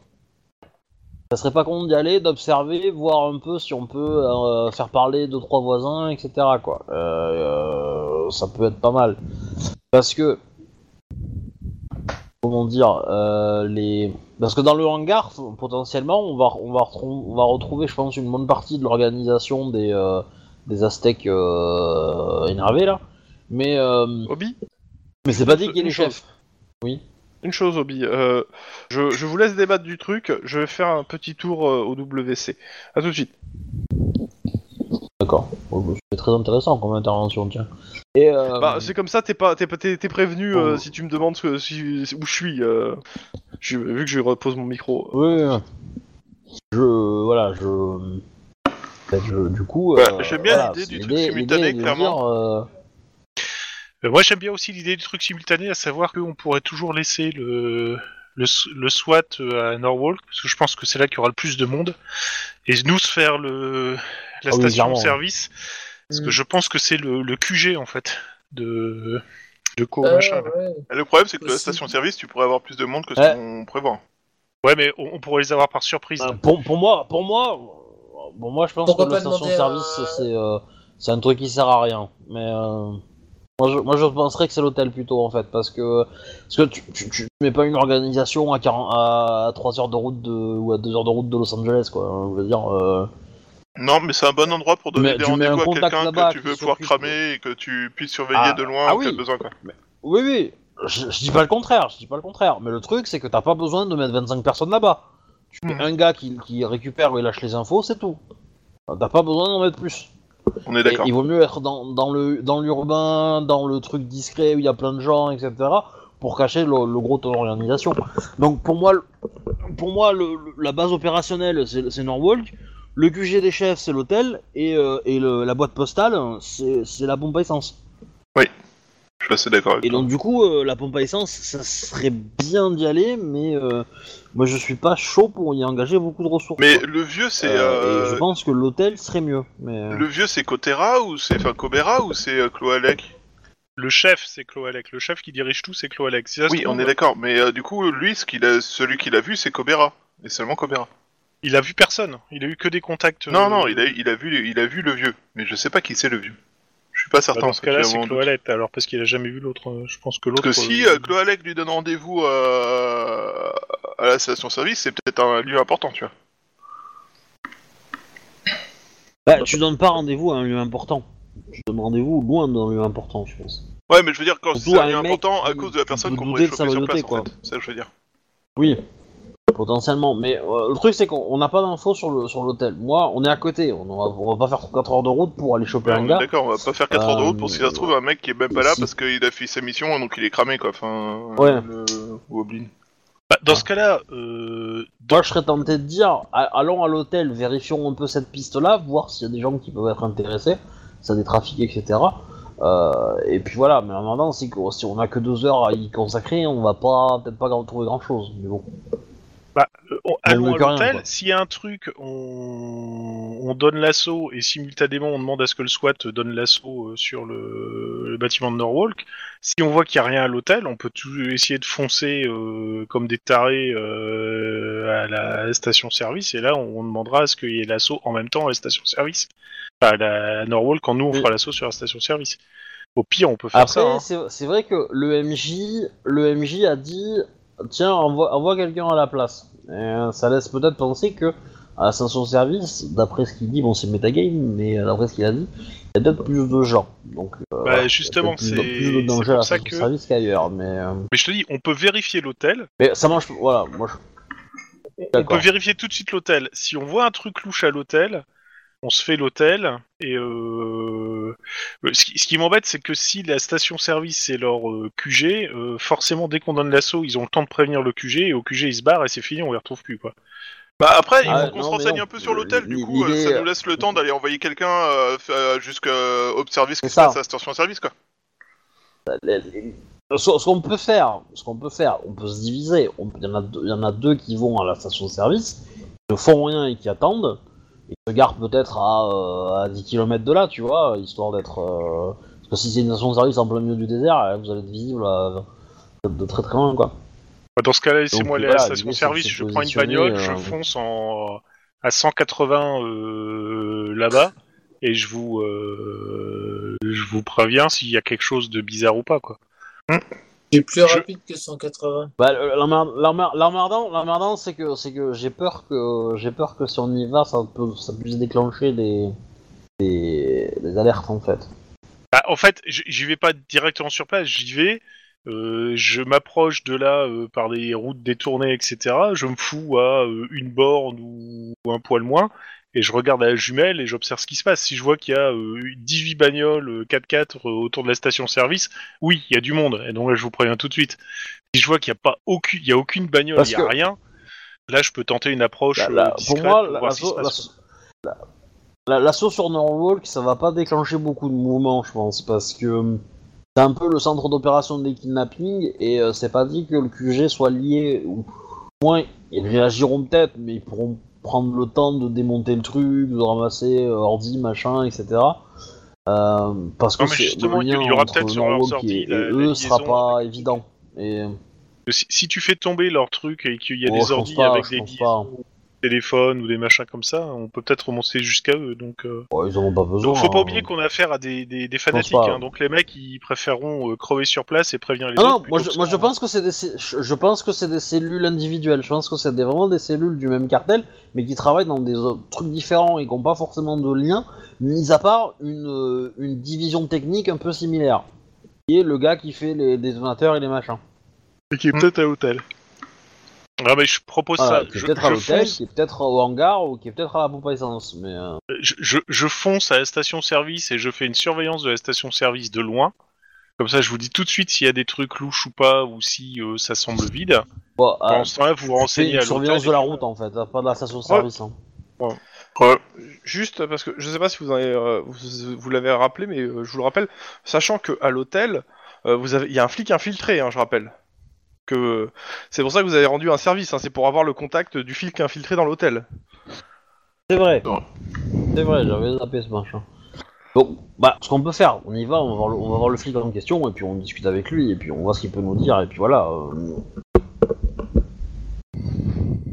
Ça serait pas con d'y aller, d'observer, voir un peu si on peut euh, faire parler deux trois voisins, etc. Quoi. Euh, euh, ça peut être pas mal. Parce que comment dire euh, les parce que dans le hangar f- potentiellement on va on va retrou- on va retrouver je pense une bonne partie de l'organisation des euh, des aztèques euh, énervés là. Mais euh,
Obi,
mais c'est pas dit
une
qu'il est
chose.
chef. Oui.
Une chose, Obi. euh, je, je vous laisse débattre du truc. Je vais faire un petit tour euh, au WC. À tout de suite.
D'accord. Oh, bah, C'est très intéressant comme intervention tiens. Et euh,
Bah, c'est comme ça, t'es pas, t'es, pas- t'es- t'es prévenu
Oh.
euh, si tu me demandes ce que- si- où je suis. euh, je- vu que je repose mon micro.
Oui, oui, oui. Je. Voilà, je. ben, je- du coup.
Ouais,
euh,
j'aime bien
voilà,
l'idée du
c'est-
truc simultané,
l'idée de
clairement.
dire, euh,
Euh, moi, j'aime bien aussi l'idée du truc simultané, à savoir qu'on pourrait toujours laisser le, le, s- le SWAT euh, à Norwalk, parce que je pense que c'est là qu'il y aura le plus de monde, et nous se faire le,
Ah
la
oui,
station
clairement.
service, parce que
Mm.
je pense que c'est le, le QG, en fait, de, de Co,
Euh,
machin. là.
ouais.
Le problème, c'est que la
Aussi.
station-service, tu pourrais avoir plus de monde que ce
Ouais.
qu'on prévoit.
Ouais, mais on, on pourrait les avoir par surprise.
euh, pour, pour moi, pour moi, pour moi, je pense
Pourquoi
que la
pas demander
station-service,
à-
c'est euh, c'est un truc qui sert à rien. Mais euh, moi, je, moi, je penserais que c'est l'hôtel plutôt en fait, parce que parce que tu, tu, tu mets pas une organisation à 40 à 3 heures de route de ou à 2 heures de route de Los Angeles, quoi. Je veux dire. euh,
Non, mais c'est un bon endroit pour donner
Mais
des
tu mets un
rendez-vous à
contact
quelqu'un
là-bas
que tu
qui
veux pouvoir
s'occupe.
cramer et que tu puisses surveiller
Ah,
de loin
ah
en cas
oui.
de besoin. Quoi.
Oui, oui, je, je dis pas le contraire, je dis pas le contraire. Mais le truc, c'est que t'as pas besoin de mettre 25 personnes là-bas. Tu mets un gars qui, qui récupère et lâche les infos, c'est tout. T'as pas besoin d'en mettre plus.
On est
Et
d'accord.
il vaut mieux être dans, dans le dans l'urbain, dans le truc discret où il y a plein de gens, etc. Pour cacher le, le gros de l'organisation. Donc pour moi, le- pour moi le- le- la base opérationnelle c'est c'est Norwalk, le QG des chefs c'est l'hôtel et, euh, et le- la boîte postale c'est c'est la pompe à essence.
Je suis assez d'accord avec
Et
toi.
donc du coup, euh, la pompe à essence, ça serait bien d'y aller, mais euh, moi je suis pas chaud pour y engager beaucoup de ressources.
Mais
quoi.
le vieux, c'est.
Euh, et
euh,
je pense que l'hôtel serait mieux. Mais euh,
Le vieux, c'est Cotera ou c'est. Enfin, Cobera ou c'est euh, Cloalec
Le chef, c'est Chloé Alec. Le chef qui dirige tout, c'est Chloé Alec. Si ça se
Oui,
trouve,
on est d'accord. Mais euh, du coup, lui, ce qu'il a... celui qu'il a vu, c'est Cobera. Et seulement Cobera.
Il a vu personne. Il a eu que des contacts. euh,
Non, non, il a, il, a vu, il a vu le vieux. Mais je sais pas qui c'est le vieux. Je suis pas
bah,
certain.
dans ce
parce que
cas-là,
j'ai un
c'est
moment
Chloé Alec, alors parce qu'il a jamais vu l'autre. euh, Je pense que l'autre.
Parce que si
euh,
euh, Cloalec lui donne rendez-vous euh, à la station-service, c'est peut-être un lieu important, tu vois.
bah, tu donnes pas rendez-vous à un lieu important. Tu donnes rendez-vous loin d'un lieu important, je pense.
Ouais, mais je veux dire, quand
Surtout
c'est un
un
lieu
mec
important, à
qui-
cause de la personne
qui
qu'on
doutait
pourrait
de sa
choper sur place,
loyauté,
en
quoi.
fait. Ça, je veux dire.
Oui, potentiellement. Mais euh, le truc c'est qu'on on n'a pas d'infos sur le sur l'hôtel. Moi, on est à côté. On, va, on va pas faire 4 heures de route pour aller choper
Ouais,
un
on est
gars.
Ben, D'accord, on va pas faire 4 heures de route pour
Euh,
si ça se trouve un mec qui est même pas là
si.
parce qu'il a fait sa mission donc il est cramé quoi. Enfin,
Ouais.
le- ou Oblin.
bah, dans ce cas-là, euh,
Moi, je serais tenté de dire, a- allons à l'hôtel, vérifions un peu cette piste-là, voir s'il y a des gens qui peuvent être intéressés, s'il y a des trafics, etc. Euh, et puis voilà, mais en attendant, si, si on a que deux heures à y consacrer, on va pas peut-être pas trouver grand-chose. Mais bon.
Euh, on- allons
mieux
à
que rien,
l'hôtel.
quoi.
S'il y a un truc, on, on donne l'assaut et simultanément on demande à ce que le SWAT donne l'assaut euh, sur le... le bâtiment de Norwalk. Si on voit qu'il n'y a rien à l'hôtel, on peut tout essayer de foncer euh, comme des tarés euh, à la station-service et là on, on demandera à ce qu'il y ait l'assaut en même temps à la station-service. Enfin, à, la... à Norwalk quand nous on
Oui.
fera l'assaut sur la station-service. Au pire, on peut faire
Après,
ça. hein.
c'est- c'est vrai que le MJ, le MJ a dit tiens, envoie, envoie quelqu'un à la place. Et, euh, ça laisse peut-être penser que à son service, d'après ce qu'il dit, bon, c'est metagame, mais euh, d'après ce qu'il a dit, il y a peut-être plus de gens. Donc, euh,
Bah,
voilà, il y a
justement,
peut-être plus
c'est-
de- plus de
c'est
danger
pour
à
ça
son
que-
service qu'ailleurs, mais, euh,
Mais je te dis, on peut vérifier l'hôtel.
mais ça mange. Voilà, moi je-
On peut
D'accord.
vérifier tout de suite l'hôtel. Si on voit un truc louche à l'hôtel, on se fait l'hôtel. Et euh, euh, ce qui, ce qui m'embête, c'est que si la station-service c'est leur euh, QG, euh, forcément dès qu'on donne l'assaut, ils ont le temps de prévenir le QG et au QG ils se barrent et c'est fini, on les retrouve plus quoi.
Bah après, il
Ah,
faut qu'on se
non, mais
renseigne
non.
un peu sur l'hôtel,
Euh,
du coup, euh,
l'idée,
ça nous laisse le temps d'aller envoyer quelqu'un euh, f- euh, jusqu'au service qui
C'est
se
ça.
passe à la station-service, quoi.
Les- les- Ce, ce qu'on peut faire, ce qu'on peut faire, on peut se diviser. On- Il y, en a deux- il y en a deux qui vont à la station de service, qui ne font rien et qui attendent, et qui se garent peut-être à, euh, à 10 km de là, tu vois, histoire d'être. euh, Parce que si c'est une station de service en plein milieu du désert, euh, vous allez être visible à- de très très loin, quoi.
Bah, Dans ce cas-là, laissez-moi aller à la
voilà, l'idée,
station-service,
c'est de se
je prends une
positionner,
bagnole,
euh,
je fonce en, à 180 euh, là-bas et je vous, euh, je vous préviens s'il y a quelque chose de bizarre ou pas quoi.
J'ai plus rapide que 180.
Bah, euh, l'emmerd- l'emmerd- l'emmerdant, l'emmerdant, c'est que c'est que j'ai peur que j'ai peur que si on y va, ça peut ça puisse déclencher des des, des alertes en fait.
Bah, en fait, j- j'y vais pas directement sur place, j'y vais, euh, je m'approche de là euh, par des routes détournées, etc. Je me fous à euh, une borne ou, ou un poil moins, et je regarde à la jumelle et j'observe ce qui se passe. Si je vois qu'il y a euh, 18 bagnoles euh, 4x4 euh, autour de la station-service, oui, il y a du monde, et donc là je vous préviens tout de suite. Si je vois qu'il n'y a pas aucune, il y a aucune bagnole,
Parce
il n'y a
que-
rien, là je peux tenter une approche
Là,
euh,
là, pour
discrète
moi,
voir ce qui se
l'assaut la,
passe.
la- la- l'assaut sur Norwalk, ça va pas déclencher beaucoup de mouvements, je pense, parce que hum, c'est un peu le centre d'opération des kidnappings et euh, c'est pas dit que le QG soit lié ou au moins ils réagiront peut-être, mais ils pourront prendre le temps de démonter le truc, de ramasser euh, ordi, machin, etc. Euh, parce
Non,
que
mais
c'est-
justement,
le lien
il y aura
entre
peut-être sur leur
Norwalk
sortie
et,
la-
et
la
eux sera
liaison
pas
avec-
évident. Et
Si, si tu fais tomber leur truc et qu'il y a
Oh,
des
je pense
ordi
pas,
avec
je
des
pense
guises
pas.
ou des téléphones ou des machins comme ça, on peut peut-être remonter jusqu'à eux. Donc, euh.
bon, ils en ont pas besoin.
donc faut pas
hein.
oublier qu'on a affaire à des, des, des fanatiques.
pas.
hein. donc les mecs, ils préféreront euh, crever sur place et prévenir les
Ah non,
autres.
moi
plutôt
je,
que
moi
ça.
je pense que c'est des, cé- je je pense que c'est des cellules individuelles. Je pense que c'est des- vraiment des cellules du même cartel, mais qui travaillent dans des autres trucs différents et qui n'ont pas forcément de lien, mis à part une, euh, une division technique un peu similaire. Qui est le gars qui fait les détonateurs et les machins.
Et qui est peut-être à l'hôtel.
Ah, mais je propose
Voilà,
ça.
qui est
Je,
peut-être à
je
l'hôtel,
fonce,
qui est peut-être au hangar ou qui est peut-être à la pompe à essence. Mais euh,
je, je- je fonce à la station-service et je fais une surveillance de la station-service de loin. Comme ça, je vous dis tout de suite s'il y a des trucs louches ou pas, ou si euh, ça semble vide.
bon, euh,
Pendant ce temps-là, vous vous
c'est
renseignez
une
à
surveillance de
l'hôtel.
la route en fait, pas de la station-service. hein.
Juste parce que je sais pas si vous en avez, euh, vous, vous l'avez rappelé, mais euh, je vous le rappelle, sachant que à l'hôtel, euh, vous avez, il y a un flic infiltré, hein, je rappelle. Que c'est pour ça que vous avez rendu un service, hein, c'est pour avoir le contact du flic infiltré dans l'hôtel.
C'est vrai.
Ouais.
C'est vrai, j'avais zappé ce machin. Donc, bah, ce qu'on peut faire, on y va, on va, voir le, on va voir le flic en question, et puis on discute avec lui, et puis on voit ce qu'il peut nous dire, et puis voilà. euh.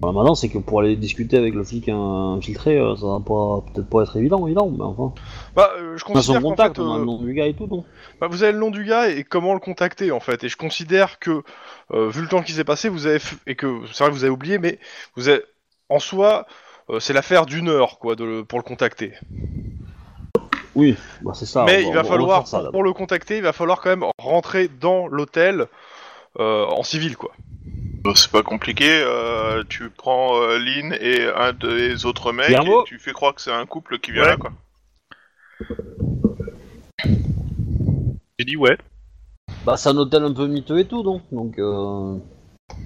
Voilà, maintenant, c'est que pour aller discuter avec le flic infiltré, euh, ça va pas, peut-être pas être évident, évident, mais enfin.
Bah, euh, je
On a son
considère qu'en
contact,
fait,
on a
euh,
le nom du gars et tout, non
Bah, vous avez le nom du gars et comment le contacter en fait. Et je considère que, euh, vu le temps qui s'est passé, vous avez f- et que c'est vrai que vous avez oublié, mais vous avez... en soi, euh, c'est l'affaire d'une heure quoi de le- pour le contacter.
Oui, bah, c'est ça.
mais
on
il va
on
falloir
faire ça,
pour,
d'abord.
pour le contacter, il va falloir quand même rentrer dans l'hôtel euh, en civil quoi.
Bah, c'est pas compliqué, euh, tu prends euh, Lynn et un des autres mecs,
Guillermo
et tu fais croire que c'est un couple qui vient
Ouais.
là, quoi.
J'ai dit ouais.
Bah, c'est un hôtel un peu miteux et tout, donc. Donc, euh,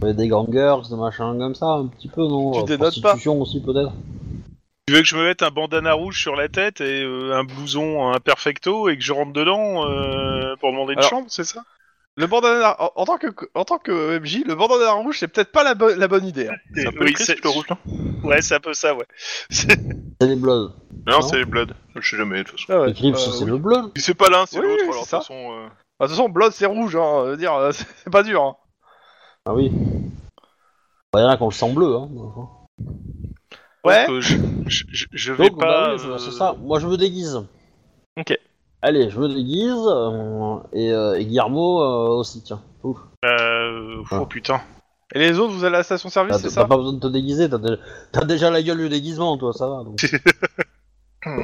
avec des gangers, des machins comme ça, un petit peu, non
Tu
Euh,
dénotes pas.
Prostitution aussi, peut-être.
Tu veux que je me mette un bandana rouge sur la tête et euh, un blouson un perfecto et que je rentre dedans euh, pour demander une
Alors-
chambre, c'est ça
Le bandana en, en tant que en tant que MJ, le bandana rouge c'est peut-être pas la, bo- la bonne idée. hein.
C'est un peu
Oui,
triste,
c'est-
le rouge, non
Ouais, c'est un peu ça, ouais.
C'est les bloods.
Non,
Non.
c'est les Bloods, je sais jamais, de toute façon.
Ah ouais,
Les Crips,
euh,
c'est
oui.
le bleu.
Si c'est pas l'un, c'est
Oui,
l'autre,
oui,
alors
c'est
de toute
ça.
façon... euh,
Bah, de toute façon, Blood c'est rouge, hein. Je veux dire, euh, (laughs) c'est pas dur. hein.
Ah oui. Bah, y en a qui ont le sang bleu. Hein.
Ouais.
Donc, euh, je, je- je- je vais
Donc, bah
pas.
oui,
euh,
c'est ça. Moi, je me déguise.
Ok.
Allez, je me déguise. euh, et, euh, et Guillermo euh, aussi, tiens. Ouf.
euh,
Ah.
oh putain.
Et les autres, vous allez à la station service,
T'as
c'est
t'as
ça
pas besoin Ah, de te déguiser, t'as déjà, t'as déjà la gueule du déguisement, toi, ça va. donc.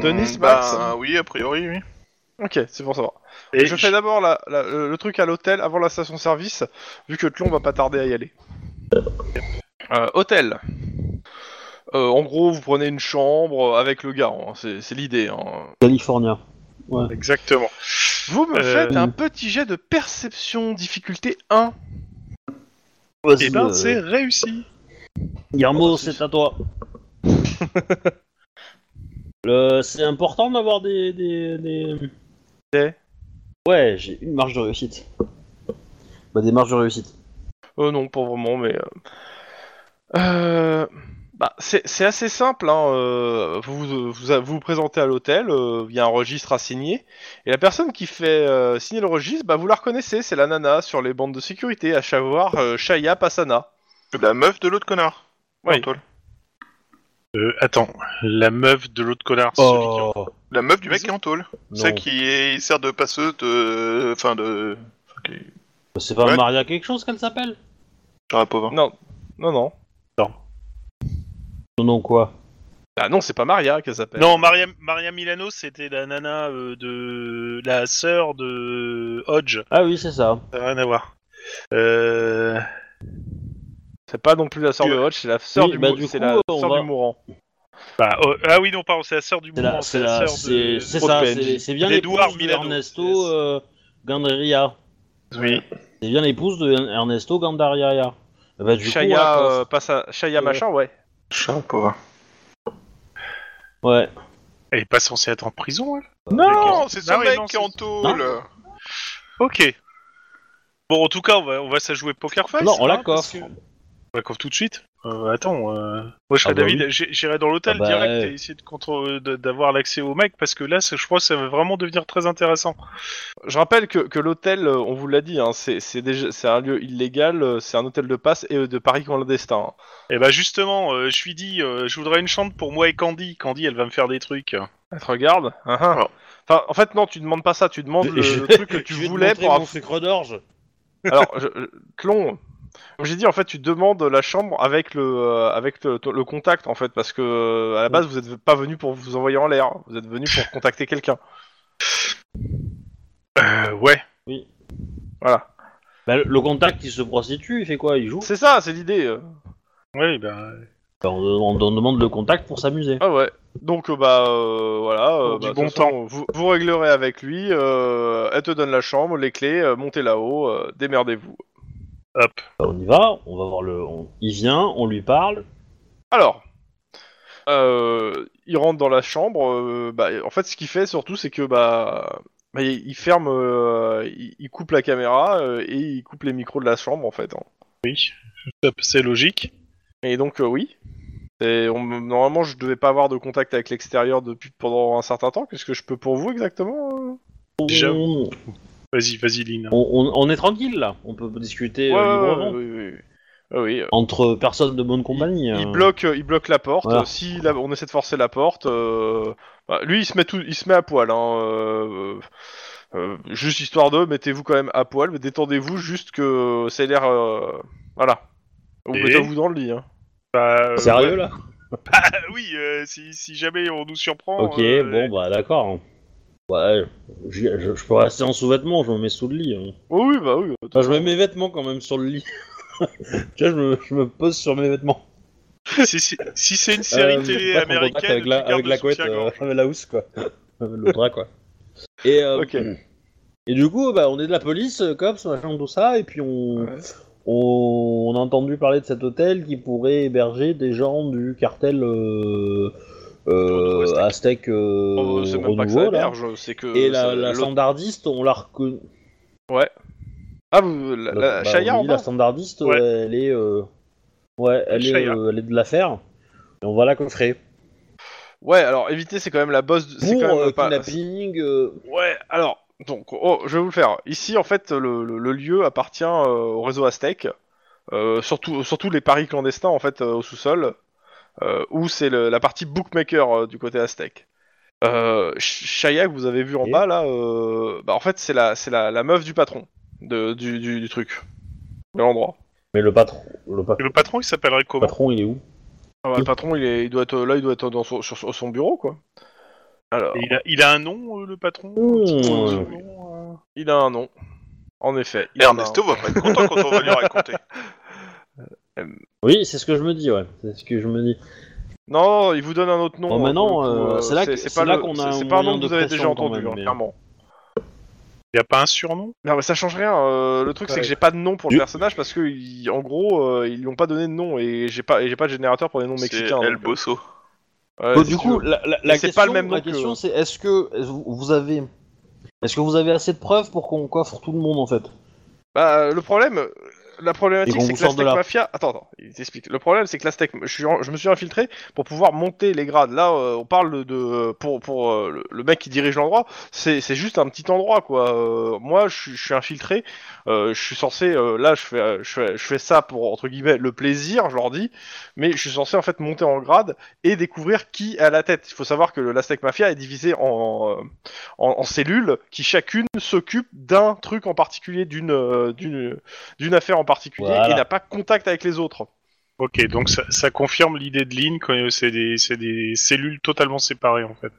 Denis, Max
hmm, bah, Oui, a priori, oui.
Ok, c'est pour savoir.
Et
je
je
fais d'abord la- la- le le truc à l'hôtel avant la station service, vu que Tlon va pas tarder à y aller. Euh, hôtel. Euh, en gros, vous prenez une chambre avec le garant, hein, c'est c'est l'idée. hein.
Californien.
Exactement.
Vous me
Euh,
faites un petit jet de perception, difficulté 1.
Vas-y,
Et ben,
euh,
c'est réussi.
Guillermo, c'est à toi. Le- C'est important d'avoir des, des, des-
Des
Ouais, j'ai une marge de réussite. Bah, des marges de réussite.
Euh, non, pas vraiment, mais. euh, euh, Bah, c'est c'est assez simple. hein, euh, Vous, vous vous vous présentez à l'hôtel, euh, il y a un registre à signer. Et la personne qui fait euh, signer le registre, bah, vous la reconnaissez, c'est la nana sur les bandes de sécurité, à savoir euh, Shaya Passana.
La meuf de l'autre connard.
Oui.
Antoine.
Euh, attends, la meuf de l'autre connard,
Oh.
celui qui en-
La meuf du mec qui est en tôle. Celle qui est- sert de passeuse de. Enfin, de. Ok.
Bah, C'est pas
Ouais.
Maria quelque chose qu'elle s'appelle Oh.
Sharapova.
Non, non, non.
Non, quoi
Ah non, c'est pas Maria qu'elle s'appelle.
Non, Maria, Maria Milano, c'était la nana euh, de la sœur de Hodge.
Ah oui, c'est ça.
Ça n'a rien à voir. Euh,
C'est pas non plus la sœur de Hodge, c'est la sœur
Oui,
du,
bah,
mou-
du
c'est
coup,
la
euh, on
sœur
va-
du mourant.
bah, oh, ah oui, non, pardon, c'est la sœur du
C'est
mouvement.
la- c'est la- c'est- c'est ça, c'est c'est bien
d'Edouard
l'épouse
Milano.
d'Ernesto euh, Gandaria.
Oui.
C'est bien l'épouse de Ernesto Gandaria. Bah, du coup,
Shaya,
ouais,
euh, Passa- Shaya
Ouais.
machin, ouais.
Sharapova.
ouais.
Elle est pas censée être en prison, elle
Non, c'est ce
Ah oui,
mec
non,
qui est en
c'est-
tôle.
Ah.
Ok. Bon, en tout cas, on va, on va se jouer poker face.
Non, on la
hein, parce
coffre.
que- On la coffre tout de suite Euh, Attends, euh, moi je serais
Ah bah
David, j'ai- j'irai dans l'hôtel
Ah bah,
direct
ouais.
et essayer de contre- euh, de- d'avoir l'accès au mec parce que là, ça- je crois que ça va vraiment devenir très intéressant.
Je rappelle que, que l'hôtel, euh, on vous l'a dit, hein, c'est c'est déjà- c'est un lieu illégal, euh, c'est un hôtel de passe et euh, de Paris clandestin. hein.
Et bah justement, euh, je lui dis, euh, je voudrais une chambre pour moi et Candy. Candy, elle va me faire des trucs. Euh,
Elle te regarde hein, hein.
Alors.
Enfin, en fait, non, tu demandes pas ça, tu demandes le, le truc que tu
Je vais te
voulais
montrer
pour.
mon sucre d'orge.
Alors, je, je- Clon, comme j'ai dit, en fait, tu demandes la chambre avec le, euh, avec le, le contact, en fait, parce que euh, à la base, vous n'êtes pas venu pour vous envoyer en l'air, hein. vous êtes venu pour contacter quelqu'un.
Euh, ouais.
Voilà.
Bah, le- le contact, il se prostitue, il fait quoi Il joue
C'est ça, c'est l'idée. euh.
Oui, bah,
Bah, on, on- on demande le contact pour s'amuser.
Ah ouais. Donc euh, bah euh, voilà. euh,
Pour du
bah, de
bon
toute façon, Vous, vous réglerez avec lui. euh, elle te donne la chambre, les clés. euh, montez là-haut. euh, démerdez-vous.
hop.
Bah, on y va, on va voir le. on- Il vient, on lui parle.
Alors. euh, il rentre dans la chambre. euh, bah, en fait, ce qu'il fait surtout, c'est que bah, bah, il il ferme, euh, il, il coupe la caméra euh, et il coupe les micros de la chambre en fait. hein.
Oui, Hop, c'est logique.
Et donc euh, oui. Et on- normalement, je devais pas avoir de contact avec l'extérieur depuis pendant un certain temps. Qu'est-ce que je peux pour vous exactement euh
On,
Déjà.
on,
Vas-y, vas-y, Lynn.
on- on est tranquille là, on peut discuter euh, librement.
oui, oui, oui. Ah oui, euh,
Entre personnes de bonne compagnie.
Il
hein.
bloque, euh, il bloque la porte.
Voilà.
Si la- on essaie de forcer la porte, euh, bah, lui il se met tout, il se met à poil. hein, euh, euh, juste histoire de, mettez-vous quand même à poil, mais détendez-vous juste que ça ait l'air, euh, voilà. Ou
Et
mettez-vous dans le lit. hein.
Bah, euh,
Sérieux là
bah oui, euh, si, si jamais on nous surprend.
Ok,
euh,
bon bah d'accord. Ouais, j'y- je, je peux rester en sous-vêtements, je me mets sous le lit. hein.
Oh oui, bah oui.
Enfin, je mets mes vêtements quand même sur le lit. (laughs) tu vois, je me, je me pose sur mes vêtements.
(laughs) Si, si- si c'est une série
Euh,
télé
pas qu'on contacte
américaine,
avec la,
tu gardes
avec la
le
couette, euh, (laughs)
soutien-gorge.
avec la housse quoi. Avec le drap quoi. Et, euh,
Ok.
et du coup, bah, on est de la police, euh, cops, machin, tout ça, et puis on, on, on a entendu parler de cet hôtel qui pourrait héberger des gens du cartel euh, euh,
Renouveau
aztèque euh,
Oh, c'est même pas que ça
renouveau là.
héberge, euh, c'est que.
Et
ça-
la, la
l'autre-
standardiste, on la reconnaît.
Ah, vous, la, la-
Bah,
Shaya hein.
oui,
en
la
bas
standardiste,
Ouais.
elle est, euh, ouais, elle est,
Shaya.
euh, elle est de l'affaire. Et on va la coffrer.
Ouais, alors évitez, c'est quand même la boss. de- c'est
Pour
quand même
euh,
pas-
kidnapping. euh,
Ouais, alors, donc, oh, je vais vous le faire. Ici, en fait, le, le- le lieu appartient euh, au réseau aztèque, euh, surtout, surtout les paris clandestins, en fait, euh, au sous-sol, euh, où c'est le- la partie bookmaker euh, du côté aztèque. Euh, Ch- Shaya, que vous avez vu en
Et
bas, là, euh, bah, en fait, c'est la, c'est la, la meuf du patron de, du, du, du truc, de l'endroit.
Mais le patron, le pa-
Et Le patron, il s'appellerait
le
comment
patron, il est où
Ah bah, le patron, il, est, il doit être là, il doit être dans son, sur, sur son bureau, quoi. Alors,
Et il, a, il a un nom, euh, le patron
Mmh.
Nom, euh,
il a un nom, en effet. il en a un.
Ernesto va pas être content quand on va lui raconter.
Oui, c'est ce que je me dis, ouais. C'est ce que je me dis.
Non, il vous donne un autre nom.
Bon,
hein,
maintenant,
pour le coup,
euh, c'est là que-
c'est
c'est
pas
là
le-
qu'on a
c'est-
un
C'est pas un
moyen
nom que
de
vous avez déjà
pression, quand
entendu,
même,
hein,
mais-
clairement.
Y a pas un surnom
Non, mais ça change rien. euh, le truc, c'est
Ouais.
que j'ai pas de nom pour le
Du-
personnage parce que, il- en gros, euh, ils lui ont pas donné de nom et j'ai pas, et j'ai pas de générateur pour les noms
C'est
mexicains.
El
donc,
Bosso.
euh, ouais,
Bon,
si
du
tu
coup,
veux.
la, la-
Mais
la
c'est
question,
pas le même nom
la
que-
question c'est est-ce que vous vous avez, est-ce que vous avez assez de preuves pour qu'on coffre tout le monde en fait
Bah, le problème, euh, la
Et
problématique,
qu'on
c'est
vous
que la
sorte de
Stec
là.
Mafia. Attends, attends, il t'explique. Le problème, c'est que la Stec- je, suis en- je me suis infiltré pour pouvoir monter les grades. Là, euh, on parle de. Pour, pour euh, le, le mec qui dirige l'endroit, c'est c'est juste un petit endroit, quoi. Euh, moi, je, suis- je suis infiltré. euh, je suis censé. euh, là, je fais, euh, je, fais, je fais ça pour, entre guillemets, le plaisir, je leur dis. Mais je suis censé, en fait, monter en grade et découvrir qui a la tête. Il faut savoir que le- la Stec Mafia est divisée en. euh, en, en cellules qui chacune s'occupe d'un truc en particulier, d'une euh, d'une d'une affaire en particulier
Voilà.
et n'a pas contact avec les autres.
Ok, donc ça, ça confirme l'idée de Lynn que c'est des, c'est des cellules totalement séparées en fait.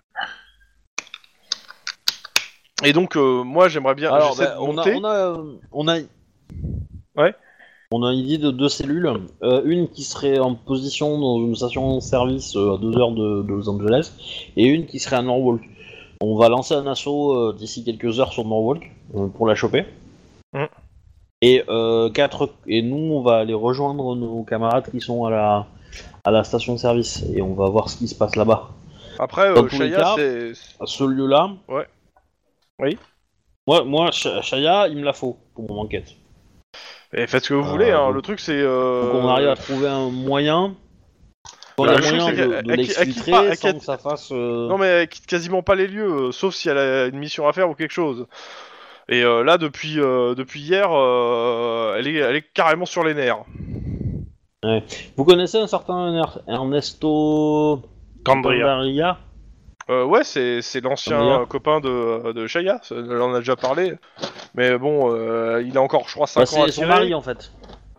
Et donc euh, moi j'aimerais bien
Alors,
j'essaie
bah,
de
on, a,
monter.
on a, euh, on a,
Ouais.
On a une idée de deux cellules, Euh, une qui serait en position dans une station-service euh, à deux heures de, de Los Angeles, et une qui serait à Norwalk. On va lancer un assaut euh, d'ici quelques heures sur Norwalk euh, pour la choper.
Mm.
Et euh, quatre, et nous on va aller rejoindre nos camarades qui sont à la à la station-service et on va voir ce qui se passe là-bas.
Après
Dans
euh,
tous les
Shaya,
cas-
c'est
À ce lieu-là.
Ouais. Oui.
Moi, moi, Sh- Shaya, il me la faut pour mon enquête.
et faites ce que vous
Euh,
voulez. hein,
donc-
Le truc c'est euh,
Donc on arrive à trouver un moyen. On
Bah,
a
le truc,
moyen
c'est
de,
qu'à-
de
à qui- à qui
l'exfiltrer
pas- à
sans
qui-
que ça fasse. euh,
Non mais elle quitte quasiment pas les lieux, euh, sauf si elle a une mission à faire ou quelque chose. Et euh, là depuis euh, depuis hier, euh, elle est elle est carrément sur les nerfs.
Vous connaissez un certain Er- Ernesto Bah,
Cambria.
Gandaria
Euh, ouais, c'est, c'est l'ancien
Meilleur.
euh, copain de, de Shaya, ça, on en a déjà parlé. Mais bon, euh, il a encore, je crois, 5
Bah,
ans à
C'est son
tirer.
mari en fait.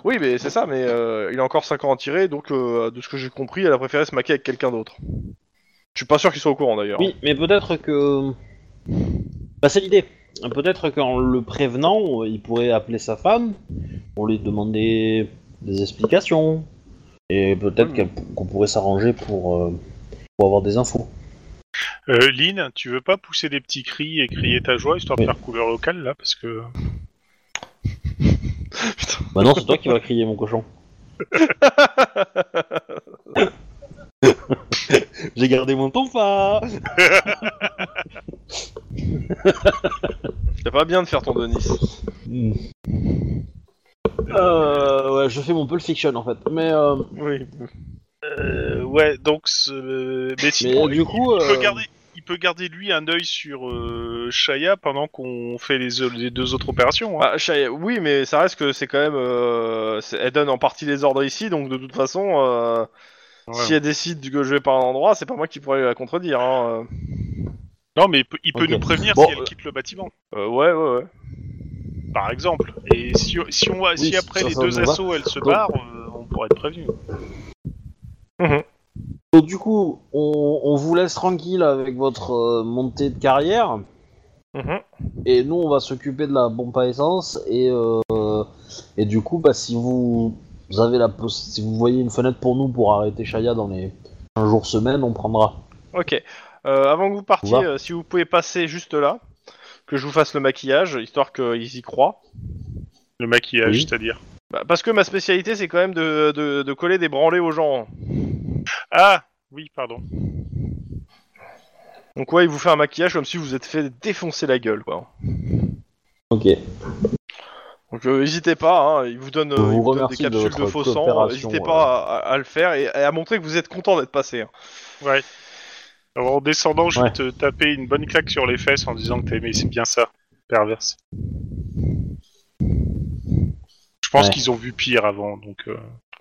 Oui, mais c'est ça, mais euh, il a encore 5 ans à tirer, donc euh, de ce que j'ai compris, elle a préféré se maquer avec quelqu'un d'autre. Je suis pas sûr qu'ils soient au courant d'ailleurs.
Oui, mais peut-être que. Bah, c'est l'idée. Peut-être qu'en le prévenant, il pourrait appeler sa femme pour lui demander des explications. Et peut-être
Mm.
qu'elle- qu'on pourrait s'arranger pour, euh, pour avoir des infos.
Euh, Lynn, tu veux pas pousser des petits cris et crier ta joie histoire
Oui.
de faire couleur locale là Parce que.
Bah non, c'est toi qui vas crier, mon (laughs) cochon. J'ai gardé mon ton pas
C'est pas bien de faire ton Denis.
Euh, ouais, je fais mon Pulp Fiction en fait. Mais, euh,
Oui.
Euh, ouais, donc. ce- euh, Mais
mais
sinon,
du coup,
il, peut
euh,
garder, il peut garder lui un œil sur euh, Shaya pendant qu'on fait les, o- les deux autres opérations. hein.
Ah, Shaya, oui, mais ça reste que c'est quand même. euh, c'est- elle donne en partie les ordres ici, donc de toute façon, euh,
Ah,
Ouais.
si elle décide que je vais par un endroit, c'est pas moi qui pourrais la contredire. Hein.
Non, mais il peut, il peut
Ok.
nous prévenir
Bon,
si elle
euh,
quitte le bâtiment,
Euh, ouais, ouais, ouais.
par exemple. Et si, si on, va-
Oui,
si après
ça,
les
ça
deux
nous va.
assauts elle se
Donc-
barre, euh, on pourrait être prévenu.
donc, du coup, on, on vous laisse tranquille avec votre euh, montée de carrière.
Mhm.
Et nous, on va s'occuper de la pompe à essence. Et, euh, et du coup, bah, si vous, vous avez la poss- si vous voyez une fenêtre pour nous pour arrêter Shaya dans les un jour semaine, on prendra.
Ok. Euh, avant que vous partiez,
On va.
euh, si vous pouvez passer juste là, que je vous fasse le maquillage, histoire qu'ils y croient.
Le maquillage,
Oui.
c'est-à-dire.
Bah, parce que ma spécialité, c'est quand même de, de, de coller des branlés aux gens. hein.
Ah Oui, pardon.
Donc ouais, il vous fait un maquillage comme si vous vous êtes fait défoncer la gueule, quoi.
Ok.
Donc euh, n'hésitez pas, hein, il vous donne, euh,
Je vous
il vous donne des
remercie de
capsules de,
votre
faux sang,
coopération,
n'hésitez
euh.
pas à, à- à le faire et, et à montrer que vous êtes content d'être passé. hein.
Ouais. Alors, en descendant, je
Ouais.
vais te taper une bonne claque sur les fesses en disant que t'as aimé, c'est bien ça, perverse. Je pense
Ouais.
qu'ils ont vu pire avant, donc. euh,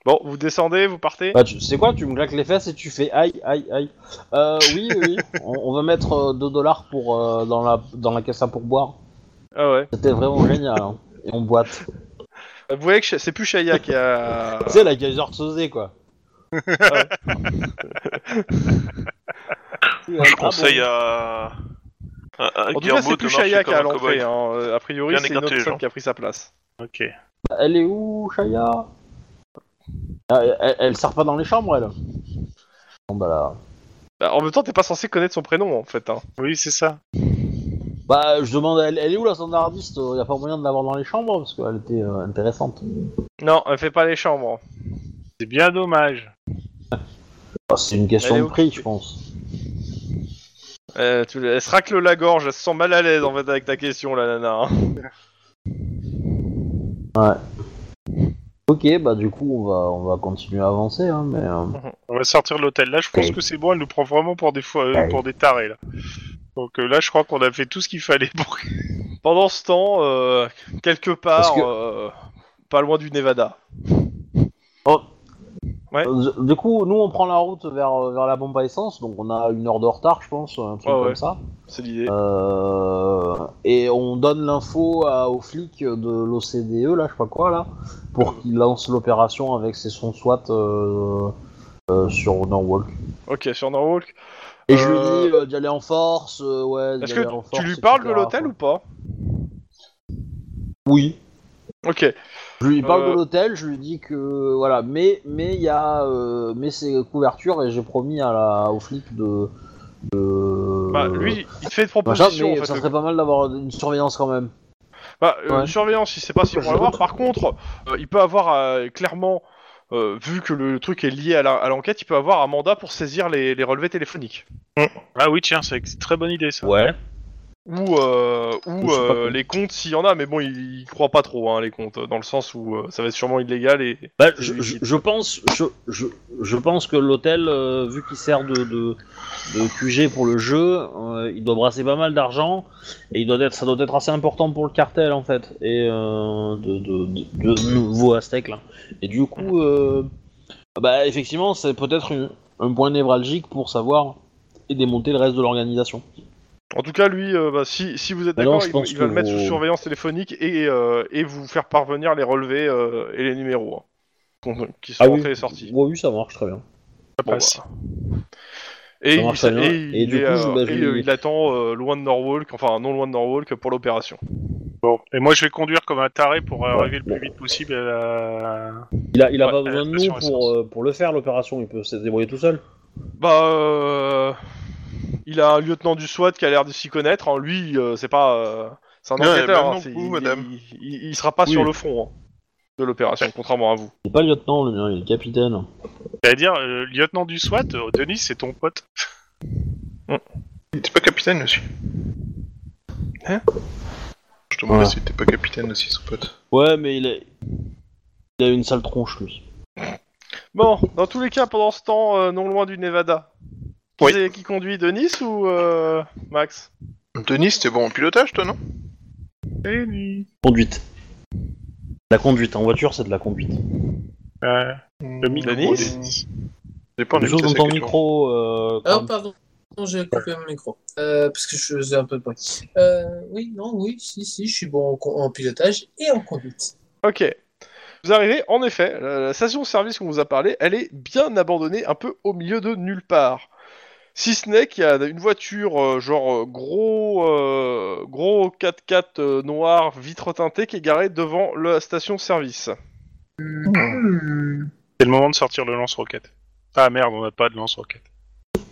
Bon, vous descendez, vous partez
Bah, tu sais quoi, tu me claques les fesses et tu fais aïe, aïe, aïe. Euh, oui, oui, oui. on, on va mettre euh, 2 dollars pour, euh, dans, la, dans la caisse à pourboire.
Ah ouais.
C'était vraiment génial. hein. Et on boite.
Vous voyez que Ch- c'est plus Shaya
(laughs)
qui a...
Tu sais, la gageure sausée, quoi. Ah,
Moi, je conseille à. à- à
En tout cas,
Guillermo
c'est
de
plus
marcher
Shaya qui
comme
a
un
l'entrée,
cow-boy.
hein. Euh, a priori
Bien
c'est une
écarté,
autre
les
femme
gens.
qui a pris sa place.
ok.
Elle est où, Chaya Ah, elle, elle sert pas dans les chambres, elle. demande à la.
Bah, en même temps, t'es pas censé connaître son prénom en fait. Hein.
Oui, c'est ça.
Bah, je demande, à elle, elle est où la standardiste Il a pas moyen de l'avoir dans les chambres parce qu'elle était euh, intéressante.
Non, elle fait pas les chambres.
C'est bien dommage.
Bah, c'est une question
Elle est
de prix,
occupée.
je pense.
Euh, tu- Elle se racle la gorge, elle se sent mal à l'aise en fait avec ta question, la nana. hein.
Ok, bah du coup, on va, on va continuer à avancer, hein, mais. euh,
On va sortir de l'hôtel. Là, je pense que c'est bon. Elle nous prend vraiment pour des fois, euh, pour des tarés là. Donc euh, là, je crois qu'on a fait tout ce qu'il fallait pour. (laughs)
Pendant ce temps, euh, quelque
Parce
part,
que-
euh, pas loin du Nevada.
Euh, Du coup, nous on prend la route vers, euh, vers la pompe à essence, donc on a une heure de retard, je pense, un truc
Ouais,
comme
ouais.
ça.
C'est l'idée.
Euh, et on donne l'info à- aux flics de l'OCDE, E, là, je sais pas quoi, là, pour qu'ils lancent l'opération avec ses sons SWAT euh, euh, sur Norwalk.
Ok, sur Norwalk.
Et je lui
Euh,
dis euh, d'y aller en force, euh, ouais, d'y
Est-ce
aller en
que tu
force,
lui parles de
etc.,
l'hôtel
quoi.
ou pas
Oui.
Ok.
Je lui parle
Euh,
de l'hôtel, je lui dis que voilà, mais mais il y a euh, mais c'est couverture et j'ai promis à la aux flics de, de
Bah, lui, il te fait des
Euh, machin,
propositions
mais
en fait.
ça
le
serait pas mal d'avoir une surveillance quand même.
Bah, euh,
Ouais.
une surveillance, il sait pas si on va l'avoir. Par contre, euh, il peut avoir euh, clairement, euh, vu que le truc est lié à la- à l'enquête, il peut avoir un mandat pour saisir les, les relevés téléphoniques.
Ah oui, tiens, c'est une très bonne idée ça.
Ouais.
Ou, euh, ou
Je sais pas
euh,
quoi.
les comptes, s'il y en a, mais bon, il, il croit pas trop, hein, les comptes, dans le sens où euh, ça va être sûrement illégal et.
Bah,
C'est
je, je-
difficile.
je pense je, je, je pense que l'hôtel euh, vu qu'il sert de, de, de QG pour le jeu, euh, il doit brasser pas mal d'argent et il doit être ça doit être assez important pour le cartel en fait et euh, de, de, de, de nouveau Aztec là. Et du coup euh, bah effectivement, c'est peut-être une- un point névralgique pour savoir et démonter le reste de l'organisation.
En tout cas, lui, euh, bah, si, si vous êtes
Bah non,
d'accord,
je
il,
pense
il va
que
le mettre sous
vos-
surveillance téléphonique et, euh, et vous faire parvenir les relevés euh, et les numéros hein, qu'on- qui sont
Ah oui. Ah bah,
entrés et sortis.
Ouais, oui, ça marche très bien.
Ça
Bon, bah.
passe.
Et,
Ça
il,
marche très bien.
et
Et
il
du
est,
coup, je-
euh,
bah, je
et,
lui-
euh, il attend euh, loin de Norwalk, enfin non loin de Norwalk pour l'opération.
Bon. Et moi, je vais conduire comme un taré pour arriver le
bon.
plus vite possible à la...
Il a, il a
Ouais,
pas
la
besoin de
station
nous
essence.
pour, euh, pour le faire l'opération, il peut se débrouiller tout seul.
Bah, euh, il a un lieutenant du SWAT qui a l'air de s'y connaître. hein. Lui, euh, c'est pas, euh, c'est un
Ouais,
enquêteur.
même
hein.
non
C'est-
plus,
il-
madame.
Il, il- il sera pas
Oui.
sur le front hein, de l'opération, contrairement à vous.
Il est pas lieutenant, le mien, il est capitaine.
C'est-à-dire, euh, lieutenant du SWAT, euh, Denis, c'est ton pote.
Il était pas capitaine aussi.
Hein
Je te demandais
Ouais.
s'il était pas capitaine aussi, son pote.
Ouais, mais il, est... il a une sale tronche, lui.
Bon, dans tous les cas, pendant ce temps, euh, non loin du Nevada. Qui,
Oui.
c'est- qui conduit de Nice ou euh, Max
Denis, t'es bon en pilotage, toi, non
Conduite. La conduite, en voiture, c'est de la conduite.
Ouais.
Le
micro,
Denis
Denis J'ai pas en
Une chose dans
vitesse
ton
avec les gens.
micro. Euh,
Oh,
quand-
pardon. Non, J'ai coupé mon micro. Euh, parce que je faisais un peu de bruit. Euh, oui, non, oui, si, si, je suis bon en, co- en pilotage et en conduite.
Ok. Vous arrivez, en effet, la, la station-service qu'on vous a parlé, elle est bien abandonnée, un peu au milieu de nulle part. Si ce n'est qu'il y a une voiture, euh, genre euh, gros, euh, gros 4x4 euh, noir, vitre teintée, qui est garée devant la station-service.
Hmm.
C'est le moment de sortir le lance-roquette. Ah merde, on n'a pas de lance-roquette.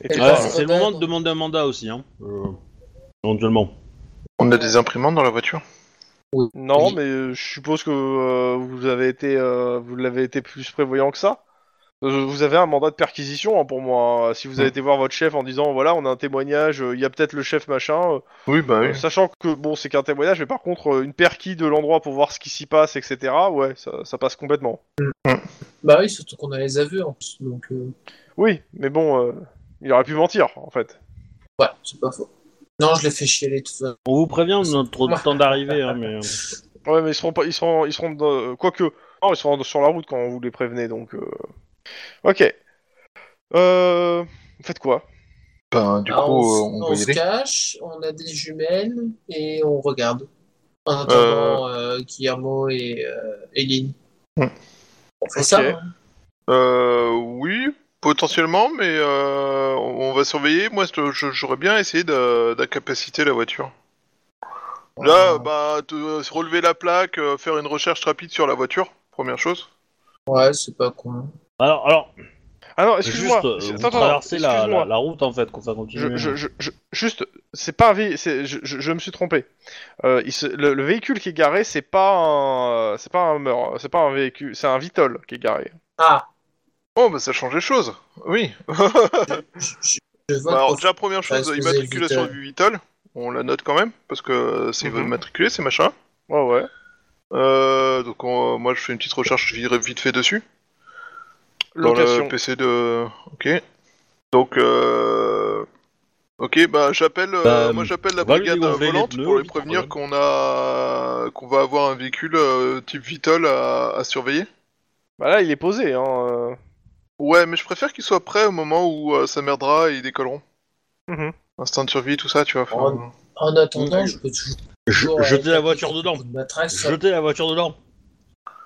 Et t'es
Elle
Ouais,
pas-
passe-
c'est le moment de demander un mandat aussi, hein. Euh, Éventuellement.
On a des imprimantes dans la voiture.
Non,
Oui.
mais euh, je suppose que euh, vous avez été, euh, vous l'avez été plus prévoyant que ça. Euh, Vous avez un mandat de perquisition hein, pour moi. hein. Si
Mm.
vous avez été voir votre chef en disant voilà, on a un témoignage, euh, il y a peut-être le chef machin, euh,
Oui, bah oui.
Euh, Sachant que bon, c'est qu'un témoignage, mais par contre, euh, une perquis de l'endroit pour voir ce qui s'y passe, etc. Ouais, ça, ça passe complètement.
Bah oui, surtout qu'on a les aveux en plus. Donc, euh,
Oui, mais bon, euh, il aurait pu mentir en fait.
ouais, c'est pas faux. Non, je l'ai fait chialer tout ça.
On vous prévient de notre temps d'arrivée, hein, mais.
Ouais, mais ils seront pas, ils seront, ils seront, dans- euh, quoique, non, ils seront sur la route quand vous les prévenez, donc. euh, Ok. Euh... vous Faites quoi
Ben, du
Ah,
coup,
on,
euh,
s-
on,
on
va y
se
aller.
cache, on a des jumelles et on regarde. En attendant, euh, Guillermo et euh, Eline.
Hmm.
On fait ça.
Ok.
hein.
Euh, oui, potentiellement, mais euh, on on va surveiller. Moi, je- je- j'aurais bien essayé d'a- d'incapaciter la voiture. Là, bah, te- euh, relever la plaque, euh, faire
bah-
une recherche rapide sur la voiture, première chose.
Ouais, c'est pas con.
Alors, alors,
Alors,
Juste,
Ah excuse-moi.
euh,
c'est-
vous
attends, attends,
traversez la,
excuse-moi.
la- la route en fait, qu'on fait continuer.
Je, je- je- je- juste, c'est pas un vé- c'est- je, je- je me suis trompé. Euh, il se- le, le véhicule qui est garé, c'est pas un, c'est pas un Hummer, c'est pas un véhicule, c'est un Vitol qui est garé.
Ah,
Oh, bah ça change les choses. Oui.
je, je- je vote
Bah, alors,
pour-
déjà, première chose,
Parce que
immatriculation
c'est
du Vitol. On la note quand même, parce que c'est
Mhm.
immatriculé, c'est machin.
Ouais, ouais.
Euh, donc, on- moi, je fais une petite recherche je virerai vite fait dessus. Dans
Location.
le PC de. Ok. Donc, euh... Ok, bah j'appelle. euh,
Bah,
moi, j'appelle la
va lui
brigade
gonfler les
volante
pneus,
pour les
oui,
prévenir
sans
qu'on a qu'on va avoir un véhicule euh, type Vitol à, à surveiller.
Bah là, il est posé. Hein. euh.
Ouais, mais je préfère qu'ils soient prêts au moment où euh, ça merdera et ils décolleront.
Mhm.
Instinct de survie, tout ça, tu vois.
Oh
enfin,
En attendant, je peux toujours.
Je-
toujours,
jetez
euh,
la voiture
faire
dedans.
une matrace.
Jetez la voiture dedans.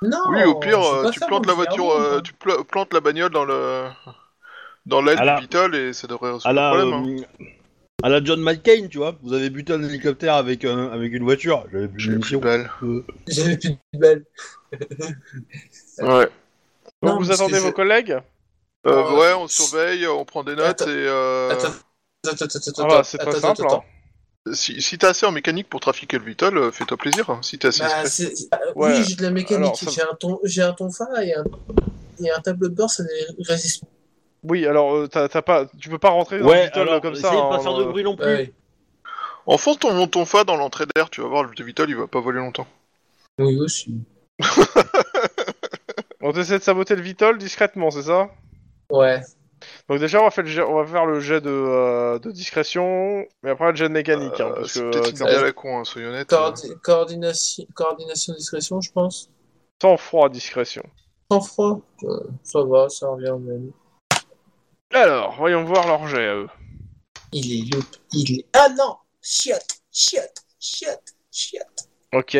Non,
Oui, au pire,
je vais
euh,
pas
tu
faire
plantes la
mon
voiture,
fermier, (laughs)
euh,
moi.
tu pla- plantes la bagnole dans le dans l'aile
À
du
la-
Vitol et ça devrait
À
résoudre
la,
le problème. hein.
euh, à la John McCain, tu vois. Vous avez buté un hélicoptère avec, un- avec une voiture. J'avais plus de
J'ai plus
munitions.
de balles.
J'avais plus de balles.
Ouais.
Donc
Non,
vous
parce que
attendez
je-
vos collègues
Euh,
Euh,
ouais, on surveille, on prend des notes
Attends.
et euh,
Attends, attends, attends, attends,
Ah bah, c'est
attends,
très simple.
attends,
hein.
si, si t'as assez en mécanique pour trafiquer le Vitol, euh, fais-toi plaisir. hein, si t'as assez.
Bah,
exprès.
c'est- ah,
Ouais,
Oui, j'ai de la mécanique.
alors, ça-
J'ai un ton, j'ai un tonfa et un, et un tableau de bord, ça ne résiste pas.
Oui, alors euh, t'as t'as pas, tu peux pas rentrer dans le
Ouais,
Vitol
alors,
hein. comme ça.
essayez de
hein,
pas faire de
euh.
bruit non plus.
Ouais.
Enfonce ton, ton fa dans l'entrée d'air, tu vas voir, le Vitol il va pas voler longtemps.
Oui, aussi.
On essaie de saboter le Vitol discrètement, c'est ça
Ouais.
Donc déjà, on va faire le jet, on va faire le jet de, euh, de discrétion, mais après le jet de mécanique, hein,
Euh,
parce que
c'est peut-être
euh,
une
t'es
idée
en
à la con, hein, soyons honnêtes.
Coordi- coordination, coordination, discrétion, je pense.
sans froid discrétion.
Sans froid, euh, ça va, ça revient au même.
Alors, voyons voir leur jet euh. à eux.
Il est loup, il est. Ah non Chiotte, chiotte, chiotte, chiotte.
Ok.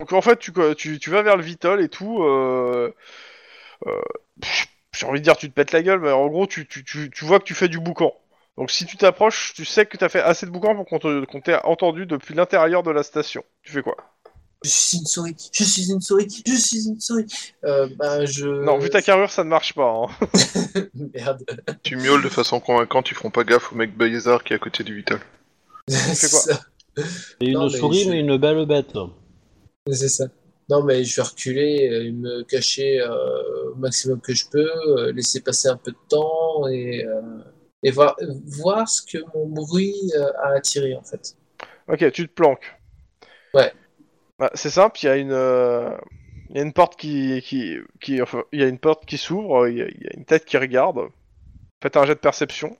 Donc en fait, tu, co- tu, tu vas vers le Vitol et tout. Euh, euh, pff, J'ai envie de dire, tu te pètes la gueule, mais en gros, tu, tu, tu, tu vois que tu fais du boucan. Donc si tu t'approches, tu sais que t'as fait assez de boucan pour qu'on te- qu'on t'ait entendu depuis l'intérieur de la station. Tu fais quoi
Je suis une souris, je suis une souris, je suis une souris. Euh, bah, je.
Non, vu ta carrure, ça ne marche pas. hein.
(laughs) Merde.
hein. Tu miaules de façon convaincante, ils feront pas gaffe au mec Bayezard qui est à côté du Vitol.
C'est
quoi
(laughs) ça.
Et une
Non, mais
souris,
je-
mais une belle bête.
C'est ça. Non, mais je vais reculer, euh, me cacher euh, au maximum que je peux, euh, laisser passer un peu de temps et, euh, et voir, voir ce que mon bruit euh, a attiré en fait.
Ok, tu te planques.
Ouais.
Bah, c'est simple, il y a une, euh, il y a une porte qui, qui, qui, enfin, il y a une porte qui s'ouvre, euh, il y, a- il y a une tête qui regarde. Faites un jet de perception.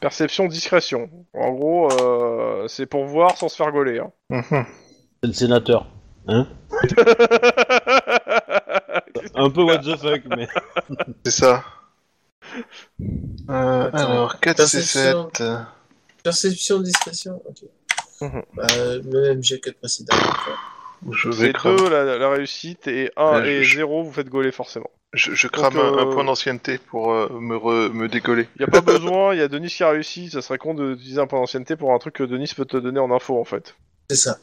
Perception discrétion. En gros, euh, c'est pour voir sans se faire gauler.
(laughs)
hein.
C'est le sénateur. Un peu what the fuck, mais.
C'est ça. Euh,
Attends,
alors, 4
perception.
C7. euh,
Perception, discrétion, ok.
Mhm.
Bah, le même jet que le précédent. quoi.
Je vais
c'est
cramer.
deux la, la réussite et 1
Ouais,
et
je-
0 vous faites gauler forcément.
Je, je crame
Donc,
un- un,
euh,
point d'ancienneté pour euh, me, re- me décoller.
Il y a pas (laughs) besoin, il y a Denis qui a réussi, ça serait con de- d'utiliser un point d'ancienneté pour un truc que Denis peut te donner en info en fait.
C'est ça.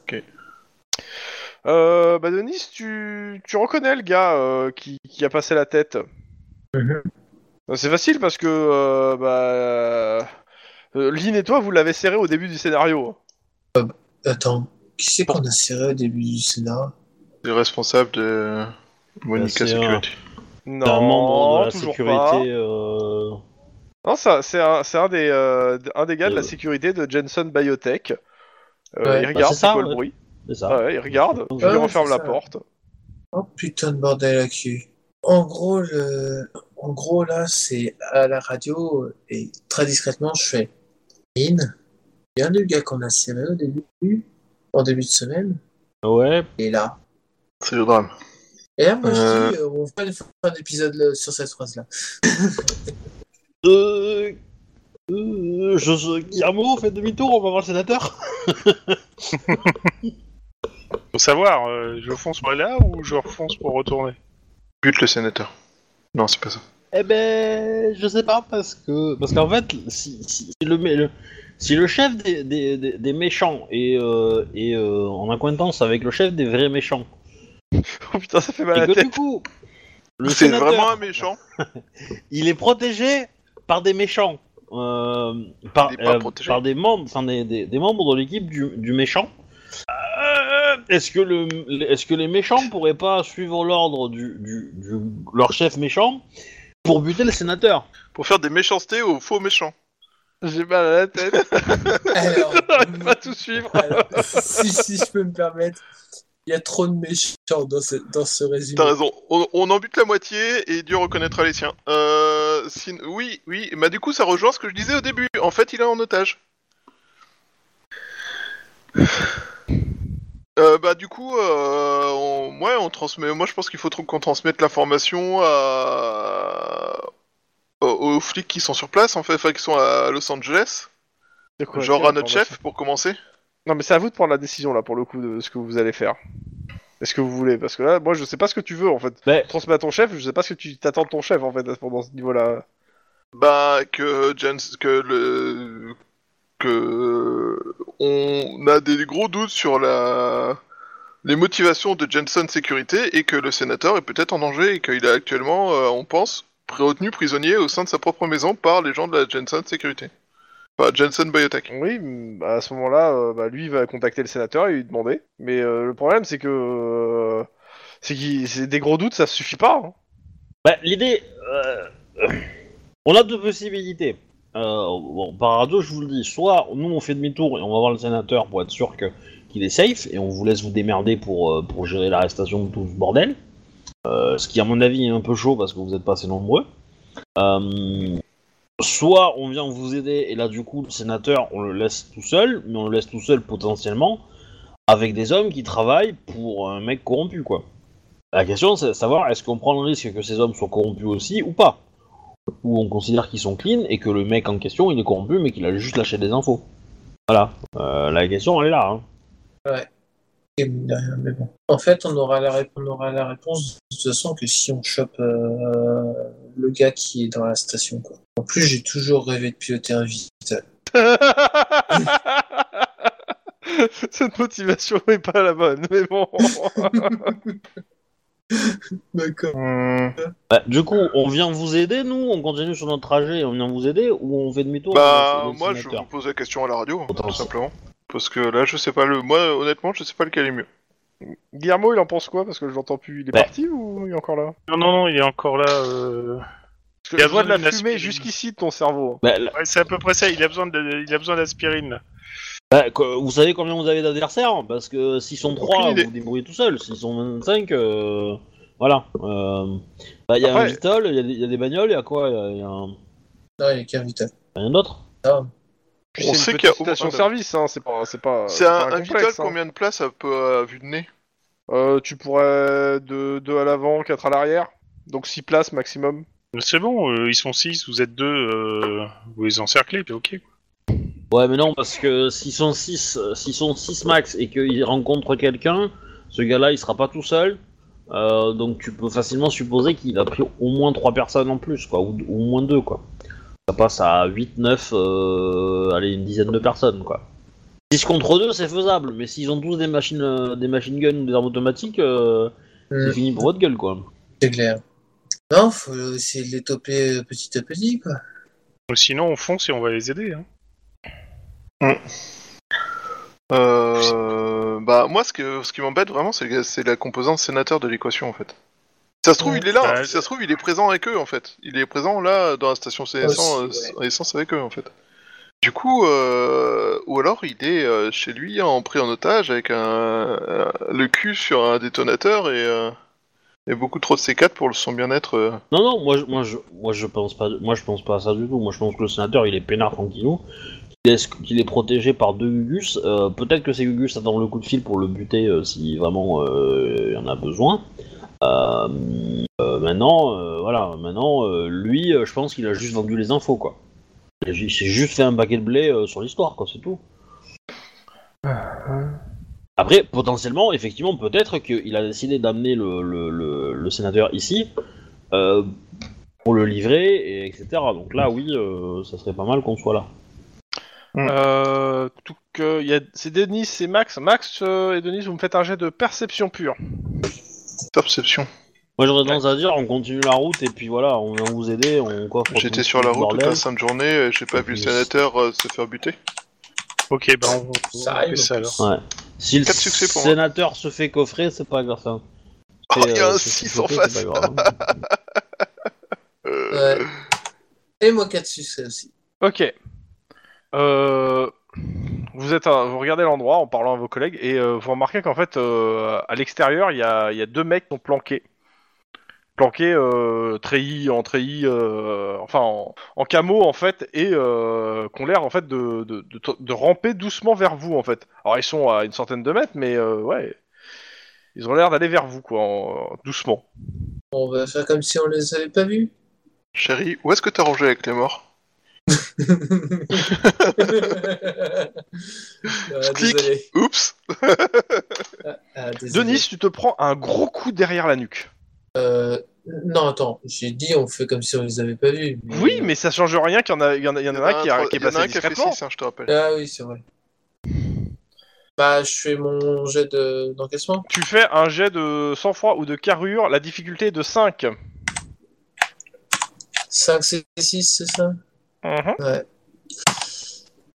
Euh, bah Denis, tu, tu reconnais le gars euh, qui, qui a passé la tête.
Mhm.
Euh, C'est facile parce que euh, bah, euh, Lynn et toi, vous l'avez serré au début du scénario.
Attends, qui c'est qu'on a serré au début du scénario
Le responsable de Monica
c'est
Security.
Non,
T'es un membre de la
toujours
sécurité. euh,
pas. Non, ça, c'est un, c'est un des, euh, un des gars de la
Euh.
sécurité de Jensen Biotech. Euh,
Ouais.
il
Bah,
regarde,
c'est
c'est
ça,
quoi le
ouais.
bruit
C'est ça.
Ouais, Il regarde,
Ouais,
puis il
ouais,
referme
c'est
la
ça.
porte. (laughs)
Oh putain de bordel à cul. En gros, le... en gros là, c'est à la radio et très discrètement, je fais In. Il y a un des gars qu'on a serré au début, en début de semaine,
Ouais.
et là.
C'est le drame.
Et là, moi,
Euh.
je dis, euh, on fait une fin d'épisode là, sur cette phrase-là.
Euh, euh, je, je, Guillermo, fait demi-tour, on va voir le sénateur.
Faut savoir, euh, je fonce moi là ou je refonce pour retourner
Bute le sénateur. Non, c'est pas ça.
Eh ben, je sais pas parce que parce qu'en fait, si, si, si le, mé- le- si le chef des, des, des- des méchants est, euh, est, euh, en acquaintance avec le chef des vrais méchants,
Oh putain, ça fait mal à
et
la
que
tête.
du coup, Le
C'est
sénateur,
vraiment un méchant.
il est protégé par des méchants. Euh, par,
Il est pas
euh,
protégé.
par des membres, enfin des, des- des membres de l'équipe du, du méchant. Euh, est-ce que le, est-ce que les méchants pourraient pas suivre l'ordre du, du- du- leur chef méchant pour buter le sénateur
Pour faire des méchancetés aux faux méchants.
J'ai mal à la tête,
Alors,
j'arrive pas à tout suivre.
alors, (laughs) si, si je peux me permettre, il y a trop de méchants dans ce, dans ce résumé.
T'as raison. On, on en bute la moitié et Dieu reconnaîtra les siens. Euh, sin- Oui, oui. Bah du coup, ça rejoint ce que je disais au début. En fait, il est en (sighs) otage. Euh, bah du coup, euh, on- ouais, on transmet. Moi, je pense qu'il faut trop qu'on transmette l'information à... aux- aux flics qui sont sur place, en fait, enfin, qui sont à Los Angeles,
De quoi,
genre
quelle
à notre chef pour commencer.
Non, mais c'est à vous de prendre la décision là pour le coup de ce que vous allez faire. Est-ce que vous voulez Parce que là, moi, je sais pas ce que tu veux en fait.
Ben,
Transmets à ton chef, je sais pas ce que tu t'attends de ton chef en fait à ce moment- dans ce niveau-là.
Bah que Jens, que le que on a des gros doutes sur la les motivations de Jensen Sécurité et que le sénateur est peut-être en danger et qu'il est actuellement, euh, on pense, pr- retenu prisonnier au sein de sa propre maison par les gens de la Jensen Sécurité. Enfin, Jensen Biotech.
Oui, mm, bah, à ce moment-là, euh, bah, lui il va contacter le sénateur et lui demander. Mais euh, le problème, c'est que euh, c'est qu'il- c'est des gros doutes, ça suffit pas. hein. (laughs)
Bah, l'idée. euh, on a deux possibilités. Euh, bon, par radio, je vous le dis. Soit nous, on fait demi-tour et on va voir le sénateur pour être sûr que, qu'il est safe et on vous laisse vous démerder pour, euh, pour gérer l'arrestation de tout ce bordel. Euh, ce qui, à mon avis, est un peu chaud parce que vous êtes pas assez nombreux. Euh, soit on vient vous aider et là, du coup, le sénateur, on le laisse tout seul, mais on le laisse tout seul potentiellement avec des hommes qui travaillent pour un mec corrompu, quoi. La question, c'est de savoir est-ce qu'on prend le risque que ces hommes soient corrompus aussi ou pas Ou on considère qu'ils sont clean et que le mec en question, il est corrompu mais qu'il a juste lâché des infos. Voilà. Euh, la question, elle est là. hein.
Et mine de rien, mais bon. En fait, on aura, la ré- on aura la réponse de toute façon que si on chope euh, le gars qui est dans la station. Quoi. En plus, j'ai toujours rêvé de piloter un Vital.
Cette motivation est pas la bonne, mais bon.
D'accord.
Bah, du coup, on vient vous aider, nous On continue sur notre trajet et on vient vous aider Ou on fait demi-tour
Bah,
on laisse le
moi, je
sénateur
vous pose la question à la radio,
Autant
tout
ça.
simplement. Parce que là, je sais pas le. Moi, honnêtement, je sais pas lequel est mieux.
Guillermo, il en pense quoi Parce que je l'entends plus. Il est
Bah.
parti ou il est encore là
Non, non, non, il est encore là. euh,
Parce que
Il a
je
besoin de
vois
la
fumée
aspirine.
jusqu'ici de ton cerveau. hein.
Bah, la-
Ouais, c'est à peu près ça, il a besoin de- il a besoin d'aspirine. là.
bah, que- vous savez combien vous avez d'adversaires Parce que s'ils sont 3, vous
idée.
vous débrouillez tout seul. S'ils sont 25, euh, voilà. Euh, bah, il y a un
Après-
Vitol, il y a des- il y, a des bagnoles, il y a quoi Il y a- il y a un-
Non, Ah, il n'y a qu'un Vital. Ah,
rien d'autre
Non.
Puis
On
c'est
sait
une
qu'il y a
petite station
au-
service, hein, c'est pas, c'est pas.
C'est un,
pas
un vital,
complexe, hein.
combien de places ça peut euh, vue de nez
Euh, Tu pourrais de deux à l'avant, quatre à l'arrière, donc six places maximum.
Mais C'est bon, euh, ils sont 6, vous êtes deux, euh, vous les encerclez, puis ok.
Ouais, mais non, parce que s'ils sont 6 s'ils sont six max et qu'ils rencontrent quelqu'un, ce gars-là, il sera pas tout seul. Euh, donc tu peux facilement supposer qu'il a pris au moins 3 personnes en plus, quoi, ou, ou au moins 2, quoi. Ça passe à 8, 9, euh, allez, une dizaine de personnes, quoi. 6 contre 2, c'est faisable, mais s'ils ont tous des machines, euh, des machine guns ou des armes automatiques, euh, c'est
Hmm,
fini pour votre gueule, quoi.
c'est clair. Non, faut essayer de les toper euh, petit à petit, quoi.
Ou Sinon, on fonce et on va les aider. Hein.
Euh, bah moi ce que ce qui m'embête vraiment c'est c'est la composante sénateur de l'équation en fait. Ça se trouve
Ouais.
il est là,
Bah,
hein. Si ça se trouve il est présent avec eux en fait. Il est présent là dans la station CS-
Aussi,
euh, essence avec eux en fait. Du coup euh, ou alors il est euh, chez lui en pris en otage avec un euh, le cul sur un détonateur et euh, et beaucoup trop de C4 pour le- son bien-être. euh.
Non, non, moi, je- moi, je, moi, je pense pas, moi je pense pas à ça du tout. Moi je pense que le sénateur il est peinard tranquillou, qu'il est, qu'il est protégé par deux Gugus. Euh, Peut-être que ces Gugus attendent le coup de fil pour le buter euh, si vraiment euh, il y en a besoin. Euh, euh, maintenant, euh, voilà, maintenant euh, lui, euh, je pense qu'il a juste vendu les infos quoi. Il a ju- il s'est juste fait un paquet de blé euh, sur l'histoire quoi, c'est tout. Après, potentiellement, effectivement, peut-être qu'il a décidé d'amener le, le- le- le sénateur ici euh, pour le livrer, et etc. Donc là, oui, euh, ça serait pas mal qu'on soit là.
Hmm.
Euh, tout que il y a, c'est Denis, c'est Max. Max euh, et Denis, vous me faites un jet de perception pure.
Perception.
Moi j'aurais tendance à dire on continue la route et puis voilà, on vient vous aider, on coffre.
J'étais
tout-
sur
tout
la
le
route toute
bordel.
la sainte journée et j'ai pas vu le
Yes.
sénateur euh, se faire buter.
Ok, ben on, on
Ça
fait
arrive,
ça
en
alors.
Ouais. Si le
Quatre succès pour moi.
sénateur se fait coffrer, c'est pas grave. hein.
Oh,
Et,
il y a
euh,
un
se fait
6 en
choper,
face.
c'est pas grave. hein.
Euh,
Ouais. Et moi, 4 succès aussi.
Ok. Euh, vous, êtes un- vous regardez l'endroit en parlant à vos collègues et euh, vous remarquez qu'en fait, euh, à l'extérieur, il y a, il y a deux mecs qui sont planqués. Planqués euh, treillis, en treillis, euh, enfin en, en camo en fait, et euh, qui ont l'air en fait de, de, de, de ramper doucement vers vous en fait. Alors ils sont à une centaine de mètres, mais euh, ouais, ils ont l'air d'aller vers vous quoi, en- doucement.
On va faire comme si on les avait pas vus. (laughs)
Chérie, où est-ce que t'as rangé avec les morts
Ah, désolé.
Oups
Ah, désolé.
Denis, tu te prends un gros coup derrière la nuque.
Euh, non, attends, j'ai dit on fait comme si on les avait pas vus. mais- euh,
Oui, mais ça change rien qu'il y en a, il y en a, il y en a un qui, a- qui est
Ah, il y en a
passé
un qui a fait
discrètement.
6, je te rappelle.
Ah oui, c'est vrai. Bah, je fais mon jet de- d'encaissement.
Tu fais un jet de sang-froid ou de carrure, la difficulté est de 5.
5, 6, 6, c'est ça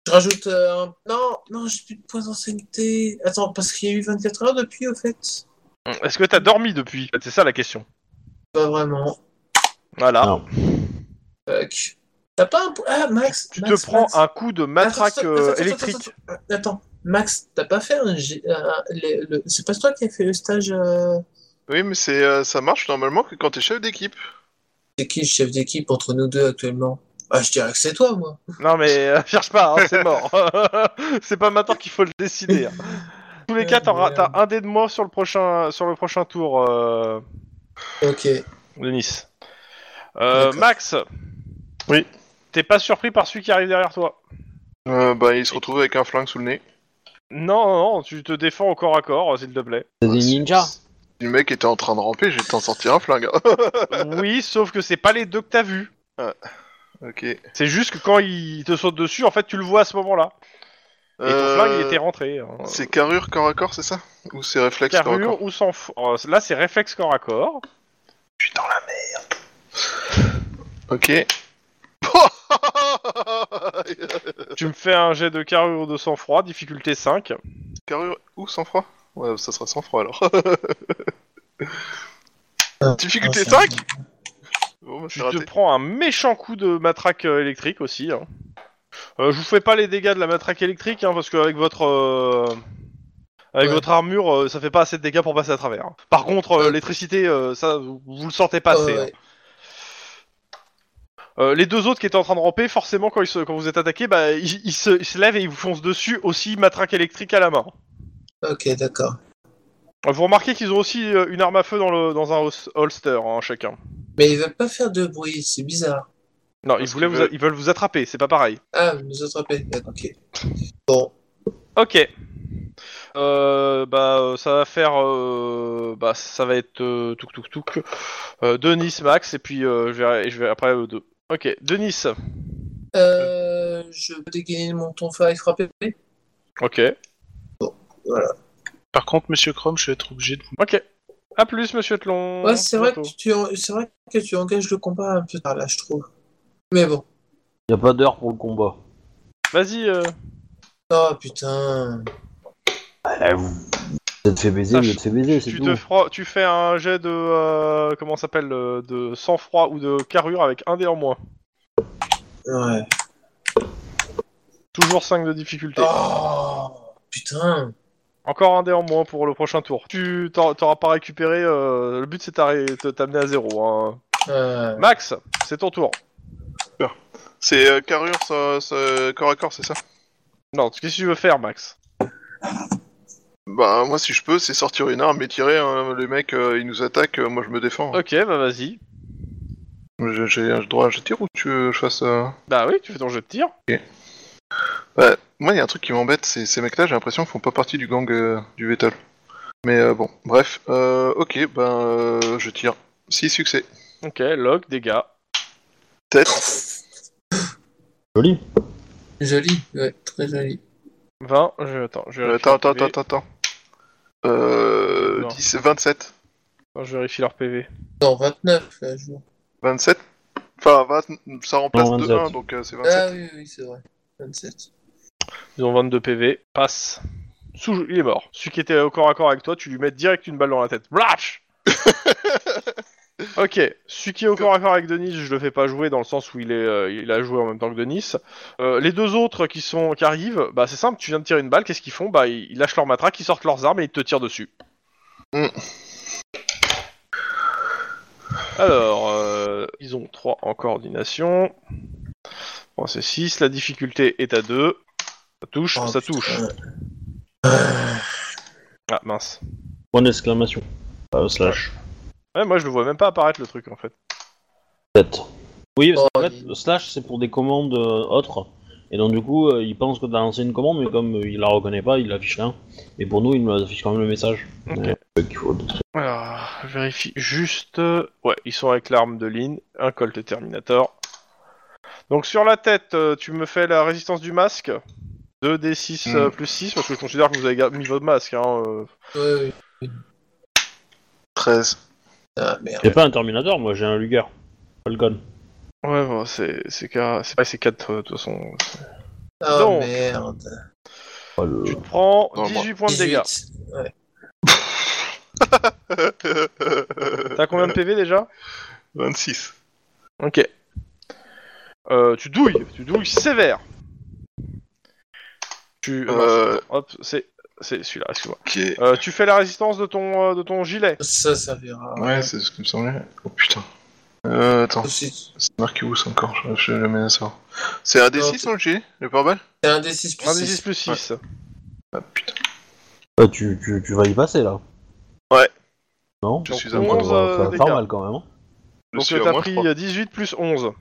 Je rajoute euh, un... Non, non, j'ai plus de points d'ancienneté. Attends, parce qu'il y a eu 24 heures depuis, au fait
Mm, Est-ce que t'as dormi depuis Bah, C'est ça la question.
Pas vraiment.
Voilà.
Non.
Fuck. T'as pas un... po- Ah, Max
Tu
Max,
te prends
Max.
un coup de matraque
Attends, attends,
euh,
attends,
électrique.
Attends, attends, attends. Max, t'as pas fait un... jet- un- les- le- C'est pas toi qui as fait le stage... euh,
Oui, mais c'est, euh, ça marche normalement que quand t'es chef d'équipe.
C'est qui le chef d'équipe entre nous deux actuellement Ah, je dirais que c'est toi, moi.
Non mais euh, (laughs) cherche pas, hein, c'est mort. (laughs) c'est pas maintenant qu'il faut le décider. hein. Tous
(laughs)
les
Ah,
cas, t'auras- t'as un dé de moi sur le prochain, sur le prochain tour, euh,
Ok.
Denis. Euh,
D'accord.
Max.
Oui.
T'es pas surpris par celui qui arrive derrière toi
Euh, bah, il se retrouve avec un flingue sous le nez.
Non, non, non, tu te défends au corps à corps, euh, s'il te
(laughs)
plaît.
C'est des ninjas
Le mec était en train de ramper, j'ai t'en sorti un flingue. hein.
oui, sauf que c'est pas les deux que t'as vus.
(laughs) ok.
C'est juste que quand il te saute dessus, en fait, tu le vois à ce moment-là. Et ton
Euh,
flingue, il était rentré. hein.
C'est carrure corps à corps, c'est ça Ou c'est réflexe corps à corps
Carrure ou sans... f- euh, Là, c'est réflexe corps à
(laughs)
corps.
Je suis dans la merde. Ok.
tu me fais un jet de carrure de sang-froid, difficulté 5.
(laughs) carrure ou sans froid Ouais, ça sera sans froid alors. (laughs) Difficulté
Ah, c'est
5 Bon, bah,
Tu
c'est
te
raté.
prends un méchant coup de matraque euh, électrique aussi. hein. Euh, je vous fais pas les dégâts de la matraque électrique, hein, parce qu'avec votre... euh, Avec
Ouais.
votre armure, euh, ça fait pas assez de dégâts pour passer à travers. Par contre, euh,
Euh.
l'électricité, euh, ça, vous, vous le sentez passer.
Ouais,
hein.
ouais.
Euh, les deux autres qui étaient en train de ramper, forcément, quand, ils se- quand vous êtes attaqué, bah, ils, ils se, ils se lèvent et ils vous foncent dessus, aussi matraque électrique à la main.
Ok, d'accord.
Euh, Vous remarquez qu'ils ont aussi euh, une arme à feu dans, le, dans un hol- holster, hein, chacun.
Mais ils veulent pas faire de bruit, c'est bizarre.
Non, ils,
Parce
voulaient
qu'ils
vous a- ils veulent vous attraper, c'est pas pareil.
Ah, nous attraper. D'accord, ok. Bon,
Ok. Euh, bah, euh, ça va faire. euh, bah, ça va être. Euh, touk touk touk. Euh, Denis, Max, et puis euh, je, vais, je vais après eux deux. Ok, Denis.
euh, je peux dégainer mon tonfa et frapper
Ok.
Par contre, monsieur Chrome, je vais être obligé de vous.
Ok. A plus, monsieur Tlon.
Ouais, c'est vrai, que
Bientôt.
tu, en- c'est vrai que tu engages le combat un peu tard, là, je trouve. Mais bon.
Y a pas d'heure pour le combat.
Vas-y, euh,
Oh, putain.
Bah, vous vous êtes fait baiser,
Ça,
vous
je-
êtes fait baiser, c'est
tu,
tout.
te fera- tu fais un jet de. euh, comment ça s'appelle euh, De sang-froid ou de carrure avec un dé en moins.
Ouais.
Toujours 5 de difficulté.
Oh, putain.
Encore un dé en moins pour le prochain tour. Tu t'en- t'auras pas récupéré. euh, le but c'est t'arrê- de t'amener à zéro. hein.
Euh,
Max, c'est ton tour.
C'est euh, carrure ça- ça- corps à corps, c'est ça
Non, qu'est-ce que tu veux faire, Max
Bah, moi, si je peux, c'est sortir une arme et tirer. hein. Le mec, euh, il nous attaque, euh, moi, je me défends.
Ok, bah vas-y.
J'ai- J'ai un droit à je tire ou tu veux que je fasse. euh
Bah oui, tu fais ton jeu de tir.
Moi, il y a un truc qui m'embête, c'est ces mecs-là, j'ai l'impression qu'ils font pas partie du gang euh, du Vettel. Mais euh, bon, bref. Euh, ok, ben, euh, je tire. 6 succès.
Ok, log, dégâts.
Tête.
Joli.
joli, ouais, très joli.
20, Euh, je... attends, je vais
Euh, attends, attends,
activer.
attends, attends, attends. Euh,
Non.
10, 27.
Quand je vérifie leur PV.
Non, 29, là, je vois.
27 Enfin, 20 ça remplace
Non,
2
27.
1, donc euh, c'est 27.
Ah oui, oui, c'est vrai. 27.
Ils ont 22 PV. Passe. Sous- il est mort. Celui qui était au corps à corps avec toi, tu lui mets direct une balle dans la tête. Blach Ok, celui qui est au corps à corps avec Denis, je le fais pas jouer dans le sens où il, est, euh, il a joué en même temps que Denis. Euh, les deux autres qui sont qui arrivent, bah c'est simple, tu viens de tirer une balle, qu'est-ce qu'ils font Bah ils, ils lâchent leur matraque, ils sortent leurs armes et ils te tirent dessus.
Mm.
Alors, euh, ils ont 3 en coordination. Bon, c'est 6, la difficulté est à 2. Ça touche,
Oh,
ça
putain.
touche. Ah mince.
Point d'exclamation. Euh, slash.
Ouais, moi je le vois même pas apparaître le truc en fait.
Peut-être. Oui, parce qu'en
Oh,
fait,
il-
le slash, c'est pour des commandes euh, autres. Et donc, du coup, euh, il pense que t'as lancé une commande, mais comme euh, il la reconnaît pas, il affiche rien. Et pour nous, il nous affiche quand même le message.
Ok.
Euh, qu'il faut-
Alors, je Ah, vérifie juste. euh, Ouais, ils sont avec l'arme de Lynn, un Colt Terminator. Donc sur la tête, euh, tu me fais la résistance du masque. 2d6
Mm.
euh, plus 6, parce que je considère que vous avez gar- mis votre masque. Hein, euh.
Ouais, oui.
13.
Ah merde.
J'ai pas un Terminator, moi, j'ai un Luger. Falcon.
Ouais, bon, c'est 4. C'est pas c'est 4 de toute façon.
Oh
Donc.
merde.
Oh, le-
Tu te prends
Non, moi.
18 points de dégâts.
18.
T'as combien de PV déjà
26.
Ok. Euh, tu douilles, tu douilles sévère. Tu.
Euh,
Hop, c'est c'est celui-là, excuse-moi.
ok.
Euh, tu fais la résistance de ton, euh, de ton gilet.
Ça servira.
Ouais, c'est ce qui me semblait. Oh putain. Euh, attends,
Aussi.
c'est marqué où ça encore Je- Je le mets à ça. C'est un
Non,
D6
c'est-
non, le gilet Le pare-balles
C'est un D6 plus
1 d 6
6.
plus 6.
Ah putain.
Euh, tu, tu, tu vas y passer, là.
Ouais.
Non
Je
Donc
suis à
Donc,
moins.
11
11,
euh, ça va
dégâts.
faire mal, quand même. hein.
Je
Donc
suis
euh,
à
t'as
moins
pris
3.
euh, 18 plus 11.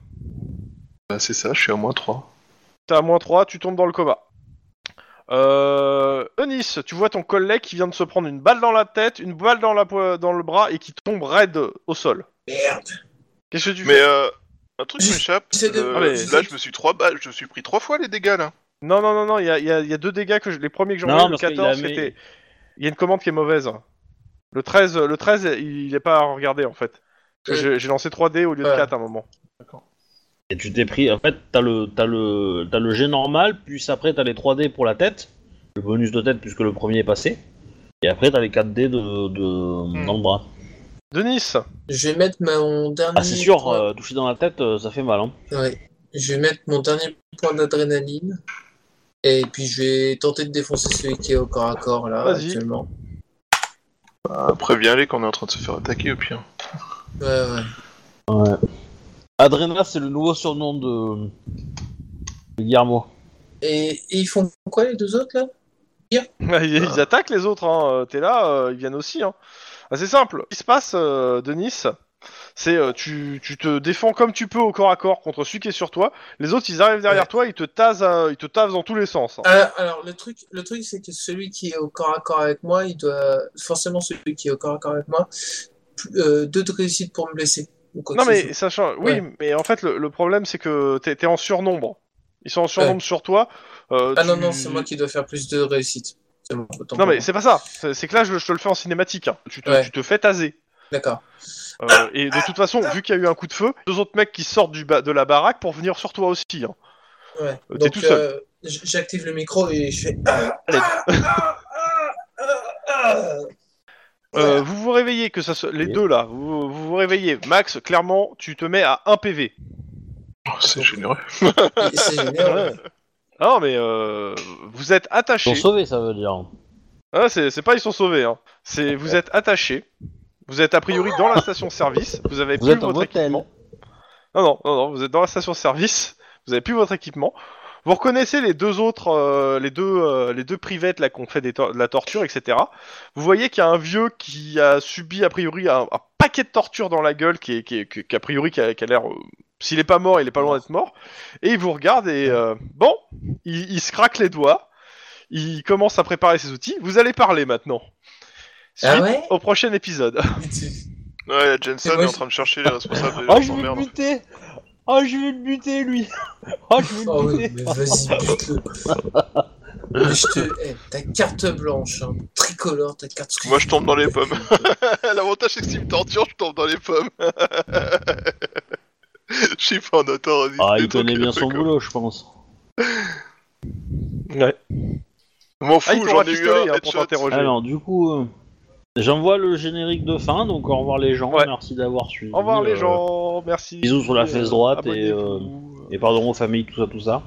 Bah, c'est ça, je suis à moins 3.
T'as moins 3, tu tombes dans le coma. Euh... Eunice, tu vois ton collègue qui vient de se prendre une balle dans la tête, une balle dans, la po- dans le bras et qui tombe raide au sol.
Merde.
Qu'est-ce que tu
Mais
fais
euh, un truc
J'ai-
m'échappe.
j'essaie de-
euh,
Ah, mais-
Là, je me suis trois balles, je me suis pris trois fois les dégâts là.
Non, non, non, non, il y a, il y a- il y a deux dégâts que je... les premiers que j'ai
Non,
envoyés, le
parce qu'il
14,
a mis-
c'était. Il y a une commande qui est mauvaise. Le 13, le 13 il est pas à regarder en fait. Parce que j'ai- J'ai lancé 3D au lieu de
Ouais.
4 à un moment.
Et tu t'es pris. En fait, t'as le, t'as le, t'as le G normal, puis après t'as les 3D pour la tête, le bonus de tête puisque le premier est passé, et après t'as les 4D de, de-
Hmm.
dans le bras.
Denis,
Je vais mettre ma- mon dernier.
Ah, c'est sûr,
point-
euh, toucher dans la tête, euh, ça fait mal. Hein.
Ouais. Je vais mettre mon dernier point d'adrénaline. Et puis je vais tenter de défoncer celui qui est au corps à corps là
Vas-y.
actuellement.
Bah, préviens-les qu'on est en train de se faire attaquer au pire.
Ouais, ouais.
Ouais. Adrena, c'est le nouveau surnom de. de Guillermo.
Et, et ils font quoi les deux autres là
ils, ils attaquent les autres, hein. euh, t'es là, euh, ils viennent aussi. Hein. Ah, c'est simple, ce qui se passe, euh, Denis, c'est euh, tu, tu te défends comme tu peux au corps à corps contre celui qui est sur toi, les autres ils arrivent derrière
Ouais.
toi, ils te tasent, euh, ils te tasent dans tous les sens. hein.
Ah, Alors le truc, le truc c'est que celui qui est au corps à corps avec moi, il doit forcément celui qui est au corps à corps avec moi, plus- euh, deux de réussite pour me blesser. ou quoi
non
que ce
mais sachant, oui,
Ah, Ouais.
mais en fait le, le problème c'est que t'es t'es en surnombre. Ils sont en surnombre sur toi. euh,
Ah non,
tu-
non, c'est moi qui dois faire plus de réussites. C'est bon, autant
Non
pour
mais
moi.
c'est pas ça, c'est c'est que là je, je te le fais en cinématique, hein. tu, te,
Ouais.
tu te fais taser.
D'accord.
Euh, et de toute façon, vu qu'il y a eu un coup de feu, deux autres mecs qui sortent du ba- de la baraque pour venir sur toi aussi. hein.
Ouais.
Euh, t'es
Donc,
tout seul.
euh, j- j'active le micro et je fais. Ah,
Allez. Euh,
Voilà.
vous vous réveillez, que ça se- les
Oui.
deux là, vous, vous vous réveillez. Max, clairement, tu te mets à 1 PV.
Oh, c'est généreux.
Et C'est génial. ouais.
Non mais euh, vous êtes
Pour
attachés.
sauver, ça veut dire.
Ah, c'est c'est pas ils sont sauvés. Hein. C'est vous êtes attachés. Vous êtes a priori dans la station-service. Vous avez
Vous
plus
êtes en
votre
hôtel.
équipement. Non non non non, vous êtes dans la station-service. Vous avez plus votre équipement. Vous reconnaissez les deux autres, euh, les deux, euh, les deux privettes là qu'on fait des tor- de la torture, etc. Vous voyez qu'il y a un vieux qui a subi a priori un, un paquet de tortures dans la gueule, qui est, qui est- qui- qui a priori qui a, qui a l'air, euh, s'il est pas mort, il est pas loin d'être mort. Et il vous regarde et euh, bon, il, il se craque les doigts, il commence à préparer ses outils. Vous allez parler maintenant. Suite
Ah ouais
au prochain épisode.
Ouais, la Jensen
Et moi,
est en
je-
train de chercher les
(laughs)
responsables.
Ah, Euh,
Oh,
de
je vais
(laughs)
le
merde.
buter Ah, Oh, je vais le buter, lui (laughs) Oh, je vais
Oh
le
oui,
buter
(laughs)
mais vas-y, bute-le. Mais je te... eh, ta carte blanche, hein, tricolore, ta carte.
Moi, je tombe dans les pommes. L'avantage, c'est que s'il me torture, je tombe dans les
(laughs)
pommes. Je suis pas en autorité.
Ah, il connaît
donc,
bien
euh,
son
quoi.
boulot, je pense.
Je m'en
Ah, il
fous,
t'aura
j'en ai eu
pistolet
un
hein, pour
headshot.
t'interroger.
Alors, du coup, euh, j'envoie le générique de fin, donc au revoir les gens,
Ouais.
merci d'avoir suivi.
Au revoir
euh,
les gens, merci.
bisous sur la fesse droite et, euh,
Abonnez-vous.
Et pardon aux familles, tout ça, tout ça.